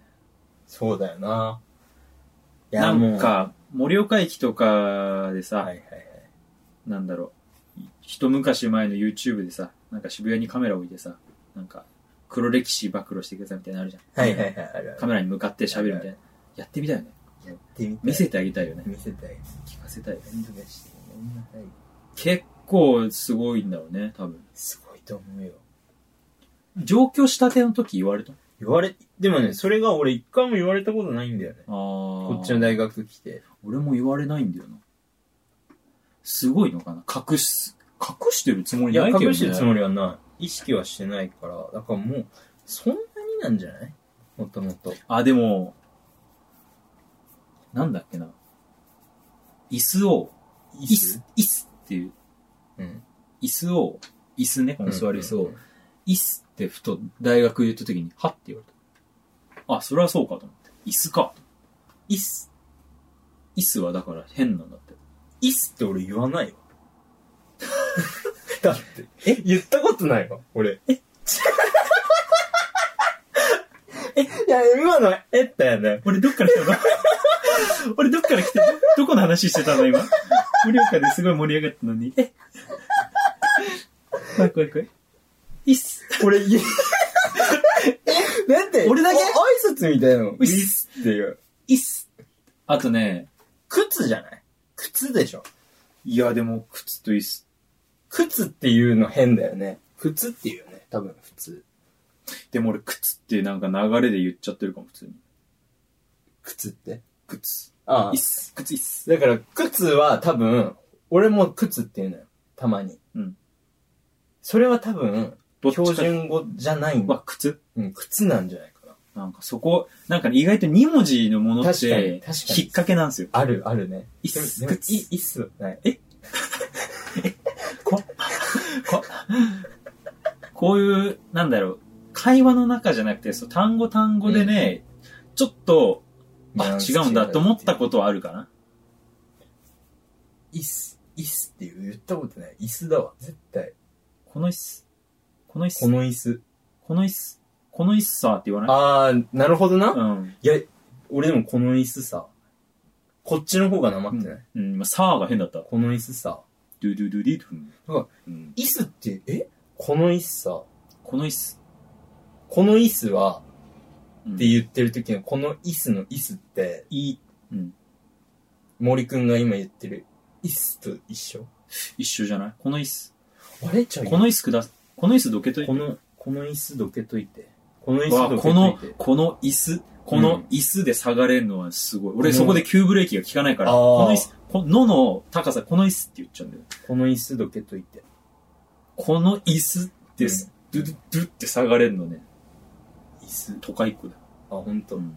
S2: そうだよな。い
S1: な
S2: も
S1: ん
S2: う
S1: か、盛岡駅とかでさ、
S2: はいはいはい。
S1: なんだろう、一昔前の YouTube でさ、なんか渋谷にカメラ置いてさ、なんか、黒歴史暴露してくださいみたいなのあるじゃん。
S2: はいはいはい。あるあ
S1: カ
S2: る
S1: メラに向かって喋るみたいな。やってみたいよね。
S2: やってみたい。
S1: 見せてあげたいよね。
S2: 見せたい。
S1: 聞かせたい。
S2: なんとかしてごめんなさい。
S1: 結構すごいんだろうね、多分。
S2: すごいと思うよ。
S1: 上京したての時言われたあ
S2: 言われ、でもね、それが俺一回も言われたことないんだよね。こ
S1: こ
S2: っちの大学来て。
S1: 俺も言われないんだよな。すごいのかな隠す、隠してるつもり
S2: い
S1: な
S2: や、
S1: いけどね。
S2: 隠してるつもりはない。意識はしてないから、だからもう、そんなになんじゃないもともと。
S1: あ、でも、なんだっけな。椅子を、
S2: 椅
S1: 椅子、椅子っていう、
S2: うん。
S1: 椅子を、椅子ね、この座り椅子を、
S2: うん
S1: 椅子ってふと大学言った時に、はって言われた。あ、それはそうかと思って。椅子か。
S2: 椅子、
S1: 椅子はだから変なんだって。
S2: 椅子って俺言わ ないわ。だって、え言ったことないわ、俺。えいや、今の、えったよね。
S1: 俺どっから来たの 俺どっから来て、どこの話してたの今。盛岡ですごい盛り上がったのに。え 怖い怖い怖い。椅子。
S2: 俺、い え、だって、
S1: 俺だけ
S2: お挨拶みたいなの。
S1: 椅
S2: 椅
S1: 子。
S2: 子っていう。
S1: 椅子。あとね、
S2: 靴じゃない靴でしょ。
S1: いやでも靴と椅子
S2: 靴っていうの変だよね。靴っていうよね。多分、普通。
S1: でも俺、靴ってなんか流れで言っちゃってるかも、普通に。
S2: 靴って。
S1: 靴。
S2: ああ
S1: いっ。す。靴いっす。
S2: だから、靴は多分、俺も靴っていうのよ。たまに。
S1: うん。
S2: それは多分、
S1: どっち
S2: 標
S1: か
S2: 準語じゃないんだ。
S1: は靴
S2: うん、靴なんじゃないかな。
S1: なんかそこ、なんかね意外と2文字のものっ
S2: 確かに
S1: て
S2: 確、かに
S1: 引っ掛けなんですよ。
S2: ある、あるね。
S1: いっす
S2: でもでも
S1: 靴
S2: いいっす。はい。。
S1: こういう、なんだろう、会話の中じゃなくて、そう単語単語でね、ちょっと、あ、違うんだと思ったこととはあるかな。
S2: いっす。いっすっていう言ったことない。椅子だわ。絶対。
S1: この椅子。この椅
S2: こ
S1: 子。
S2: の椅子。
S1: この椅子。この椅子さって言わない
S2: あー、なるほどな。
S1: うん。
S2: いや、俺でもこの椅子さ、こっちの方がなまってない。
S1: うん、今、さーが変だった。
S2: この椅子さ、
S1: ドゥドゥドゥディド
S2: うわ
S1: ゥうん。
S2: 椅子って、えこの椅子さ、
S1: この椅子。
S2: この椅子は、
S1: うん
S2: って言ってる時のこの椅子の椅子って、
S1: いい。うん。
S2: 森くんが今言ってる椅子と一緒
S1: 一緒じゃないこの椅子。
S2: あれじゃあ
S1: この椅子くだす。この椅子どけといて。
S2: この、この椅子どけといて。この椅
S1: わ
S2: 子
S1: あ
S2: どけ
S1: この
S2: といて、。
S1: この椅子、この椅子で下がれるのはすごい。俺
S2: うん
S1: そこで急ブレーキが効かないから、
S2: あー
S1: この椅子、このの高さ、この椅子って言っちゃうんだよ。
S2: この椅子どけといて。
S1: この椅子です。ドゥドゥドゥって下がれるのね。
S2: 椅子。
S1: 都会っ子だ。
S2: あ、ほん
S1: う
S2: と。
S1: ん。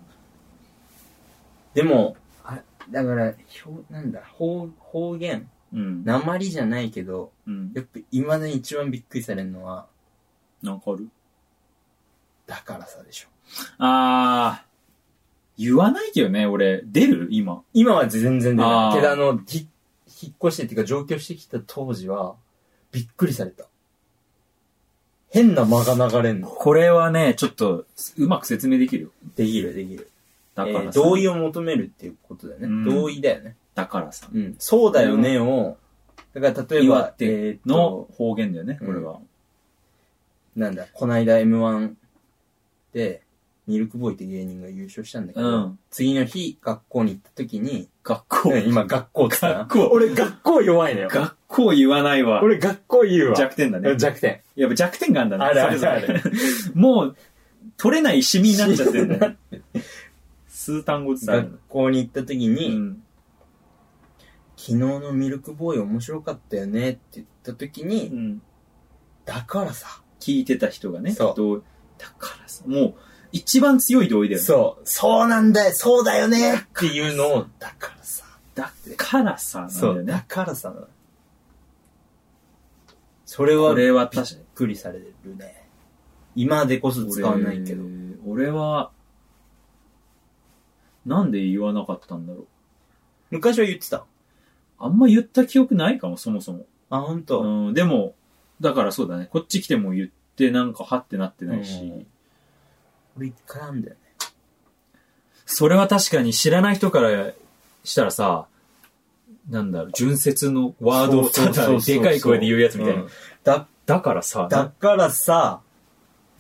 S2: でも、あ、だから、ひょなんだ、方、方言
S1: うん。
S2: 鉛じゃないけど、
S1: うん。
S2: やっぱ未だに一番びっくりされるのは、
S1: なんかある
S2: だからさでしょ。
S1: あー、言わないけどね、俺。出る今。
S2: 今は全然出
S1: あ
S2: な
S1: ー
S2: い。けどあの、ひ引っ越してっていうか上京してきた当時は、びっくりされた。変な間が流れんの。
S1: これはね、ちょっと、うまく説明できるよ。
S2: できる、できる。
S1: だから
S2: えー
S1: さ。
S2: 同意を求めるっていうことだよね。
S1: うん
S2: 同意だよね。
S1: だからさ。
S2: うん。そうだよねを、だから例え
S1: 岩
S2: ば、
S1: 手
S2: えーっと
S1: の方言だよね、
S2: うん
S1: これは。
S2: なんだ、こないだ M1 で、ミルクボーイって芸人が優勝したんだけど、
S1: うん
S2: 次の日、学校に行った時に、
S1: 学校。
S2: ね今学校って言ったな
S1: 学校
S2: 俺学校弱いのよ。
S1: 学校言わないわ。
S2: 俺学校言うわ。
S1: 弱点だね。
S2: 弱点。
S1: やっぱ弱点があるんだね。
S2: ある
S1: そ
S2: あ
S1: れ
S2: る
S1: ぞれ。もう、取れないシミになっちゃってるんだ
S2: シミ
S1: よ。 数単語ずつある
S2: 学校に行った時に、
S1: うん。
S2: 昨日のミルクボーイ面白かったよねって言った時に、
S1: うん
S2: だからさ、
S1: 聞いてた人がね、
S2: そう
S1: どうだからさ、もう、一番強い同意だよね。
S2: そう、そうなんだよ、そうだよねっていうのを、だからさ、
S1: だからさ、なんだよ
S2: だ
S1: ね。
S2: からさ、それは、
S1: これは
S2: びっ
S1: 確かに。
S2: くりされるね。今でこそ使わないけど。
S1: 俺。俺は、なんで言わなかったんだろう。
S2: 昔は言ってた。
S1: あんま言った記憶ないかも、そもそも。
S2: あ、ほんと。
S1: うん、でも、だからそうだね。こっち来ても言ってなんかはってなってないし。
S2: うん俺一回あんだよね。
S1: それは確かに知らない人からしたらさ、なんだろう、純説のワードを
S2: そ
S1: た
S2: うそ
S1: だ
S2: うそうそう
S1: でかい声で言うやつみたいな。
S2: うんだ、
S1: だからさ、
S2: だからさ、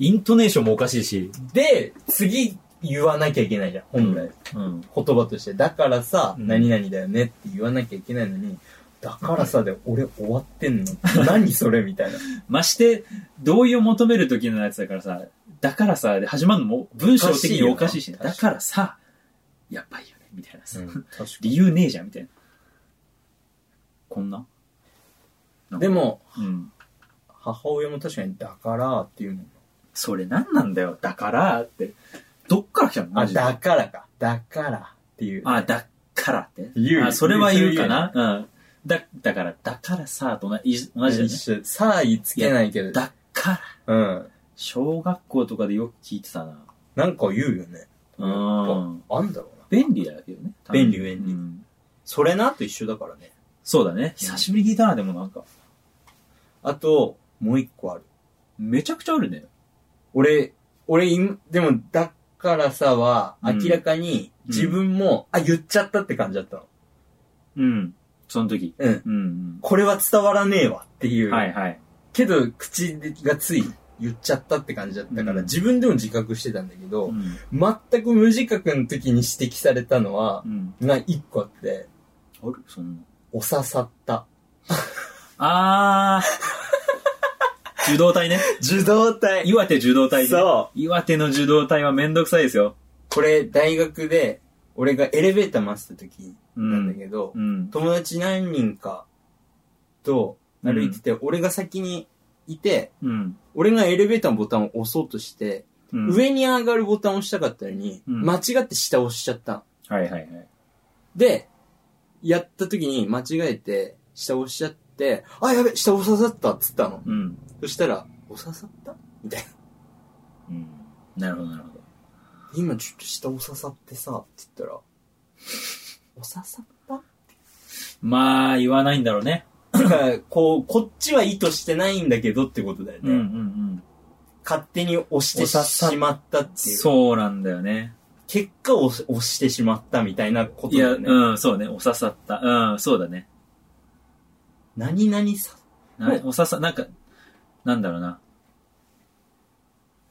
S1: イントネーションもおかしいし、
S2: で、次言わなきゃいけないじゃん、本来。
S1: うん。
S2: 言葉として。だからさ、
S1: うん
S2: 何々だよねって言わなきゃいけないのに、だからさで俺終わってんの 何それみたいな。
S1: まして、同意を求める時のやつだからさ、だからさ、で始まるのも文章的におかしいしね、
S2: おか
S1: だ
S2: しいよ
S1: からさ、やっぱいいよね、みたいなさ、
S2: 確か
S1: 理由ねえじゃん、みたいな。こんな
S2: に。でも、
S1: うん。
S2: 母親も確かに、だからっていうの。
S1: それ何なんだよ、だからって。どっから来たの
S2: あ、
S1: マジで。
S2: だからか。だからっていう。
S1: あ、だからって。
S2: 言う
S1: あ、それは言うかな。うん。だ、だから、だからさ、と同じ、同じだよね。
S2: 一緒。さあ言いつけないけど。
S1: だから。
S2: うん。
S1: 小学校とかでよく聞いてたな。
S2: なんか言うよね。
S1: うん。
S2: あんだろうな。
S1: 便利だけどね。多分
S2: 便利便利
S1: うん
S2: それなと一緒だからね。
S1: そうだね。久しぶりに聞いたな、でもなんか。
S2: あと、もう一個ある。
S1: めちゃくちゃあるね。
S2: 俺、俺今、でも、だからさは、
S1: うん
S2: 明らかに、自分も、あ、言っちゃったって感じだったの。
S1: うん。その時。
S2: うん。
S1: うん、
S2: これは伝わらねえわっていうう。
S1: ん。はいはい。
S2: けど、口がつい言っちゃったって感じだったから、
S1: うん
S2: 自分でも自覚してたんだけど、
S1: ん。
S2: 全く無自覚の時に指摘されたのは
S1: う、ん。
S2: が一個あって、
S1: あるそんな。
S2: おささった。
S1: あー。 受動体ね。
S2: 受動体
S1: 岩手受動体ね
S2: そう。
S1: 岩手の受動体はめんどくさいですよ。
S2: これ、大学で、俺がエレベーター回した時
S1: う
S2: なんだ
S1: ん。
S2: けど、
S1: うん。
S2: 友達何人かと歩いてて、俺が先にいて、
S1: うん。
S2: 俺がエレベーターのボタンを押そうとして、
S1: うん
S2: 上に上がるボタンを押したかったのに、
S1: うん
S2: 間違って下を押しちゃったの。
S1: はいはいはい。
S2: で、やった時に間違えて、下を押しちゃって、あ、やべ、下を刺さったっつったの。
S1: うん。
S2: そしたら、お刺さった
S1: うん。なるほどなるほど。
S2: 今ちょっと下を刺さってさ、って言ったら、お刺さった
S1: まあ、言わないんだろうね。
S2: だから、こう、こっちは意図してないんだけどってことだよね。
S1: ん。
S2: 勝手に押して
S1: 押ささ
S2: しまったっていう。
S1: そうなんだよね。
S2: 結果押し押してしまったみたいなこと
S1: いや、
S2: だよね。
S1: うん、そうね。お刺さった。うん、そうだね。
S2: 何々さ、
S1: な
S2: うん
S1: お刺さ、なんか、なんだろうな。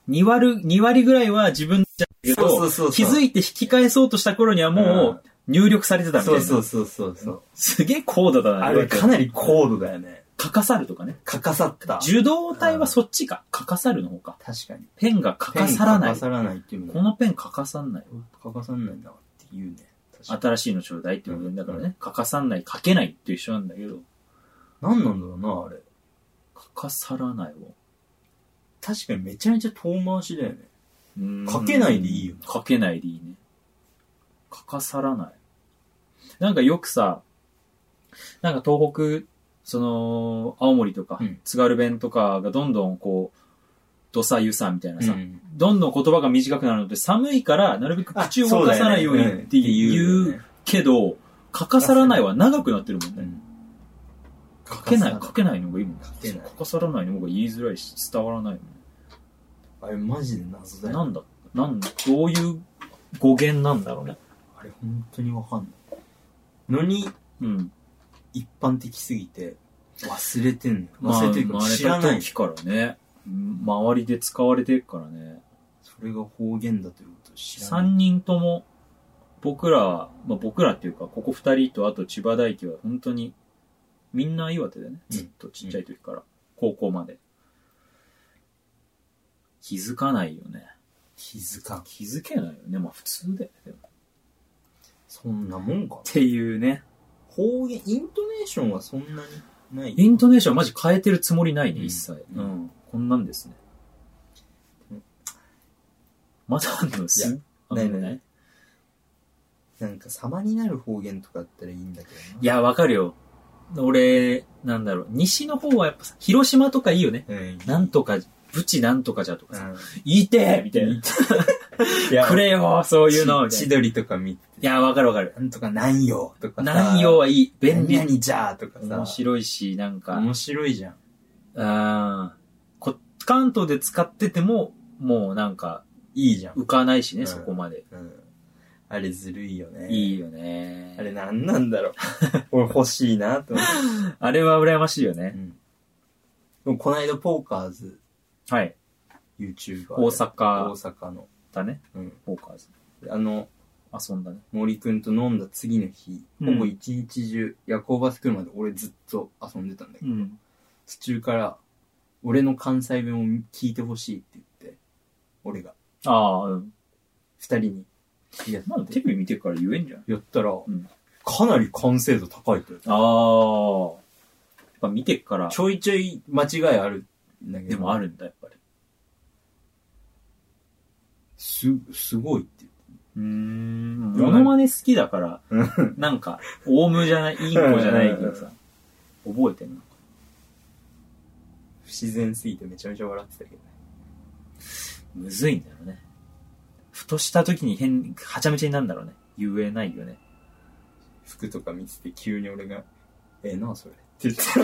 S1: 2割、二割ぐらいは自分じゃないけど、
S2: そうそうそうそう
S1: 気づいて引き返そうとした頃にはもう入力されてたみたい
S2: そ
S1: な。
S2: うそうそうそうそう。
S1: すげえ高度だな。
S2: あれか
S1: か
S2: なり高度だよね。
S1: かさるとかね。
S2: かかさった。
S1: 受動体はそっちか。かかさるの方か。
S2: 確かに。
S1: ペンがかかさらな
S2: ペンかか
S1: い。
S2: さらないっていうの
S1: こ
S2: が
S1: のペンかかさんない。
S2: かかさんないなっていうね。確かに
S1: 新しいのちょうだいって部分だからね。欠かさんない、かけないって一緒なんだけど、
S2: 何なんだろうな、あれ。
S1: かかさらないを。
S2: 確かにめちゃめちゃ遠回しだよね。
S1: うーん
S2: かけないでいいよ
S1: かけないでいいね。かかさらない。なんかよくさ、なんか東北、その、青森とか
S2: うん、
S1: 津軽弁とかがどんどんこう、どさゆさみたいなさ、
S2: ん、
S1: どんどん言葉が短くなるので、寒いから、なるべく
S2: あ
S1: 口を動かさないようにって
S2: そうだよねんって
S1: 言
S2: いう
S1: うけど、かかさらないは長くなってるもん
S2: う
S1: ね。
S2: ん
S1: かけない、
S2: 欠か
S1: かけないのがいいもんね
S2: かけない
S1: そうかかさらないのが言いづらいし、伝わらないもんね。
S2: あれマジで謎だよ
S1: なんだ、なんどういう語源なんだろうね。
S2: あれ本当にわかんないのに
S1: うん。
S2: 一般的すぎて忘れてんの忘れてるか
S1: ま
S2: ら
S1: あ
S2: 知ら
S1: 生ま
S2: な
S1: れ
S2: い
S1: た時からね。うん周りで使われてるからね。
S2: それが方言だということを知らない
S1: 3人とも、僕ら、まあ、僕らっていうか、ここ2人と、あと千葉大輝は本当に、みんな岩手でね、
S2: うん
S1: ずっとちっちゃい時から、高校まで。気づかないよね。
S2: 気づかん
S1: 気づけないよね。まあ普通で。でも
S2: そんなもんか
S1: っていうね。
S2: 方言イントネーションはそんなにない
S1: イントネーションマジ変えてるつもりないね、
S2: うん
S1: 一切。う
S2: うん
S1: ん。こんなんですね
S2: うん。
S1: まだあんの
S2: いや
S1: すあん
S2: な
S1: の
S2: い
S1: い
S2: ないなんか様になる方言とかあったらいいんだけどない
S1: や、わかるよ。俺、なんだろう、西の方はやっぱさ、広島とかいいよね。
S2: うん
S1: なんとか、ブチなんとかじゃとかさ、
S2: うん
S1: 言いてーみたい
S2: 言い
S1: な。
S2: いや
S1: くれよそういうのみ
S2: ち
S1: たい
S2: 千
S1: な。い
S2: 鳥とか見て
S1: や、わかるわかる。
S2: なんとかなんよとかさ
S1: 内容はいい。便
S2: 何
S1: 利。
S2: 々じゃーとかさ
S1: 面白いし、なんか、
S2: 面白いじゃん
S1: あーこ関東で使ってても、もうなんか、
S2: いいじゃん、
S1: 浮かないしね、
S2: うん
S1: そこまで。
S2: うん、あれずるいよね
S1: いいよね。
S2: あれなんなんだろ う俺欲しいなと思って、
S1: あれは羨ましいよ
S2: う
S1: ね。
S2: ん、でもこの間ポーカーズ
S1: はい。
S2: YouTuber で
S1: 大
S2: 大
S1: 阪
S2: 阪の、
S1: だね。
S2: うん、
S1: ポーカーズ。
S2: あの
S1: 遊んだね。
S2: 森くんと飲んだ次の日、
S1: うん
S2: ほぼ一日中夜行バス来るまで俺ずっと遊んでたんだけど、
S1: ん。
S2: 途中から俺の関西弁を聞いてほしいって言って俺が
S1: ああ、うん。
S2: 二人にやっ
S1: まあ、
S2: て
S1: テレビ見てるから言えんじゃん。
S2: やったら、
S1: ん
S2: かなり完成度高いというか
S1: ああ。やっぱ見てっから、
S2: ちょいちょい間違いあるんだけど
S1: でもあるんだ、やっぱり。
S2: すすごいって
S1: うーん。
S2: モ
S1: モノ
S2: ノマ
S1: マネ好きだから、
S2: 言って
S1: なんか、オウムじゃない、インコじゃないけどさ、覚えてんの。
S2: 不自然すぎてめちゃめちゃ笑ってたけどね
S1: むずいんだろうね。ふとした時に変、はちゃめちゃになるんだろうね。言えないよね。
S2: 服とか見てて急に俺が「ええなそれ」って 言った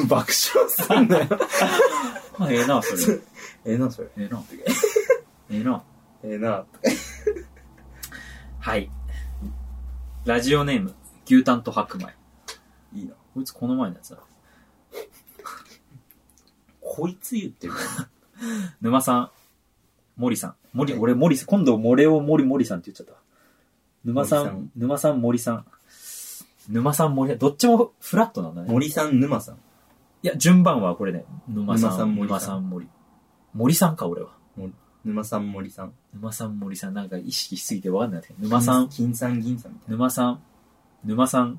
S2: ら爆笑すんだよ
S1: あ、ええな、 それ。
S2: 「ええなそれ」
S1: ええな。ええな。
S2: 「ええな
S1: はい。ラジオネーム、牛タンと白米。」
S2: いいな
S1: こいつこの前のやつだ。
S2: こいつ言ってる
S1: 沼さん、森さん。森、俺森さん、今度俺を森森さんって言っちゃったわ。沼さん、
S2: 森さん
S1: 沼さん、森さん。沼さん、森さん。どっちもフラットなんだね。
S2: 森さん沼さん
S1: いや、順番はこれね。沼さん、
S2: 沼さん森さん
S1: 沼さん、森。森さんか、俺は。
S2: 沼さん森さん
S1: 沼さん、森さん。なんか意識しすぎて分かんないんだけど。沼さん、
S2: 金さん銀さんみたいな
S1: 沼さん、沼さん、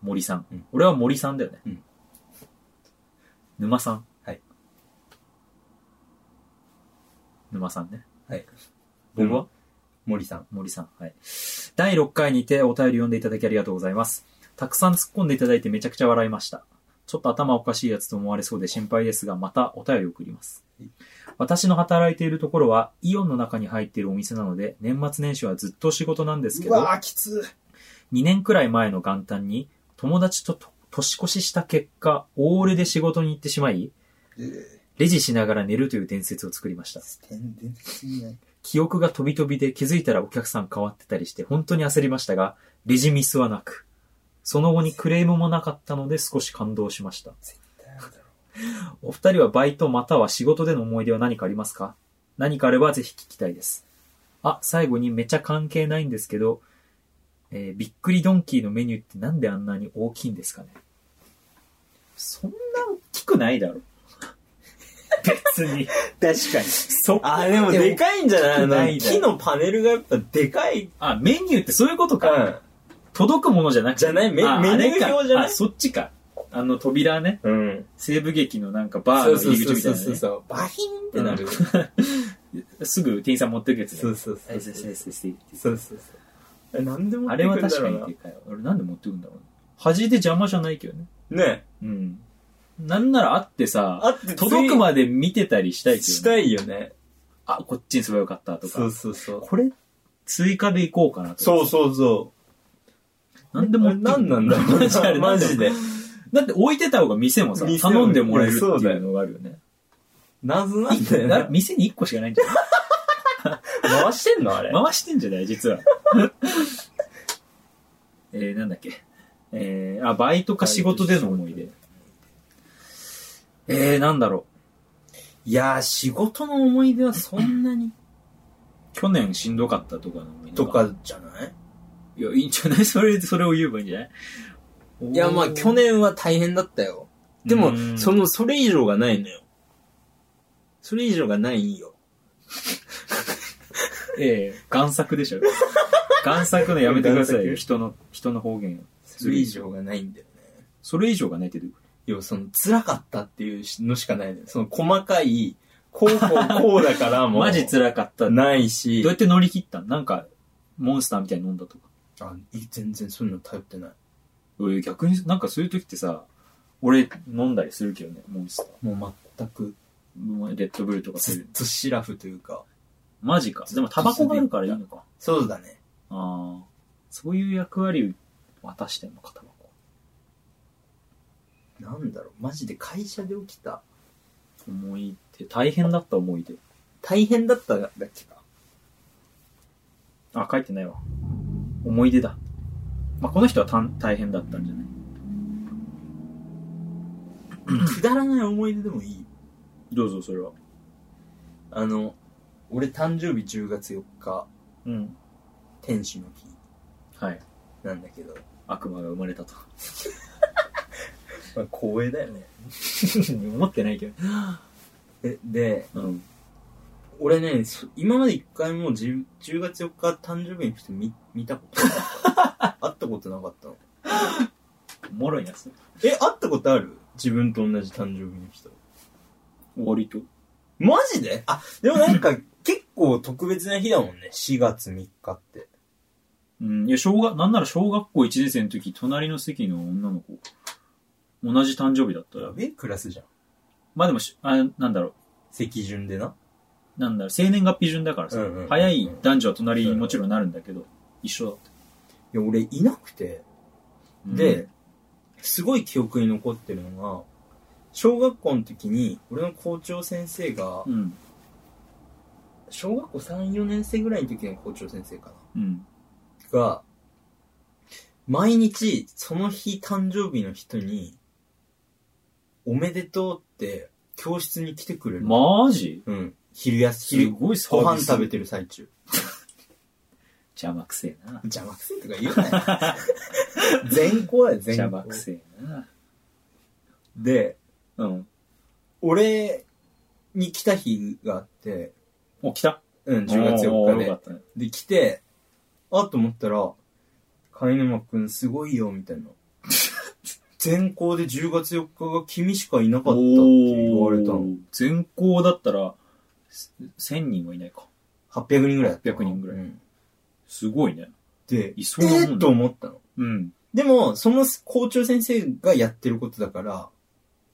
S1: 森さん。
S2: うん
S1: 俺は森さんだよね。
S2: うん
S1: 沼さん。
S2: はい。
S1: 沼さんね。
S2: はい
S1: 僕は、
S2: 森さん
S1: 森さん。はい。第6回にてお便り読んでいただきありがとうございます。たくさん突っ込んでいただいてめちゃくちゃ笑いました。ちょっと頭おかしいやつと思われそうで心配ですが、またお便り送ります
S2: はい。
S1: 私の働いているところはイオンの中に入っているお店なので、年末年始はずっと仕事なんですけど、
S2: ーきつ
S1: 2年くらい前の元旦に友達とと年越しした結果、オールで仕事に行ってしまい、レジしながら寝るという伝説を作りました。
S2: ステンデンすぎない
S1: 記憶が飛び飛びで気づいたらお客さん変わってたりして本当に焦りましたが、レジミスはなく、その後にクレームもなかったので少し感動しました。お二人はバイトまたは仕事での思い出は何かありますか何かあればぜひ聞きたいです。あ、最後にめちゃ関係ないんですけど、えーびっくりドンキーのメニューってなんであんなに大きいんですかねそんな大きくないだろ。 別に。
S2: 確かに
S1: そ
S2: あーでもでかいんじゃない
S1: な
S2: あの
S1: いじゃん
S2: 木のパネルがやっぱでかい
S1: あ、メニューってそういうことか。
S2: か
S1: 届くものじゃなくて。
S2: じゃないメ
S1: あ
S2: メニュ
S1: あ
S2: ー
S1: れか
S2: 表じゃない
S1: あ、そっちか。あの扉ね。
S2: らうん
S1: 西部劇のなんか
S2: あ
S1: バー
S2: そ
S1: の
S2: うそう
S1: 入り
S2: そう
S1: 口みたいうな
S2: そそう
S1: ね。
S2: そうバヒンってなる
S1: うんすぐ店員さん持ってくやつね。
S2: そうそうそう
S1: はい先生先生
S2: そうそうそう。えなんでも
S1: あれは確かにでかい。俺なんで持ってくんだろう。端で邪魔じゃないけどね。
S2: ね
S1: うん。なんなら会ってさ、
S2: あって
S1: 届く
S2: で
S1: まで見てたりしたいけど、ね。
S2: したいよね。
S1: あ、こっちにすればよかったとか。
S2: そうそうそう。
S1: これ、追加でいこうかなとか。
S2: そうそうそ
S1: なんで
S2: う。
S1: もって
S2: なんなんだろう
S1: マジあれ
S2: な マジで。。
S1: だって置いてた方が店もさ、
S2: 店も
S1: 頼んでもらえるっていうのがあるよね。
S2: 謎なんだよ
S1: な
S2: な。
S1: 店に1個しかないんじゃな
S2: 回してんのあれ。
S1: い回してんじゃない実は。 えー、なんだっけ。えー、あ、バイトか仕事での思い出。えー、なんだろ
S2: いやー、仕事の思い出はそんなに。
S1: う。去年しんどかったとかの思い出
S2: と。かじゃない
S1: いや、いいんじゃないそ れ、それを言えばいいんじゃない
S2: いや、まあ去、年は大変だったよ。で
S1: う
S2: も、
S1: ん
S2: その、それ以上がないのよ。それ以上がないよ。
S1: ええ贋作 でしょ。贋作のやめてくださいよ。
S2: 贋作
S1: 人の、人の方言を。
S2: それ以上がないんだよね。
S1: それ以上がないってどういうこ
S2: 要はその、辛かったっていうのしかないのよ。その、細かい、こうこうこうだから
S1: と
S2: もう。
S1: マジ辛かった。ど
S2: ないうし。
S1: やって乗り切ったのなんか、モンスターみたいに飲んだとか。
S2: あいい全然そういうの頼ってない。
S1: 俺逆に、なんかそういう時ってさ、俺飲んだりするけどね、モンスタ
S2: もう全く、
S1: ー。レッドブルとかそうい
S2: ずっ
S1: う。
S2: とシラフというか。
S1: マジか。でもタバコがあるからいいのか。
S2: そうだね。
S1: ああ。そういう役割を渡してんのか、タバコ。
S2: なんだろう、マジで会社で起きた。
S1: 思い出。大変だった思い出。
S2: 大変だったんだっけか。
S1: あ、書いてないわ。思い出だ。まあ、この人はたん大変だったんじゃない
S2: くだらない思い出でもいい。
S1: どうぞ、それは。
S2: あの、俺誕生日10月4日、
S1: うん。
S2: 天使の日
S1: はい。
S2: なんだけど、
S1: 悪魔が生まれたと。
S2: まあ、光栄だよね。
S1: 思ってないけど。
S2: で、で
S1: うん。
S2: 俺ね、そ今まで一回も 10, 10月4日誕生日の人見見た ことなかった。会ったことなかったの。
S1: おもろいやつ。
S2: え、会ったことある自分と同じ誕生日の人。
S1: 割と。
S2: マジであ、でもなんか 結構特別な日だもんね。4月3日って。
S1: うん。いや、小学、なんなら小学校1年生の時、隣の席の女の子、同じ誕生日だったら。
S2: べえクラスじゃん。
S1: まあでもし、あなんだろ
S2: 席順でな。
S1: う、なんだろう、生年月日順だからさ、
S2: うんうんうん
S1: 早い男女は隣にもちろんなるんだけど、一緒だった。
S2: いや、俺いなくて。
S1: うん
S2: で、、すごい記憶に残ってるのが、小学校の時に、俺の校長先生が
S1: う、ん。
S2: 小学校3、4年生ぐらいの時の校長先生か
S1: うん。
S2: な。が、毎日、その日誕生日の人に、おめでとうって、教室に来てくれる。
S1: マジ
S2: うん。昼休
S1: す
S2: 昼、
S1: ごいサ
S2: ご
S1: ービ
S2: 飯
S1: ス
S2: 食べてる最中。
S1: 邪魔くせえな。
S2: 邪魔くせえとか言うな よ。全校だよ、全
S1: 邪魔
S2: 校
S1: く。せえな。
S2: で、
S1: うん。
S2: 俺に来た日があって、
S1: お、来た
S2: うん、10月4
S1: おーよか
S2: 日で。
S1: ったね。
S2: で、来て、あと思ったら、貝沼くんすごいよ、みたいな。 全校で10月4日が君しかいなかったって言われた
S1: お
S2: の。
S1: ー全校だったら、せ1000人はいないか。
S2: 800人ぐらいだったの。
S1: 800人ぐらい
S2: うん
S1: すごいね。
S2: で、
S1: いそうなもんだ
S2: えーっと思ったの。
S1: うん。
S2: でも、その校長先生がやってることだから、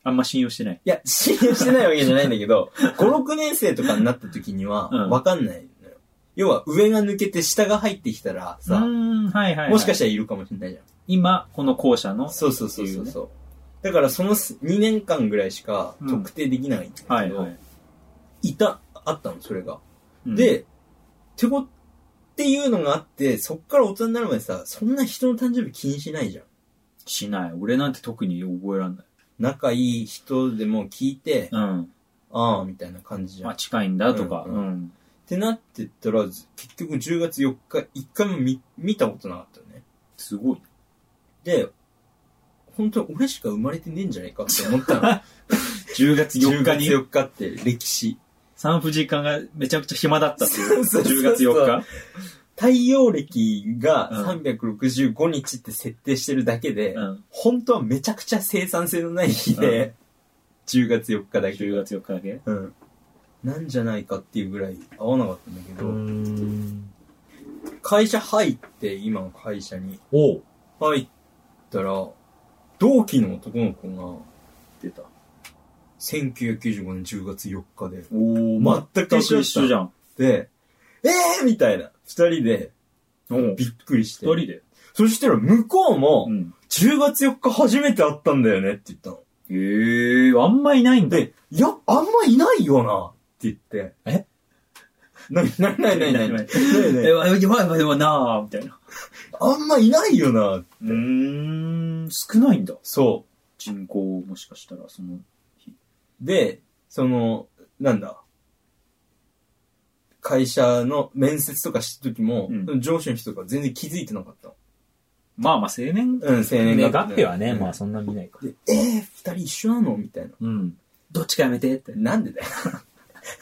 S1: あんま信用してない。
S2: いや、信用してないわけじゃないんだ けど、5、6年生とかになった時には、
S1: うん
S2: わかんないのよ。要は、上が抜けて下が入ってきたら
S1: うー
S2: さ、
S1: ん、はいはい、はい。
S2: もしかしたらいるかもしれないじゃん。
S1: 今、この校舎の。
S2: そうそうそうそうそう。だからその2年間ぐらいしか特定できないんだけど、
S1: はいはい。
S2: いた、あったの、それが。
S1: うん、
S2: で、てこ、っていうのがあって、そっから大人になるまでさ、そんな人の誕生日気にしないじゃん。
S1: しない。俺なんて特に覚えらんない。
S2: 仲いい人でも聞いて、
S1: うん。
S2: ああ、みたいな感じじゃん。
S1: まあ、
S2: っ
S1: 近いんだとか。う、
S2: うんんうんてなってったら、ず結局10月4日、1回も見見たことなかったよね。
S1: すごい。
S2: で、本当に俺しか生まれてねえんじゃないかって思ったの。
S1: 10月4
S2: 10
S1: 日
S2: 月
S1: に、
S2: 4日って歴史。
S1: 産婦人科がめちゃくちゃ暇だったっていう。
S2: そうそうそう
S1: 10月4日。
S2: 太陽暦が
S1: うん
S2: 365日って設定してるだけで、
S1: うん。
S2: 本当はめちゃくちゃ生産性のない日で、
S1: うん
S2: 10月4日だけ
S1: 10月4日だけ。
S2: うん、なんじゃないかっていうぐらい合わなかったんだけど、
S1: ん。
S2: 会社入って今の会社に
S1: おう。
S2: 入ったら同期の男の子が、
S1: 出た。
S2: 1995年10月4日で、
S1: お
S2: ー全く一緒だ
S1: 一緒じゃん。
S2: で、えーみたいな、二人で、
S1: おう
S2: びっくりし
S1: 二人
S2: て。
S1: で。
S2: そしたら向こうも、
S1: ん。
S2: 10月4日初めて会ったんだよねって言ったの。
S1: へえー、あんまいないんだ。
S2: で、いや、あんまいないよなって言って。
S1: え
S2: な、な、な、な、な、 な、な、な、
S1: え、わ、わ、わ、わ、わ、なあみたいな。
S2: あんまいないよな
S1: うーん、少ないんだ。
S2: そ
S1: 人口、もしかしたら、その、
S2: う。で、その、なんだ。会社の面接とかした時も、
S1: うん
S2: 上司の人とか全然気づいてなかったの。
S1: まあまあ、青年
S2: うん、青年
S1: ね、
S2: 月
S1: 学
S2: 日
S1: 費はね、まあ
S2: で、
S1: そんな見ないから。
S2: えー、二人一緒なのみたいな。
S1: うん。どっちかやめてって。
S2: なんでだよ。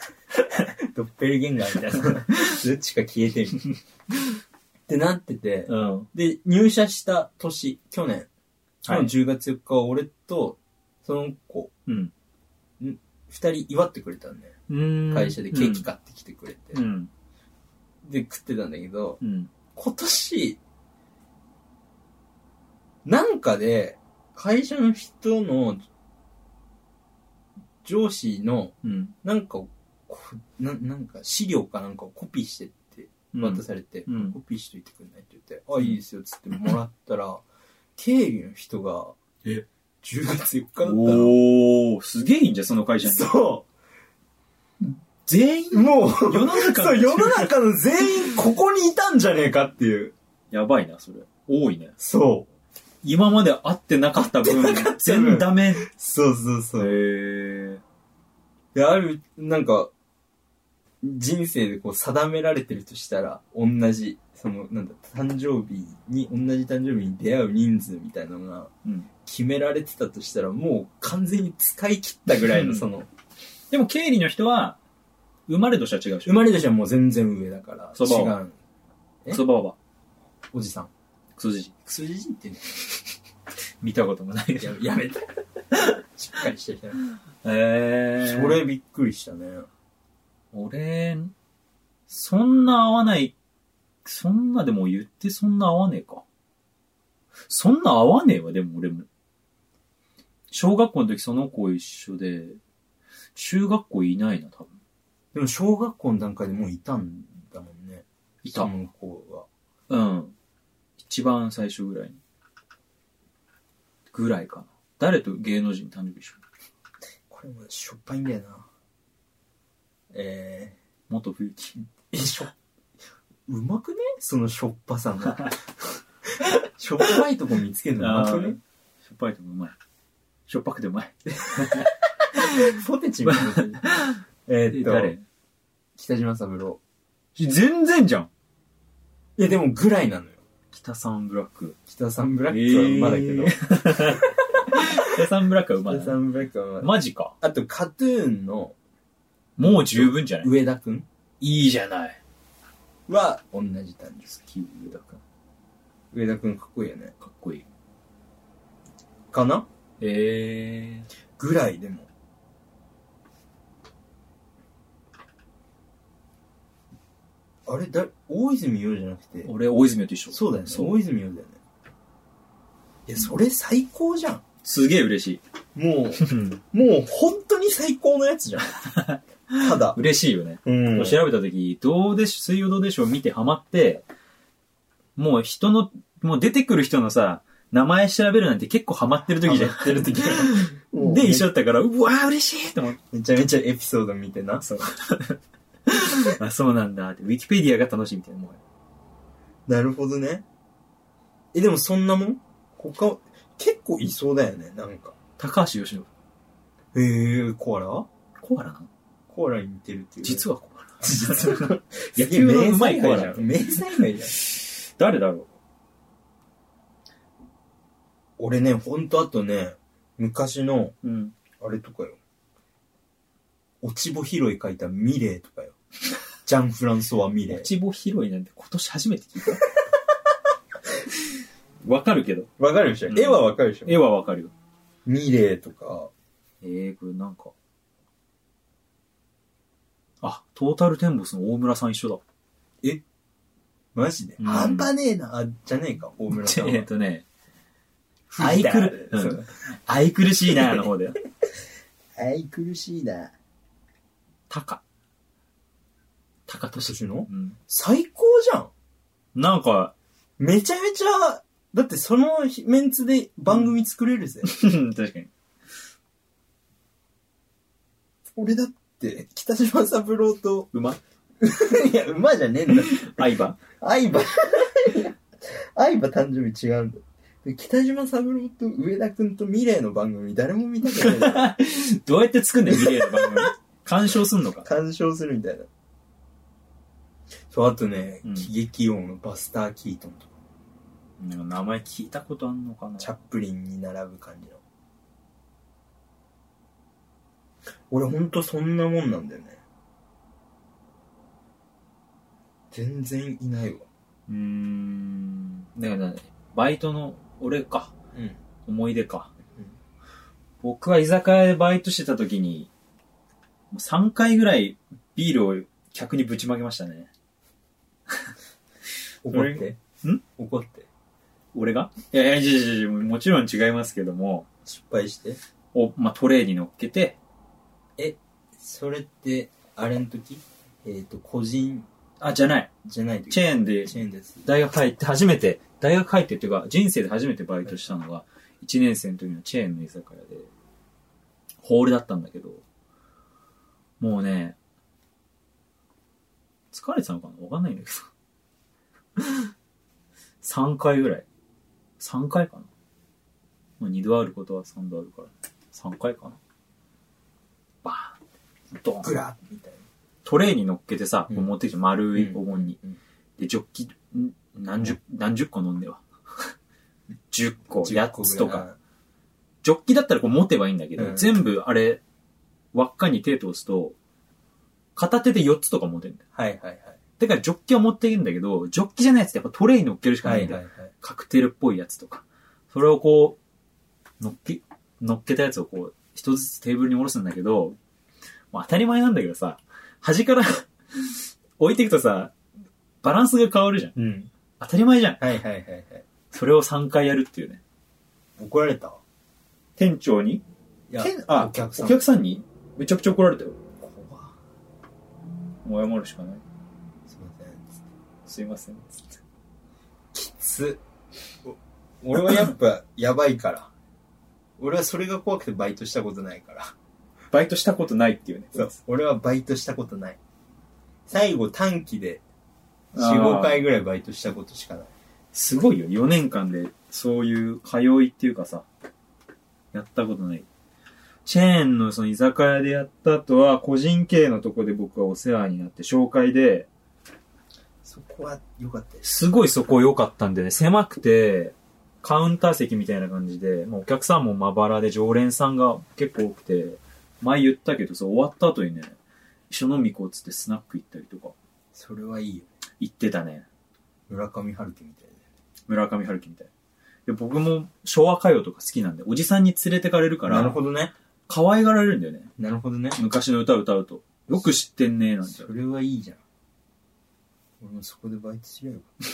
S2: ドッペルゲンガーみたいな。どっちか消えてる。ってなってて、
S1: うん。
S2: で、入社した年、去年
S1: はい
S2: の10月4日は俺と、その子、
S1: うん。
S2: 二人祝ってくれたんだよ。
S1: うん
S2: 会社でケーキ買ってきてくれて。
S1: うん。
S2: で、食ってたんだけど、
S1: うん。
S2: 今年、なんかで、会社の人の、上司の、
S1: うん。
S2: なんかをこな、なんか資料かなんかをコピーしてって渡されて、
S1: うん
S2: コピーしといてくんないって言って、あ、いいですよっつってもらったら、経理の人が、
S1: え
S2: 10月4日だったの。
S1: おー、すげえいいんじゃん、その会社に。
S2: そ
S1: 全員
S2: う、もう、
S1: 世の中
S2: そう、世の中の全員ここにいたんじゃねえかっていう。
S1: やばいな、それ。多いね。
S2: そ
S1: 今まで会ってなかった分、全部ダメ。へ
S2: う。そうそうそう。
S1: ー。
S2: で、ある、なんか、人生でこう定められてるとしたら、同じ、その、なんだ、誕生日に、同じ誕生日に出会う人数みたいなのが
S1: うん。
S2: 決められてたとしたら、もう完全に使い切ったぐらいうの、
S1: ん
S2: その、
S1: でも、経理の人は、生まれ年は違うでし
S2: 生
S1: ょ。
S2: まれ年はもう全然上だから、
S1: そば
S2: 違
S1: を
S2: う。え
S1: クソバーバ
S2: おじさん。
S1: ー。クソじじい。
S2: クソじじいってね
S1: 見たこともないでしょ。
S2: やや めて。しっかりしてきた。
S1: えー。
S2: それびっくりしたね。
S1: 俺、そんな合わない、そんなでも言ってそんな合わねえか。そんな合わねえわ、でも俺も。小学校の時その子一緒で、中学校いないな、多分。
S2: でも小学校の段階でもういたんだもんね。
S1: い
S2: そ
S1: た。
S2: の子は。
S1: うん。一番最初ぐらいに。ぐらいかな。誰と芸能人誕生日一緒
S2: これもしょっぱいんだよな。え
S1: 元冬木。
S2: ー、え、しょ、うまくねそのしょっぱさが。しょっぱいとこ見つけるのうまくね
S1: しょっぱいともうまい。しょっぱくてうまい。
S2: ポテチみたいな。えーっと、
S1: 誰
S2: 北島三郎。
S1: 全然じゃん
S2: いや、でもぐらいなのよ。
S1: 北サンブラック。
S2: 北さんブラックは馬だけ ど。
S1: え北サンブラックはうまい
S2: 北さ
S1: な。
S2: んブラックは馬だ。
S1: マジか。
S2: あと、カトゥーンの
S1: もう十分じゃない
S2: 上田くん
S1: いいじゃない。
S2: は同じ誕生
S1: 好き、上田くん。
S2: 日。上田くんかっこいいよね。
S1: かっこいい。
S2: かな
S1: えー。
S2: ぐらいでも。あれだ、大泉洋じゃなくて。
S1: 俺、大泉洋と一緒。
S2: そうだよね。
S1: そう
S2: 大泉洋だよね。いや、それ最高じゃん。
S1: すげえ嬉し
S2: も
S1: い。
S2: う、もう本当に最高のやつじゃん。 ただ。
S1: 嬉しいよね。
S2: うん
S1: 調べたとき、どうでし、水曜どうでしょう見てハマって、もう人の、もう出てくる人のさ、名前調べるなんて結構ハマってる時じゃん。
S2: ってる時
S1: で、一緒
S2: 緒。
S1: だったから、うわー嬉しいと思って。
S2: めちゃめちゃエピソード見てな。
S1: そう。あ、そうなんだって。ウィキペディアが楽しいみたいな。もう
S2: なるほどね。え、でもそんなもん他、結構いそうだよね、なんか。
S1: 高橋由伸。
S2: へえー、コアラ
S1: コアラなの
S2: コアラに似てるっていう。
S1: 実はコアラ。
S2: 実は。
S1: 野球のうまいコアラ。
S2: 名采配じゃん。
S1: 誰だろ
S2: 俺ね、ほんとあとね、昔の、
S1: ううん。
S2: あれとかよ。落ち穂拾い書いたミレーとかよ。ジャン・フランソワ・ミレ
S1: 落
S2: ー。
S1: ち穂拾いなんて今年初めて聞いた。 わかるけど。
S2: わかるでしょ、
S1: うん
S2: 絵はわかるでしょ
S1: 絵はわかるよ。
S2: ミレーとか、
S1: えー、これなんか。あ、トータルテンボスの大村さん一緒
S2: マジで。
S1: うん
S2: 半端ねえな、あじゃねえか、大村
S1: だ。
S2: さんは。
S1: えっとね、愛くる、う
S2: そ
S1: ん
S2: う。
S1: 愛くるしいな、の方 だよ。
S2: 愛くるしいな。
S1: タカ。タカトシ。
S2: 年の
S1: うん。
S2: 最高じゃん
S1: なんか、
S2: めちゃめちゃ、だってそのメンツで番組作れるぜ。
S1: 確かに。
S2: 俺だって、北島三郎と、
S1: 馬
S2: いや、馬じゃねえんだ。
S1: 相葉
S2: 相葉。 相葉誕生日違うんだ。北島三郎と上田くんとミレイの番組誰も見たくない。
S1: どうやって作んねん、ミレイの番組。 鑑賞すんのか。
S2: 干渉するみたいな。 そう、あとね、
S1: うん
S2: 喜劇王のバスター・キートンとか、
S1: なんか名前聞いたことあんのかな
S2: チャップリンに並ぶ感じの。俺ほんとそんなもんなんだよね。全然いないわ。
S1: うーん。だから、バイトの俺か。
S2: うん。
S1: 思い出か。
S2: うん
S1: 僕は居酒屋でバイトしてた時に、もう3回ぐらいビールを客にぶちまけましたね。
S2: 怒って。
S1: ん
S2: 怒って。
S1: 俺がいやいや、いやいやいやもちろん違いますけども、
S2: 失敗して。
S1: お、まあ、トレイに乗っけて、
S2: それって、あれの時えっ、と、個人
S1: あ、じゃない。
S2: じゃない時
S1: チェーンで
S2: チェーンです。
S1: 大学入って初めて、大学入ってっていうか、人生で初めてバイトしたのが、1年生の時のチェーンの居酒屋で、ホールだったんだけど、もうね、疲れてたのかなわかんないんだけ ど。3回ぐらい。3回かな。まあ、2度あることは3度あるから、3回かな。バーンってドーン
S2: グラッみたい
S1: トレイに乗っけてさ、
S2: うん
S1: こう持ってきて丸いお盆に、
S2: うんうん
S1: でジョッキん何十、何十個飲んでは 10個
S2: な。
S1: 8つと
S2: 10個ぐ
S1: から
S2: い。
S1: ジョッキだったらこう持てばいいんだけど、
S2: うん
S1: 全部あれ輪っかに手通すと片手で4つとか持てるんだよ
S2: はいはいはい。
S1: だからジョッキは持っていけんだけどジョッキじゃないやつってやっぱトレイに乗っけるしか
S2: は
S1: ない
S2: い
S1: んだよ、
S2: はいはい。
S1: カクテルっぽいやつとかそれをこう乗っけ乗っけたやつをこう一つずつテーブルに下ろすんだけどまあ当たり前なんだけどさ、端から 置いていくとさ、バランスが変わるじゃん。
S2: うん。
S1: 当たり前じゃん。
S2: はいはいはいはい。
S1: それを3回やるっていうね。
S2: 怒られた
S1: 店長に
S2: いや
S1: 店あ、
S2: お客さん。
S1: お客さんにめちゃくちゃ怒られたよ。
S2: 怖っ
S1: もう謝るしかない。
S2: すいませ
S1: すいませ
S2: ん。
S1: ん。つって
S2: きつ。お俺はやっぱ、やばいから。俺はそれが怖くてバイトしたことないから。
S1: バイトしたことないっていうね。
S2: そう。俺はバイトしたことない。最後短期で、
S1: あ
S2: 4、
S1: ー
S2: 5回ぐらいバイトしたことしかない。
S1: すごいよ。4年間でそういう通いっていうかさ、やったことない。チェーンのその居酒屋でやった後は、個人系のとこで僕はお世話になって、紹介で、
S2: そこは良かったです。
S1: すごいそこ良かったんでね、狭くて、カウンター席みたいな感じで、もうお客さんもまばらで常連さんが結構多くて、前言ったけどさ、終わった後にね、一緒飲み行こうっつってスナック行ったりとか、
S2: それはいいよ。
S1: 行ってたね。
S2: 村上春樹みたい
S1: 村上春樹みたいな。で、僕も昭和歌謡とか好きなんで、おじさんに連れてかれるか
S2: な。なる
S1: ら、
S2: ほどね。
S1: 可愛がられるんだよね。
S2: なるほどね。
S1: 昔の歌を歌うと。よく知ってんねーなんて
S2: そ。れはいいじゃん。俺もそこでバイトすりゃよかっ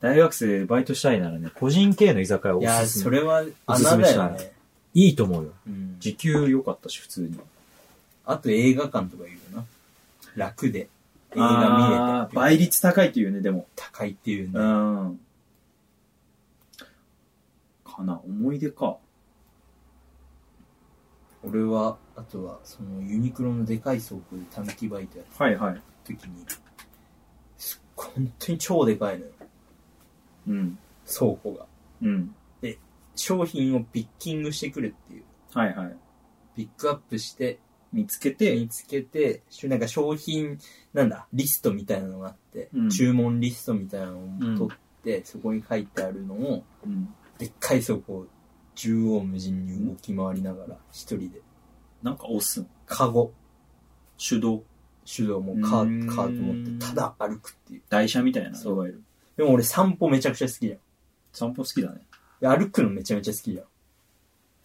S1: 大学生でバイトしたいならね、個人系の居酒屋
S2: た。
S1: を
S2: い
S1: お
S2: やー、
S1: すす
S2: そ
S1: め。
S2: れは
S1: おすす
S2: 穴
S1: め
S2: だ
S1: したい
S2: よね。
S1: いいと思うよ。
S2: うん
S1: 時給良かったし、普通に。
S2: あと映画館とかいるよな。楽で。映画見れ
S1: あー
S2: て。
S1: 倍率高いっていうね、でも。
S2: 高いっていう
S1: う
S2: ね。
S1: ん。かな、思い出か。
S2: 俺は、あとは、そのユニクロのでかい倉庫で短期バイトやっ
S1: はいはい。
S2: た時に、すっごい、本当に超でかいのよ。
S1: うん。
S2: 倉庫が。
S1: うん。
S2: 商品をピッキングしてくるっていう。
S1: はいはい。
S2: ピックアップして、
S1: 見つけて、
S2: 見つけて、しなんか商品、なんだ、リストみたいなのがあって、
S1: うん
S2: 注文リストみたいなのを取って、そこに書いてあるのを、
S1: うん、
S2: でっかい倉庫を縦横無尽に動き回りながら、一人で。
S1: なんか押すの。
S2: カゴ、
S1: 手動。
S2: 手動もカ
S1: う
S2: ー
S1: ーん
S2: カート持って、ただ歩くっていう。
S1: 台車みたいな。
S2: そう
S1: いわゆる。
S2: でも俺散歩めちゃくちゃ好きじゃん
S1: 散歩好きだね。
S2: で。歩くのめちゃめちゃ好きじゃん。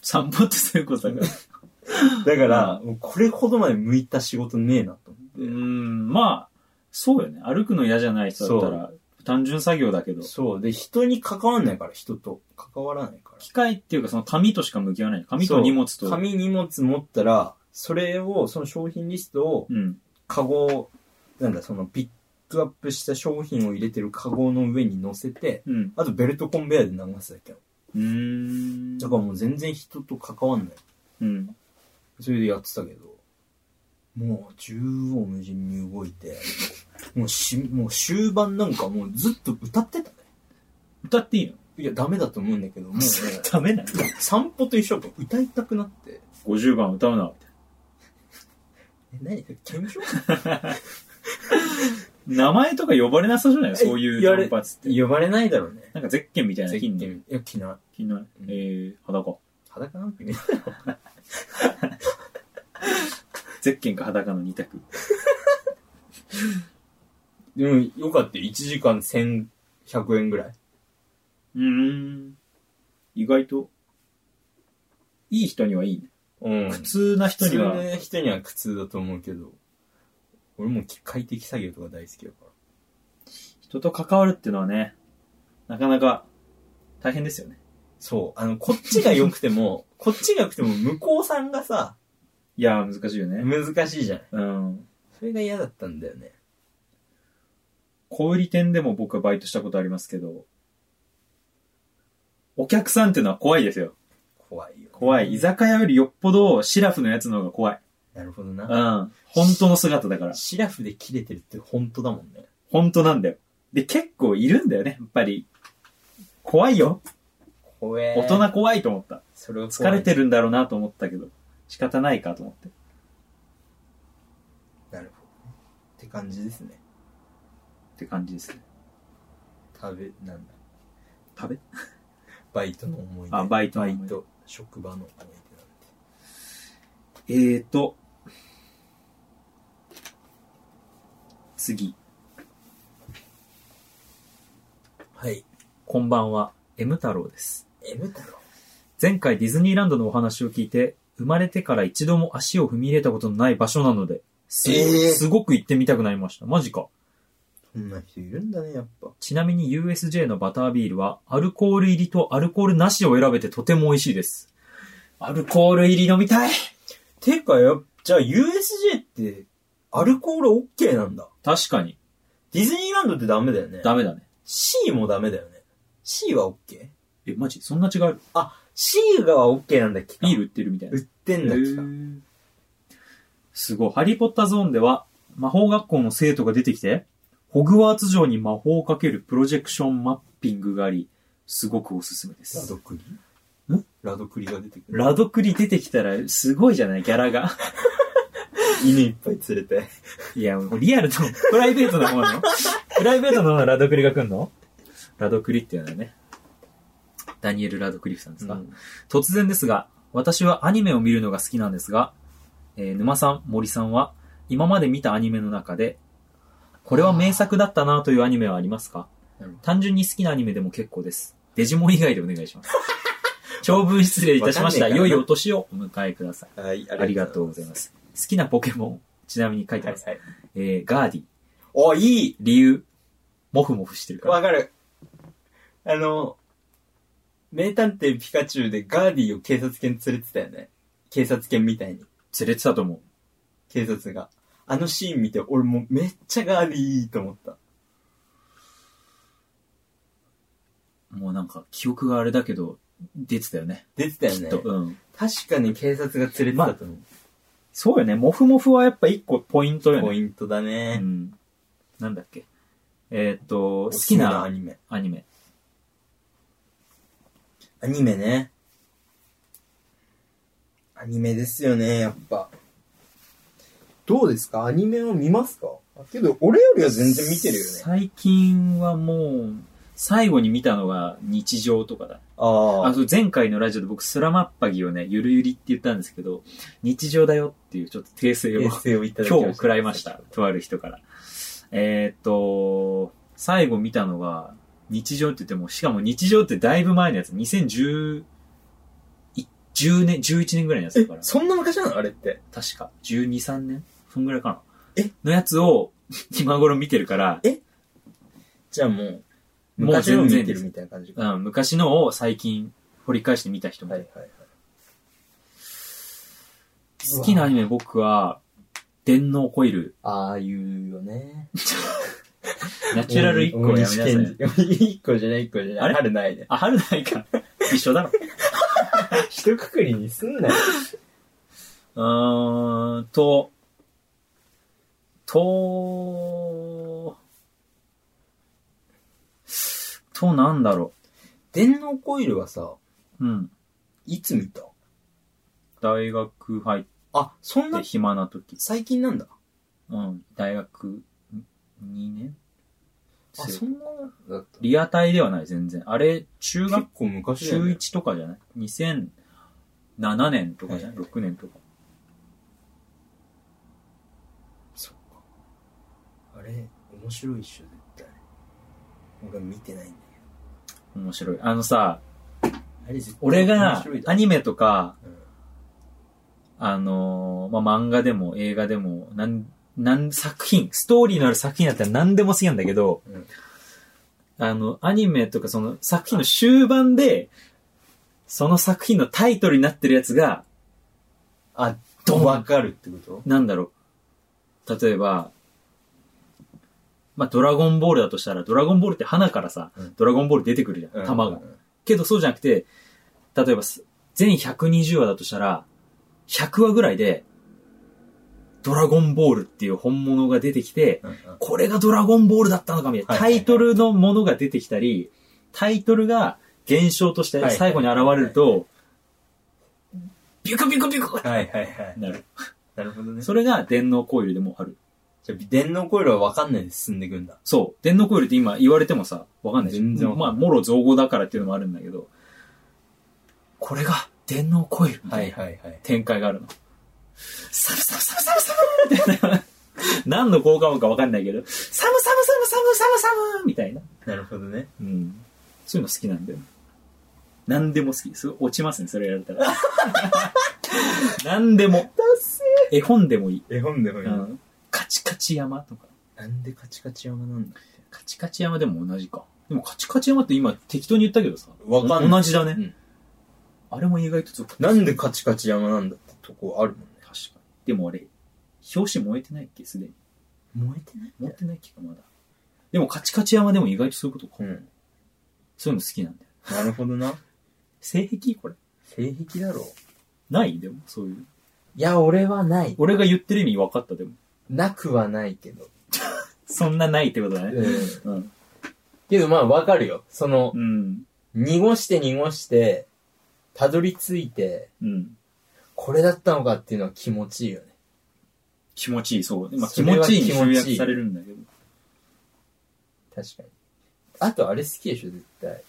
S1: 散歩ってそういうことだから。
S2: だから、もうこれほどまで向いた仕事ねえなと思
S1: うー
S2: って。
S1: ん、まあ、そうよね。歩くの嫌じゃない人だったら、単純作業だけど、
S2: そう。で、人に関わんないから、人と。関わらないから。
S1: 機械っていうかその紙としか向き合わない。紙
S2: そ
S1: と
S2: う
S1: 荷物と。
S2: 紙荷物持ったら、それを、その商品リストを、
S1: うん。
S2: カゴ、なんだ、そのピックアップした商品を入れてるカゴの上に乗せて、
S1: うん。
S2: あとベルトコンベヤーで流すだけなの
S1: うーん。
S2: だからもう全然人と関わんない。
S1: うん。
S2: それでやってたけど、もう縦横無尽に動いて、もうし、もう終盤なんかもうずっと歌ってたね。
S1: 歌っていいの
S2: いや、ダメだと思うんだけど、もうね、
S1: ダメなの
S2: 散歩と一緒だから歌いたくなって。
S1: ?50 番歌うな。
S2: え、何刑務所
S1: 名前とか呼ばれなさそうじゃないそういう
S2: やれ
S1: 単発って。
S2: 呼ばれないだろうね。
S1: なんかゼッケンみたいな金の。
S2: いや、着ない。
S1: 金の。えー、裸。
S2: 裸なんてね。
S1: ゼッケンか裸の二択。
S2: でも、よかったよ。1時間1100円ぐらい。
S1: うーん。意外と、いい人にはいいね。
S2: うん。
S1: 普通な人には、
S2: 普通の人には苦痛だと思うけど、俺もう快適作業とか大好きだから。
S1: 人と関わるっていうのはね、なかなか大変ですよね。
S2: そう。あの、こっちが良くても、 こっちが良くても、向こうさんがさ、
S1: いやー、難しいよね。
S2: 難しいじゃな
S1: う
S2: い。
S1: ん。
S2: それが嫌だったんだよね。
S1: 小売店でも僕はバイトしたことありますけど、お客さんっていうのは怖いですよ。
S2: 怖いよ、
S1: 怖い。居酒屋よりよっぽどシラフのやつの方が怖い。
S2: なるほど
S1: うん。
S2: な。
S1: 本当の姿だから。
S2: シラフで切れてるって本当だもんね。
S1: 本当なんだよ。で、結構いるんだよね、やっぱり。怖いよ。
S2: 怖え。
S1: 大人。怖いと思った。
S2: それを
S1: 疲れてるんだろうなと思ったけど、仕方ないかと思って。
S2: なるほど、ね。って感じですね。
S1: って感じですね。
S2: 食べ、なんだ。
S1: 食べ
S2: バイトの思い出。
S1: あバイトの
S2: バ
S1: 思い出
S2: イト。職場の思い出なんて。
S1: えーと、次。
S2: はい。
S1: こんばんは、M 太郎です。
S2: M 太郎。
S1: 前回ディズニーランドのお話を聞いて、生まれてから一度も足を踏み入れたことのない場所なので、す,、
S2: えー
S1: すごく行ってみたくなりました。マジか。
S2: そんな人いるんだね、やっぱ。
S1: ちなみに USJ のバタービールは、アルコール入りとアルコールなしを選べてとても美味しいです。アルコール入り飲みたい
S2: てかや、じゃあ USJ って、アルコール OK なんだ。
S1: 確かに。
S2: ディズニーランドってダメだよね。
S1: ダメだね。
S2: C もダメだよね。C は OK?
S1: え、マジそんな違う
S2: C が OK なんだっけ
S1: ビー
S2: ル
S1: ル売ってるみたいな
S2: 売。ってんだっけか。
S1: すごい。ハリーポッターゾーンでは、魔法学校の生徒が出てきて、ホグワーツ城に魔法をかけるプロジェクションマッピングがあり、すごくおすすめで
S2: ラ
S1: す。
S2: ドクリ
S1: ん
S2: ラドクリが出てくる。
S1: ラドクリ出てきたら、すごいじゃないギャラが。
S2: 犬いっぱい連れて。
S1: いや、もうリアルと、プライベートの方の プライベートの方のラドクリが来んのラドクリっていうのはね、ダニエル・ラドクリフさんですか、突然ですが、私はアニメを見るのが好きなんですが、えー沼さん、森さんは、今まで見たアニメの中で、これは名作だったなというアニメはありますか
S2: なるほど
S1: 単純に好きなアニメでも結構です。デジモン以外でお願いします。 長文失礼いたしまし
S2: わ
S1: た。
S2: かんねえから
S1: 良
S2: な
S1: いお年をお迎えください。
S2: はい、
S1: ありがとうございます。好きなポケモン、ちなみに書いて
S2: は
S1: ありま
S2: い
S1: す。
S2: はい。
S1: えーガーディ、
S2: お、いい
S1: 理由、モフモフしてるから。
S2: わかる。あの、名探偵ピカチュウでガーディを警察犬連れてたよね。警察犬みたいに。
S1: 連れてたと思う。
S2: 警察が。あのシーン見て、俺もうめっちゃガーディいいと思った。
S1: もうなんか、記憶があれだけど、出てたよね。
S2: 出てたよ
S1: き
S2: ね
S1: っ。と。うん。
S2: 確かに警察が連れてたと思う。
S1: そうよね。モフモフはやっぱ一個ポイントよね。
S2: ポイントだ
S1: う
S2: ね。
S1: ん。なんだっけ。えーっと、好
S2: 好
S1: き
S2: きなア
S1: な
S2: ニメ。
S1: アニメ。
S2: アニメね。アニメですよね、やっぱ。どうですかアニメを見ますかけど、俺よりは全然見てるよね。
S1: 最近はもう、最後に見たのが日常とかだ。
S2: あ
S1: あ、そう、前回のラジオで僕、スラマッパギをね、ゆるゆりって言ったんですけど、日常だよっていうちょっと訂正を
S2: 訂正をいただき
S1: 今
S2: ま
S1: 日食らいました。とある人から。えーっと、最後見たのが、日常って言っても、しかも日常ってだいぶ前のやつ、2010、10年、11年ぐらいのやつだ
S2: え
S1: から、。
S2: そんな昔なのあれって。
S1: 確か、12、3年そんぐらいかな。
S2: え
S1: のやつを、今頃見てるから、
S2: えじゃあもう、
S1: もう
S2: 昔
S1: 全
S2: の
S1: 然
S2: 見てるみたいな感じか。
S1: うん、昔のを最近掘り返してみた人も、
S2: はいはいはい。
S1: 好きなアニメ僕は、電脳コイル、
S2: ああいうよね。
S1: ナチュラル1個はやめなさ
S2: 大
S1: い。
S2: 西健二一個じゃない、一個じゃない。
S1: あれ
S2: 春ないね。
S1: あ、春ないか。一緒だろ。
S2: 一括りにすんなよ。
S1: うーんと、と、となんだろ
S2: 電脳コイルはさ、
S1: う。うん。
S2: いつ見た
S1: 大学入っ
S2: あ、そんな
S1: て、暇な時。
S2: 最近なんだ。
S1: うん。大学2年
S2: あ、そんなだった。
S1: リアタイではない、全然。あれ、中学
S2: 結構昔だ
S1: 中
S2: よね
S1: 1とかじゃない ?2007 年とかじゃない、?6 年とか。
S2: そっか。あれ、面白いっしょ、絶対。俺見てないんだけ
S1: 面白い。あのさ、
S2: ど。あれ絶対
S1: 俺
S2: 面
S1: が
S2: 白いだ
S1: アニメとか、
S2: うん
S1: あのーまあ、漫画でも映画でも、なん、なん、作品、ストーリーのある作品だったら何でも好きなんだけど、
S2: うん
S1: あの、アニメとかその作品の終盤で、その作品のタイトルになってるやつが、
S2: あ、
S1: ドン
S2: わかるってこと
S1: なんだろう。例えば、まあ、ドラゴンボールだとしたら、ドラゴンボールって花からさ、
S2: うん
S1: ドラゴンボール出てくるじゃん、玉が。
S2: うん
S1: けどそうじゃなくて、例えばす全120話だとしたら、100話ぐらいで、ドラゴンボールっていう本物が出てきて、
S2: うんうん
S1: これがドラゴンボールだったのかみたいな、
S2: はいはいは
S1: タ
S2: い
S1: イトルのものが出てきたり、タイトルが現象とし
S2: はい
S1: て
S2: はい
S1: 最後に現れると、ビュクビュクビュクって
S2: はいはいはい。
S1: なる。
S2: なるほどね。
S1: それが電脳コイルでもある。
S2: じゃあ、電脳コイルはわかんないで進んでいくんだ。
S1: そう。電脳コイルって今言われてもさ、わかんないし。
S2: 全然わかんな
S1: ま
S2: い
S1: あ、もろ造語だからっていうのもあるんだけど、これが電脳コイルみたいな。
S2: はいはい。
S1: 展開があるの。サムサムサムサムサムみたいな。何の効果音かわかんないけど、サムサムサムサムサムサムみたいな。
S2: なるほどね。
S1: うん。そういうの好きなんだよ。何でも好き。すごい落ちますね、それやられたら。何でも。絵本でもいい。
S2: 絵本でもいい。
S1: うんカチカチ山とか。
S2: なんでカチカチ山なんだ
S1: カチカチ山でも同じか。でもカチカチ山って今適当に言ったけどさ。
S2: わかんな
S1: 同
S2: い
S1: じだね。
S2: うん
S1: あれも意外と続く。
S2: なんでカチカチ山なんだってとこあるもんね。
S1: 確かに。でもあれ、表紙燃えてないっけ、すでに。
S2: 燃えてない
S1: 持ってないっけかまだでもカチカチ山でも意外とそういうことか、
S2: うん。
S1: そういうの好きなんだよ
S2: なるほどな。
S1: 性癖これ
S2: 性癖だろう。
S1: ないでもそういう
S2: いや、俺はない。
S1: 俺が言ってる意味分かったでも
S2: なくはないけど。
S1: そんなないってことだね
S2: うん。
S1: うん、
S2: けどまあわかるよ。その
S1: う、ん
S2: 濁して濁して、たどり着いて、
S1: うん、
S2: これだったのかっていうのは気持ちいいよね。
S1: 気持ちいいそう、まあ、気
S2: それは
S1: 持ちいいに
S2: 気持ち
S1: 集
S2: いい
S1: 約されるんだけど
S2: 確かに。あとあれ好きでしょ、絶対。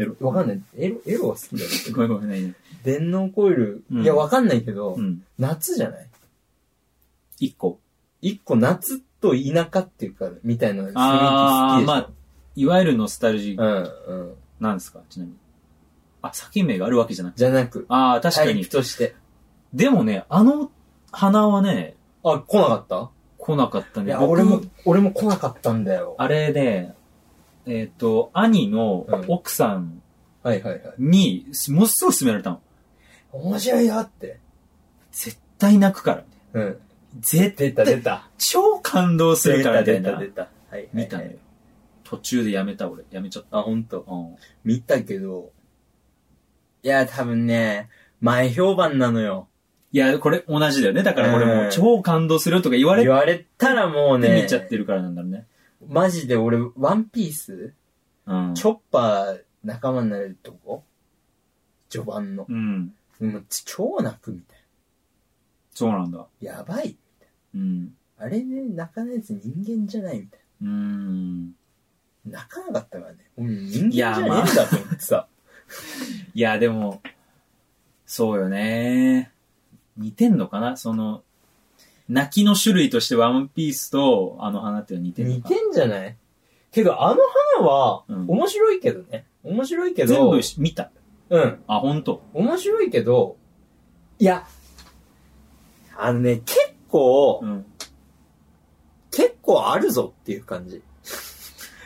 S1: エロ
S2: わかんない。エロ、エロは好きだよ。
S1: ごめんごめんないね
S2: 電脳コイル、
S1: うん
S2: いや、わかんないけど、
S1: うん
S2: 夏じゃない
S1: 一個
S2: 一個夏と田舎っていうか、みたいな雰囲気
S1: あ
S2: 好き
S1: ー
S2: でしょ。
S1: いわゆるノスタルジー
S2: うん、うん。
S1: なんですか、ちなみにあ作品名があるわけじゃなくて
S2: じゃなく、
S1: ああ確
S2: タ
S1: か
S2: イ
S1: に
S2: プとして。
S1: でもねあの花はね
S2: あ、来なかった
S1: 来なかった
S2: い
S1: ね
S2: や、
S1: 僕
S2: 俺も、俺も来なかったんだよ。
S1: あれね、えっ、と、兄の
S2: うん
S1: 奥さん
S2: はいはいはい。
S1: に、すものすごい勧められたの。
S2: 面白いよって。
S1: 絶対泣くから。
S2: うん。
S1: 絶
S2: 出た出た。
S1: 超感動するからみたいな。
S2: た。はいはい、
S1: 見たのよ。途中でやめた俺。やめちゃっ
S2: あ、ほんと。
S1: た。うん。
S2: 見たけど、いや、多分ね、前評判なのよ。
S1: いや、これ同じだよね。だからこれ
S2: う
S1: も
S2: ん
S1: 超感動するとか言われ
S2: 言
S1: て
S2: われたらもうね、
S1: 見ちゃってるからなんだろうね。
S2: マジで俺、ワンピース
S1: うん。
S2: チョッパー仲間になれるとこ序盤の。
S1: うん。
S2: もう超泣くみたい
S1: そうなんだ。
S2: な。やばい。
S1: うん。
S2: あれね、泣かないやつ人間じゃないみたいう
S1: ーん。
S2: な。泣かなかったからね。うん、人間じゃねえんだと思ってさ。
S1: いや、でも、そうよね。似てんのかなその、泣きの種類としてワンピースとあの花っていうのは似てんの
S2: 似
S1: かな
S2: てんじゃないけど、あの花は、
S1: うん
S2: 面白いけどね。面白いけ
S1: 全
S2: ど、
S1: 部し見た。
S2: うん。
S1: あ、ほんと。
S2: 面白いけど、いや、あのね、結構、
S1: うん。
S2: 結構あるぞっていう感じ。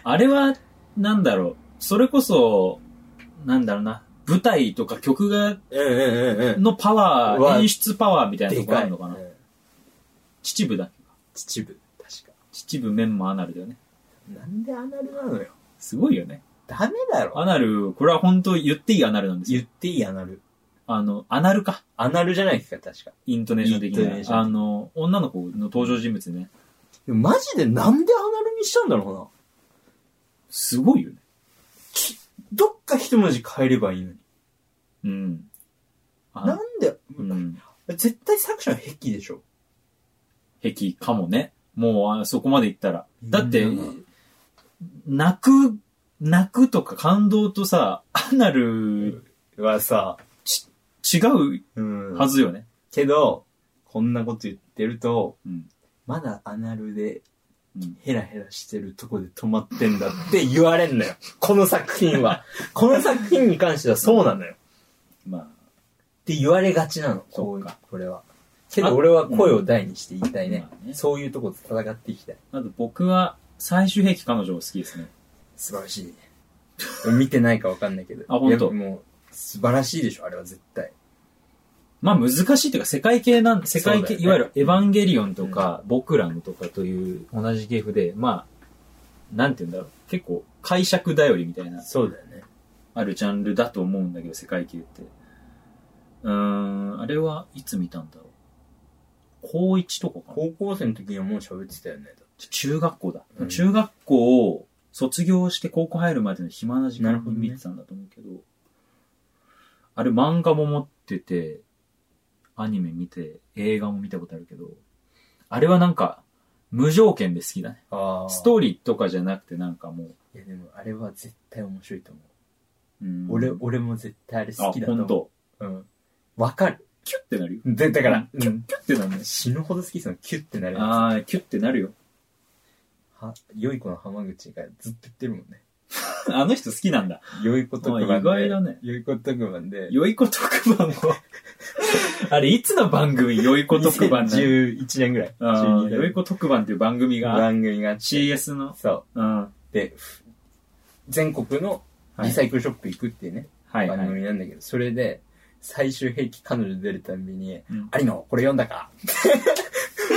S1: あれは、なんだろう。それこそ、なんだろうな。舞台とか曲が、
S2: えええええ
S1: のパワ
S2: わ
S1: ー、演出パワーみたいな
S2: で
S1: とこあ
S2: か
S1: る
S2: い
S1: のかな。
S2: ええ
S1: 秩父だ。
S2: 秩父確
S1: 秩父メンマアナルだよね。
S2: かなんでアナルなのよ
S1: すごいよね。
S2: ダメだろ
S1: アナル、これは本当言っていいアナルなんですよ。
S2: 言っていいアナル
S1: あの、アナルか。
S2: アナルじゃないですか確か
S1: イントネーション的
S2: イントネー
S1: に
S2: ション
S1: は。あの、女の子の登場人物ね。
S2: でもマジでなんでアナルにしたんだろうな
S1: すごいよね。
S2: どっか一文字変えればいいのに
S1: うん。あ
S2: なんで
S1: うん。
S2: 絶対作者は壁でしょ
S1: 壁かもね。もう、あそこまで行ったら。だって
S2: みんなが、
S1: 泣く、泣くとか感動とさ、アナル、
S2: はさ
S1: 違
S2: う
S1: うんはずよね。
S2: けどこんなこと言ってると
S1: うん。
S2: まだアナルで
S1: うん
S2: ヘラヘラしてるとこで止まってんだって 言われんのよ。この作品 は。この作品に関してはそうなのよ。っ
S1: まあ、
S2: て言われがちなの。こ
S1: そう
S2: う
S1: か
S2: これは。けど俺は声を大にして言いたいね
S1: ま。あね
S2: そういうとこで戦っていきたい。
S1: あと僕は、最終兵器彼女好きですね。
S2: 素晴らしいね。見てないかわかんないけど。
S1: あ本当
S2: いやもう、素晴らしいでしょ、あれは絶対。
S1: まあ難しいというか、世界系なん、世界
S2: そ
S1: 系、
S2: うだよね
S1: いわゆるエヴァンゲリオンとか、ボクラムとかという同じ系譜で、まあ、なんて言うんだろう。結構、解釈頼りみたいな、
S2: そうだよね。
S1: あるジャンルだと思うんだけど、世界系って。うーん、あれはいつ見たんだろう。高1とかかな
S2: 高校生の時にはもう喋ってたよね。
S1: 中学校だ、
S2: うん
S1: 中学校を卒業して高校入るまでの暇な時
S2: なる
S1: 間
S2: ほ
S1: に
S2: どね
S1: 見てたんだと思うけどあれ漫画も持っててアニメ見て映画も見たことあるけどあれはなんか無条件で好きだね
S2: あ
S1: ストー
S2: リ
S1: リーとかじゃなくてなんかもう
S2: ー。いやでもあれは絶対面白いと思う。
S1: うん
S2: 俺、俺も絶対あれ好
S1: あ
S2: きだと
S1: 本
S2: 思う。
S1: 当
S2: うん。わかる。
S1: キュッてなるよ
S2: で、だから、
S1: キュッキュッてなるね
S2: 死ぬほど好きそのキュッてなるや
S1: ああキュッてなるよ
S2: つ。は、良い子の浜口がずっと言ってるもんね。
S1: あの人好きなんだ
S2: 良い子特番で。
S1: あ意外だね
S2: 良い子特番で。
S1: よいこ特番を あれいつの番組よいこ特番なの
S2: 2011年ぐらい。
S1: ああ、
S2: 12
S1: よいこ特番っていう番組が、
S2: 番組があって
S1: CS の、
S2: そ
S1: う
S2: う。
S1: ん。
S2: で、ふ全国のリサイクルショップ行くっていうね、
S1: はい、は
S2: 番
S1: い。
S2: 組なんだけど、それで、最終兵器彼女出るたんびに、
S1: うん
S2: 有野、これ読んだか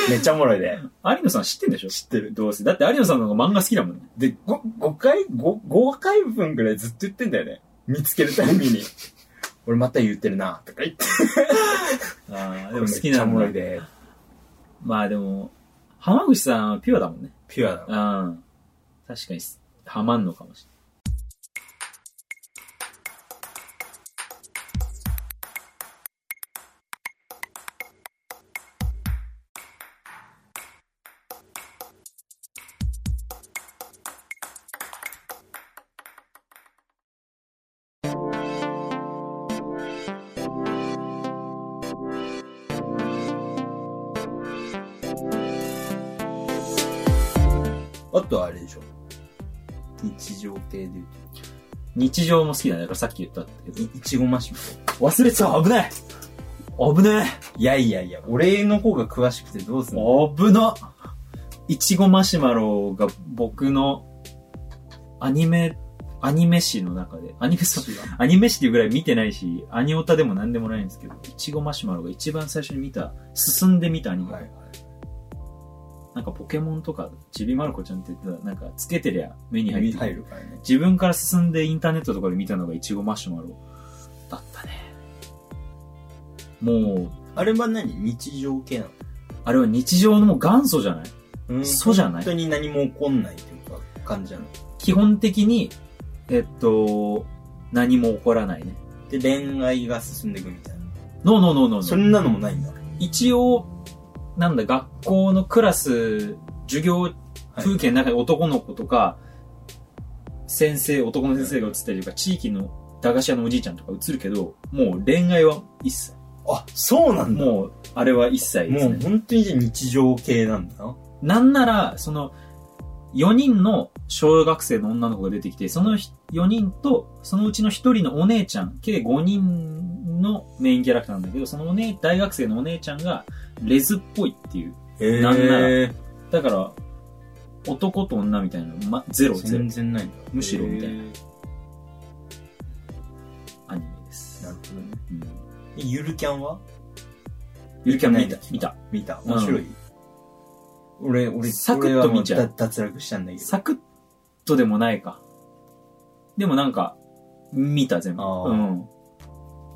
S2: めっちゃおもろいで。
S1: 有野さん知ってんでしょ
S2: 知ってる。
S1: どうせ。だって有野さんの方が漫画好きだもんね。
S2: で、ご 5, 回、5, 5回分ぐらいずっと言ってんだよね。見つけるたび に。俺また言ってるな、とか言って。
S1: ああ、でも好きな
S2: めっちゃおもろ
S1: ん
S2: い
S1: だ。
S2: で。
S1: まあでも、浜口さんはピュアだもんね。
S2: ピュアだ
S1: う。ん。確かに、ハマんのかもし
S2: あとはあれでしょ。日常系で言う
S1: れない。日常も好きだね。だからさっき言ったけ
S2: と。
S1: ど。
S2: いいちごマシュマ
S1: 忘れてた危ない危ね
S2: ロ。いやいやいや、俺の方が詳しくてどうすんの
S1: え危なっいちごマシュマロが僕のアニメ、アニメ誌の中で、アニメ誌アニメ誌っていうぐらい見てないし、アニオタでも何でもないんですけど、いちごマシュマロが一番最初に見た、進んで見たアニメ。
S2: はいはい。
S1: なんかポケモンとか、ちびまる子ちゃんって言ってたなんかつけてりゃ目に入ってく
S2: 入
S1: る。
S2: るからね。
S1: 自分から進んでインターネットとかで見たのがいちごマシュマロだったね。もう、
S2: あれは何日常系な
S1: あれは日常のもう元祖じゃない
S2: の
S1: そうじゃない
S2: 本当に何も起こんないっていうか、感じなの。
S1: 基本的に、えっと、何も起こらないね。
S2: で、恋愛が進んでいくみたいな。
S1: ノーノーノーノー
S2: そんなのもないんだ。
S1: 一応、なんだ、学校のクラス、授業風景の中に男の子とか、先生、男の先生が映ったりとか、地域の駄菓子屋のおじいちゃんとか映るけど、もう恋愛は一切。
S2: あ、そうなんだ。
S1: もう、あれは一切で
S2: も
S1: す
S2: う
S1: ね。
S2: 本当にじゃあ日常系なんだな。
S1: なんなら、その、4人の小学生の女の子が出てきて、その4人と、そのうちの1人のお姉ちゃん、計5人のメインキャラクターなんだけど、そのお姉、大学生のお姉ちゃんが、レズっぽいっていう。
S2: へ
S1: なんな
S2: ら。
S1: だから、男と女みたいなの、ま、ゼロゼロ
S2: 全然ないんだ。
S1: むしろみたいな
S2: へー
S1: アニメです。
S2: なるほどね。
S1: うん
S2: ゆるキャンは
S1: ゆるキャン見た
S2: 見た。
S1: 見た。
S2: 見た。面白い、俺、俺、
S1: サクッと見ちゃう
S2: 俺はもだ脱落したんだけど。
S1: サクッとでもないか。でもなんか、見た全部。
S2: あー
S1: うん。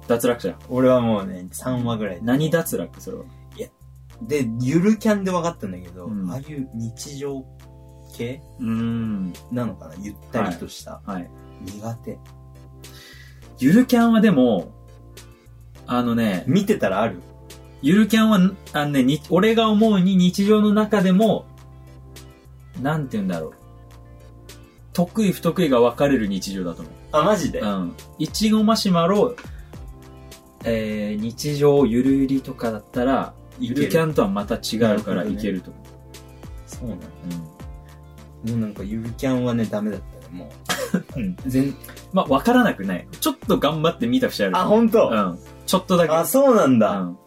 S1: 脱落者。
S2: 俺はもうね、3話ぐらい。
S1: 何脱落それは。
S2: で、ゆるキャンで分かったんだけど、
S1: うん
S2: ああいう日常系
S1: うーん。
S2: なのかなゆったりとした。
S1: はい。
S2: 苦手。
S1: ゆるキャンはでも、あのね、
S2: 見てたらある
S1: ゆるキャンは、あのね、に俺が思うに日常の中でも、なんて言うんだろう。得意不得意が分かれる日常だと思う。
S2: あ、マジで、
S1: うん。いちごマシュマロ、えー、日常ゆるゆりとかだったら、
S2: いけ
S1: ゆ
S2: る
S1: るキャンとはまた違うから
S2: なるほどね
S1: いけると思
S2: そうなの。も
S1: う。
S2: うなんかゆるキャンはね、ダメだったね、もう。
S1: うん
S2: 全、
S1: まあ、わからなくない。ちょっと頑張って見た節ある。
S2: あ、ほんと、
S1: うん。ちょっとだけ。
S2: あ、そうなんだ。
S1: うん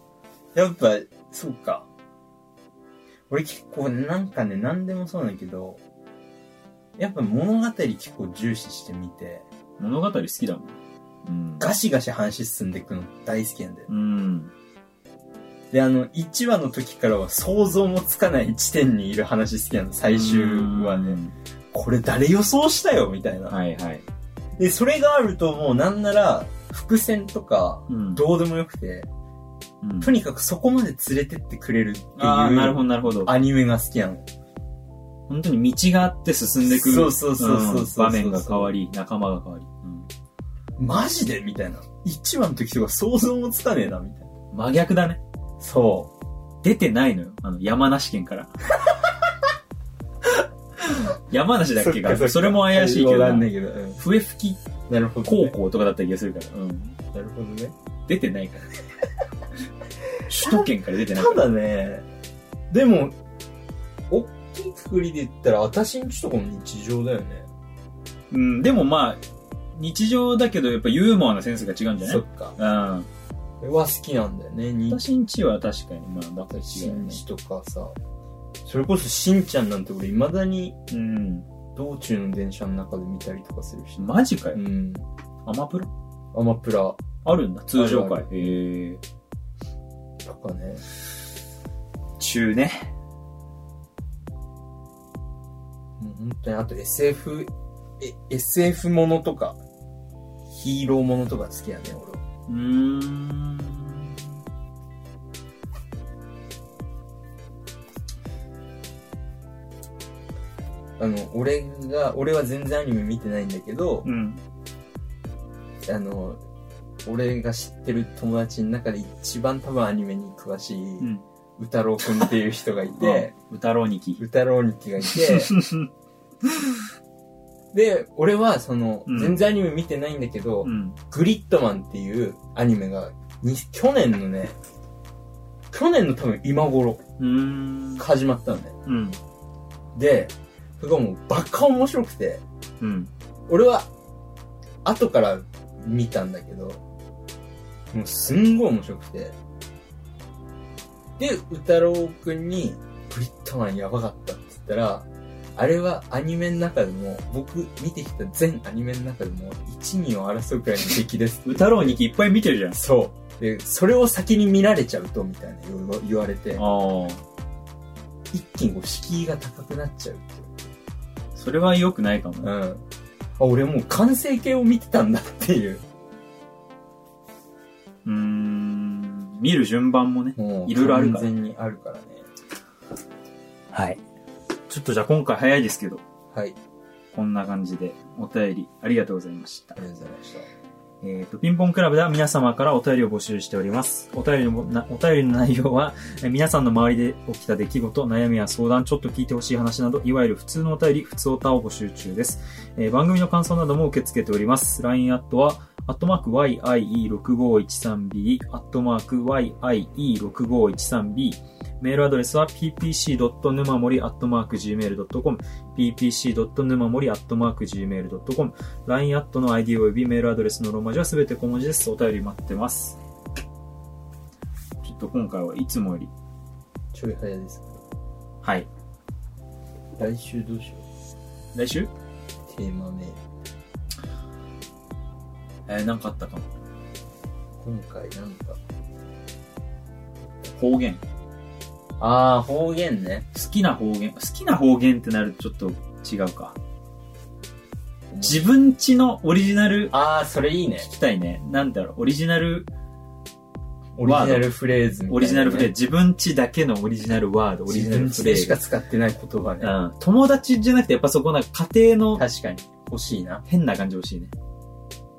S2: やっぱ、そうか。俺結構なんかね、何でもそうなんだけど、やっぱ物語結構重視してみて、
S1: 物語好きだもん。うん。
S2: ガシガシ話進んでいくの大好きなんだよ。
S1: うん。
S2: で、あの、1話の時からは想像もつかない地点にいる話好きなの、最終話ね。
S1: ね。
S2: これ誰予想したよみたいな。
S1: はいはい。
S2: で、それがあるともうなんなら、伏線とか、
S1: うん。
S2: どうでもよくて、
S1: うん
S2: とにかくそこまで連れてってくれるっていう
S1: ああ、なるほどなるほど。
S2: アニメが好きなの。
S1: 本当に道があって進んでくる。
S2: そうそうそうそうそうそう
S1: うん場面が変わり、仲間が変わり。うん
S2: マジでみたいな。1話の時とか想像もつかねえな、みたいな。
S1: 真逆だね。
S2: そ
S1: 出てないのよ。あの、山梨県から。山梨
S2: う。
S1: だっけかそれも怪しいけ
S2: わ
S1: ど
S2: かん
S1: な。
S2: ないけど。うん
S1: 笛吹
S2: なるほど、
S1: 高
S2: ね。
S1: 校とかだった気がするから。うん。
S2: なるほどね。
S1: 出てないから。首都圏から出てないか
S2: た
S1: ら。
S2: だね、でも、おっきいくくりで言ったら、私んちとかも日常だよね。
S1: うん、でもまあ、日常だけどやっぱユーモアなセンスが違うんじゃない
S2: そっか。
S1: うん。
S2: これは好きなんだよね、日
S1: 私んちは確かに、まあ、だった違うよ
S2: ん
S1: ね。
S2: ちとかさ。それこそ、しんちゃんなんて俺、未だに
S1: うん。
S2: 道中の電車の中で見たりとかするし。
S1: マジかよ
S2: う。ん。
S1: アマプロ
S2: アマプラ
S1: あるんだ。通常
S2: あ
S1: 回。へえ。
S2: とかね。
S1: 中ね。
S2: もう本当に、あと SF、え、SF ものとか、ヒーローものとか好きやね、俺は。
S1: うーん。
S2: あの、俺が、俺は全然アニメ見てないんだけど、
S1: うん。
S2: あの、俺が知ってる友達の中で一番多分アニメに詳しい、
S1: うん。
S2: うたろうくんっていう人がい
S1: で
S2: て、、
S1: 歌 ろうにき。
S2: うたろうにきがい て、で、俺はその
S1: う、ん
S2: 全然アニメ見てないんだけど、
S1: うん。
S2: グリッドマンっていうアニメが、に去年のね、去年の多分今頃、
S1: うーん。
S2: 始まったのね。
S1: うん。
S2: で、それがもうバカ面白くて、
S1: うん。
S2: 俺は後から見たんだけど、もうすんごい面白くて。で、歌郎くんに、グリッドマンやばかったって言ったら、あれはアニメの中でも、僕見てきた全アニメの中でも、1、2を争うくらいの出来です。
S1: 歌ろうにきいっぱい見てるじゃん。
S2: そう。で、それを先に見られちゃうと、みたいな言わ言われて、
S1: ああ。
S2: 一気にこう敷居が高くなっちゃうっていう。
S1: それは良くないかも
S2: う
S1: ね。
S2: ん。あ、俺もう完成形を見てたんだっていう。
S1: うーん。見る順番もね。
S2: も
S1: いろいろあるから
S2: 完全にあるからね。
S1: はい。ちょっとじゃあ今回早いですけど、
S2: はい。
S1: こんな感じでお便りありがとうございました
S2: あ。りがとうございました。
S1: えっ、と、ピンポンクラブでは皆様からお便りを募集しております。お便りのな、お便りの内容は、えー皆さんの周りで起きた出来事、悩みや相談、ちょっと聞いてほしい話など、いわゆる普通のお便り、普通おたを募集中です。えー番組の感想なども受け付けております。LINE アットは、アットマーク YIE6513B、アットマーク YIE6513B、メールアドレスは ppc.numamori.gmail.com、ppc.numamori.gmail.com、LINE アットの ID およびメールアドレスのローマ字はすべて小文字です。お便り待ってます。ちょっと今回はいつもより、
S2: ちょい早いです。
S1: はい。
S2: 来週どうしよ
S1: 来週
S2: う。テーマ名。
S1: えー、なんかあったかも。
S2: 今回なんか。
S1: 方言。
S2: ああ、方言ね。
S1: 好きな方言。好きな方言ってなるとちょっと違うか。自分ちのオリジナル
S2: ああ、それいいね。
S1: 聞きたいね。なんだろう、オリジナル、
S2: オリジナルフレーズみたいなね、
S1: オリジナルフレーズ。自分ちだけのオリジナルワード、オリジナルフ
S2: 自分
S1: レ
S2: でし
S1: ー
S2: か
S1: ズ。
S2: 使ってない言葉ね。
S1: うん。友達じゃなくて、やっぱそこなんか家庭の
S2: 確かに。欲しいな。
S1: 変な感じ欲しいね。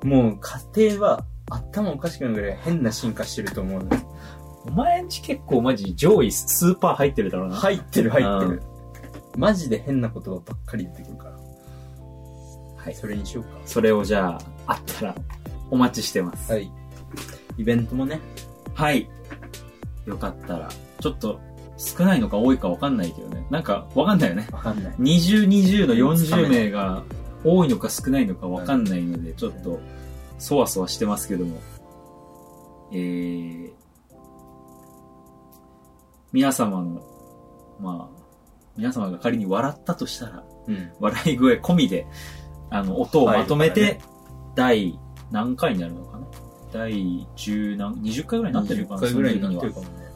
S2: もう家庭は頭おかしくなるぐらい変な進化してると思うのよ
S1: お前んち結構マジ上位スーパー入ってるだろうな。
S2: 入ってる入ってる。マジで変な言葉ばっかり出てくるから。はい。それにしようか。
S1: それをじゃあ、あったらお待ちしてます。
S2: はい。イベントもね。
S1: はい。よかったら、ちょっと少ないのか多いかわかんないけどね。なんかわかんないよね。
S2: わかんない。
S1: 20、20の
S2: つかめ
S1: 40
S2: ない
S1: 名が多いのか少ないのかわかんないので、ちょっと、そわそわしてますけども。えー、皆様の、まあ、皆様が仮に笑ったとしたら、
S2: うん。
S1: 笑い声込みで、あの、音をまとめて、
S2: 入る
S1: 第何回になるのかな第10何、20回ぐらいになってるのかな
S2: 20回ぐらいになって
S1: その
S2: る
S1: 時
S2: かもね。
S1: は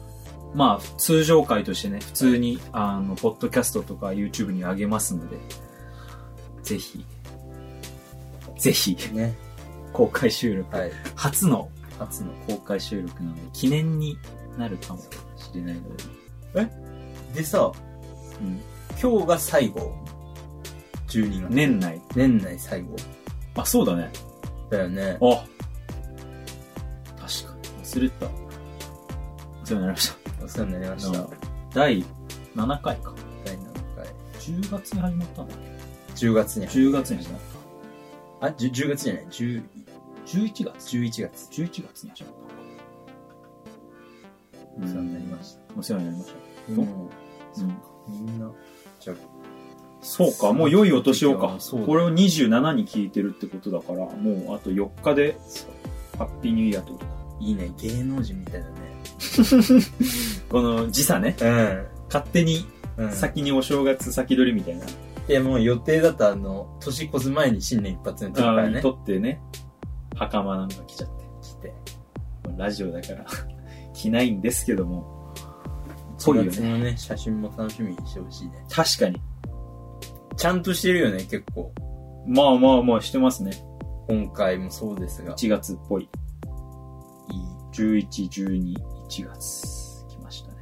S1: まあ、通常回としてね、普通に、あの、ポッドキャストとか YouTube に上げますので、ぜひ、ぜひ、
S2: ね。
S1: 公開収録、
S2: はい。
S1: 初の、初の公開収録なので、記念になるかもしれないので、
S2: でさ、
S1: うん
S2: 今日が最後。12月。
S1: 年内。
S2: 年内最後。
S1: あ、そうだね。
S2: だよね。
S1: あ確かに。忘れてた。お世話になりまし
S2: お世話になりましたた。。
S1: 第7回か。
S2: 第何回
S1: 10月に始まったの
S2: ?10 月に。
S1: ?10 月に始まっ
S2: あ、10, 10月じゃない。10
S1: た。11月
S2: 11月。
S1: ?11 月に始まった
S2: お世話になりました。
S1: た。お世話になりまし
S2: も
S1: た。うん
S2: うみんな。じゃあ
S1: そうか、もう良いお年をか。
S2: そうだね
S1: これを27に聞いてるってことだから、もうあと4日で、ハッピーニューイヤーってことか。
S2: いいね、芸能人みたいだね。
S1: この時差ね。勝手に
S2: うん。うん、さっ
S1: 先にお正月先取りみたいな。
S2: き、もう予定だとあの、年越す前に新年一発の時か
S1: あ
S2: ら
S1: ー
S2: ね、
S1: 撮ってね、袴なんか着ちゃって。
S2: 来て。
S1: ラジオだから 着ないんですけども。
S2: そ
S1: ぽいよ
S2: う
S1: ね
S2: 月のね、写真も楽しみにしてほしいね。
S1: 確かに。
S2: ちゃんとしてるよね、結構。
S1: まあまあまあしてますね。
S2: 今回もそうですが。
S1: 1月っぽい。
S2: いい。
S1: 11、12、1月来ましたね。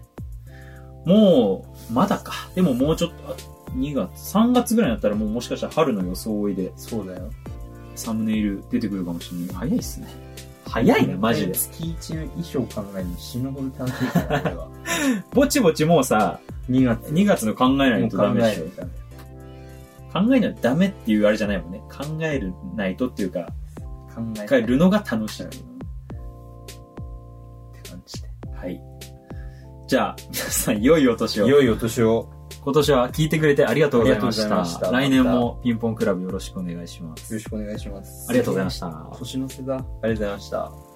S1: もう、まだか。でももうちょっと、あ2月、3月ぐらいになったらもうもしかしたら春の装いで
S2: そうだよ。
S1: サムネイル出てくるかもしれない。早いっすね。早いね、マジで。
S2: 月一の衣装考えるの死ぬほど楽しいから、これ は。
S1: ぼちぼちもうさ、
S2: 2月。
S1: 2月の考えないとダメ
S2: もう考
S1: で
S2: え
S1: しょ
S2: る。ダメ
S1: 考えないとダメっていうあれじゃないもんね。考えるないとっていうか、
S2: 考えない
S1: 考えるのが楽しい。
S2: って感じで。
S1: はい。じゃあ、皆さん、良いお年を。
S2: 良いお年を。
S1: 今年は聞いてくれてありがとうございまし
S2: ありがと
S1: た。
S2: うございました
S1: 来年もピンポンクラブよろしくお願いしま
S2: よろ
S1: す。
S2: しくお願いします。
S1: ありがとうございました。
S2: 年の瀬だ。ありがとうございました。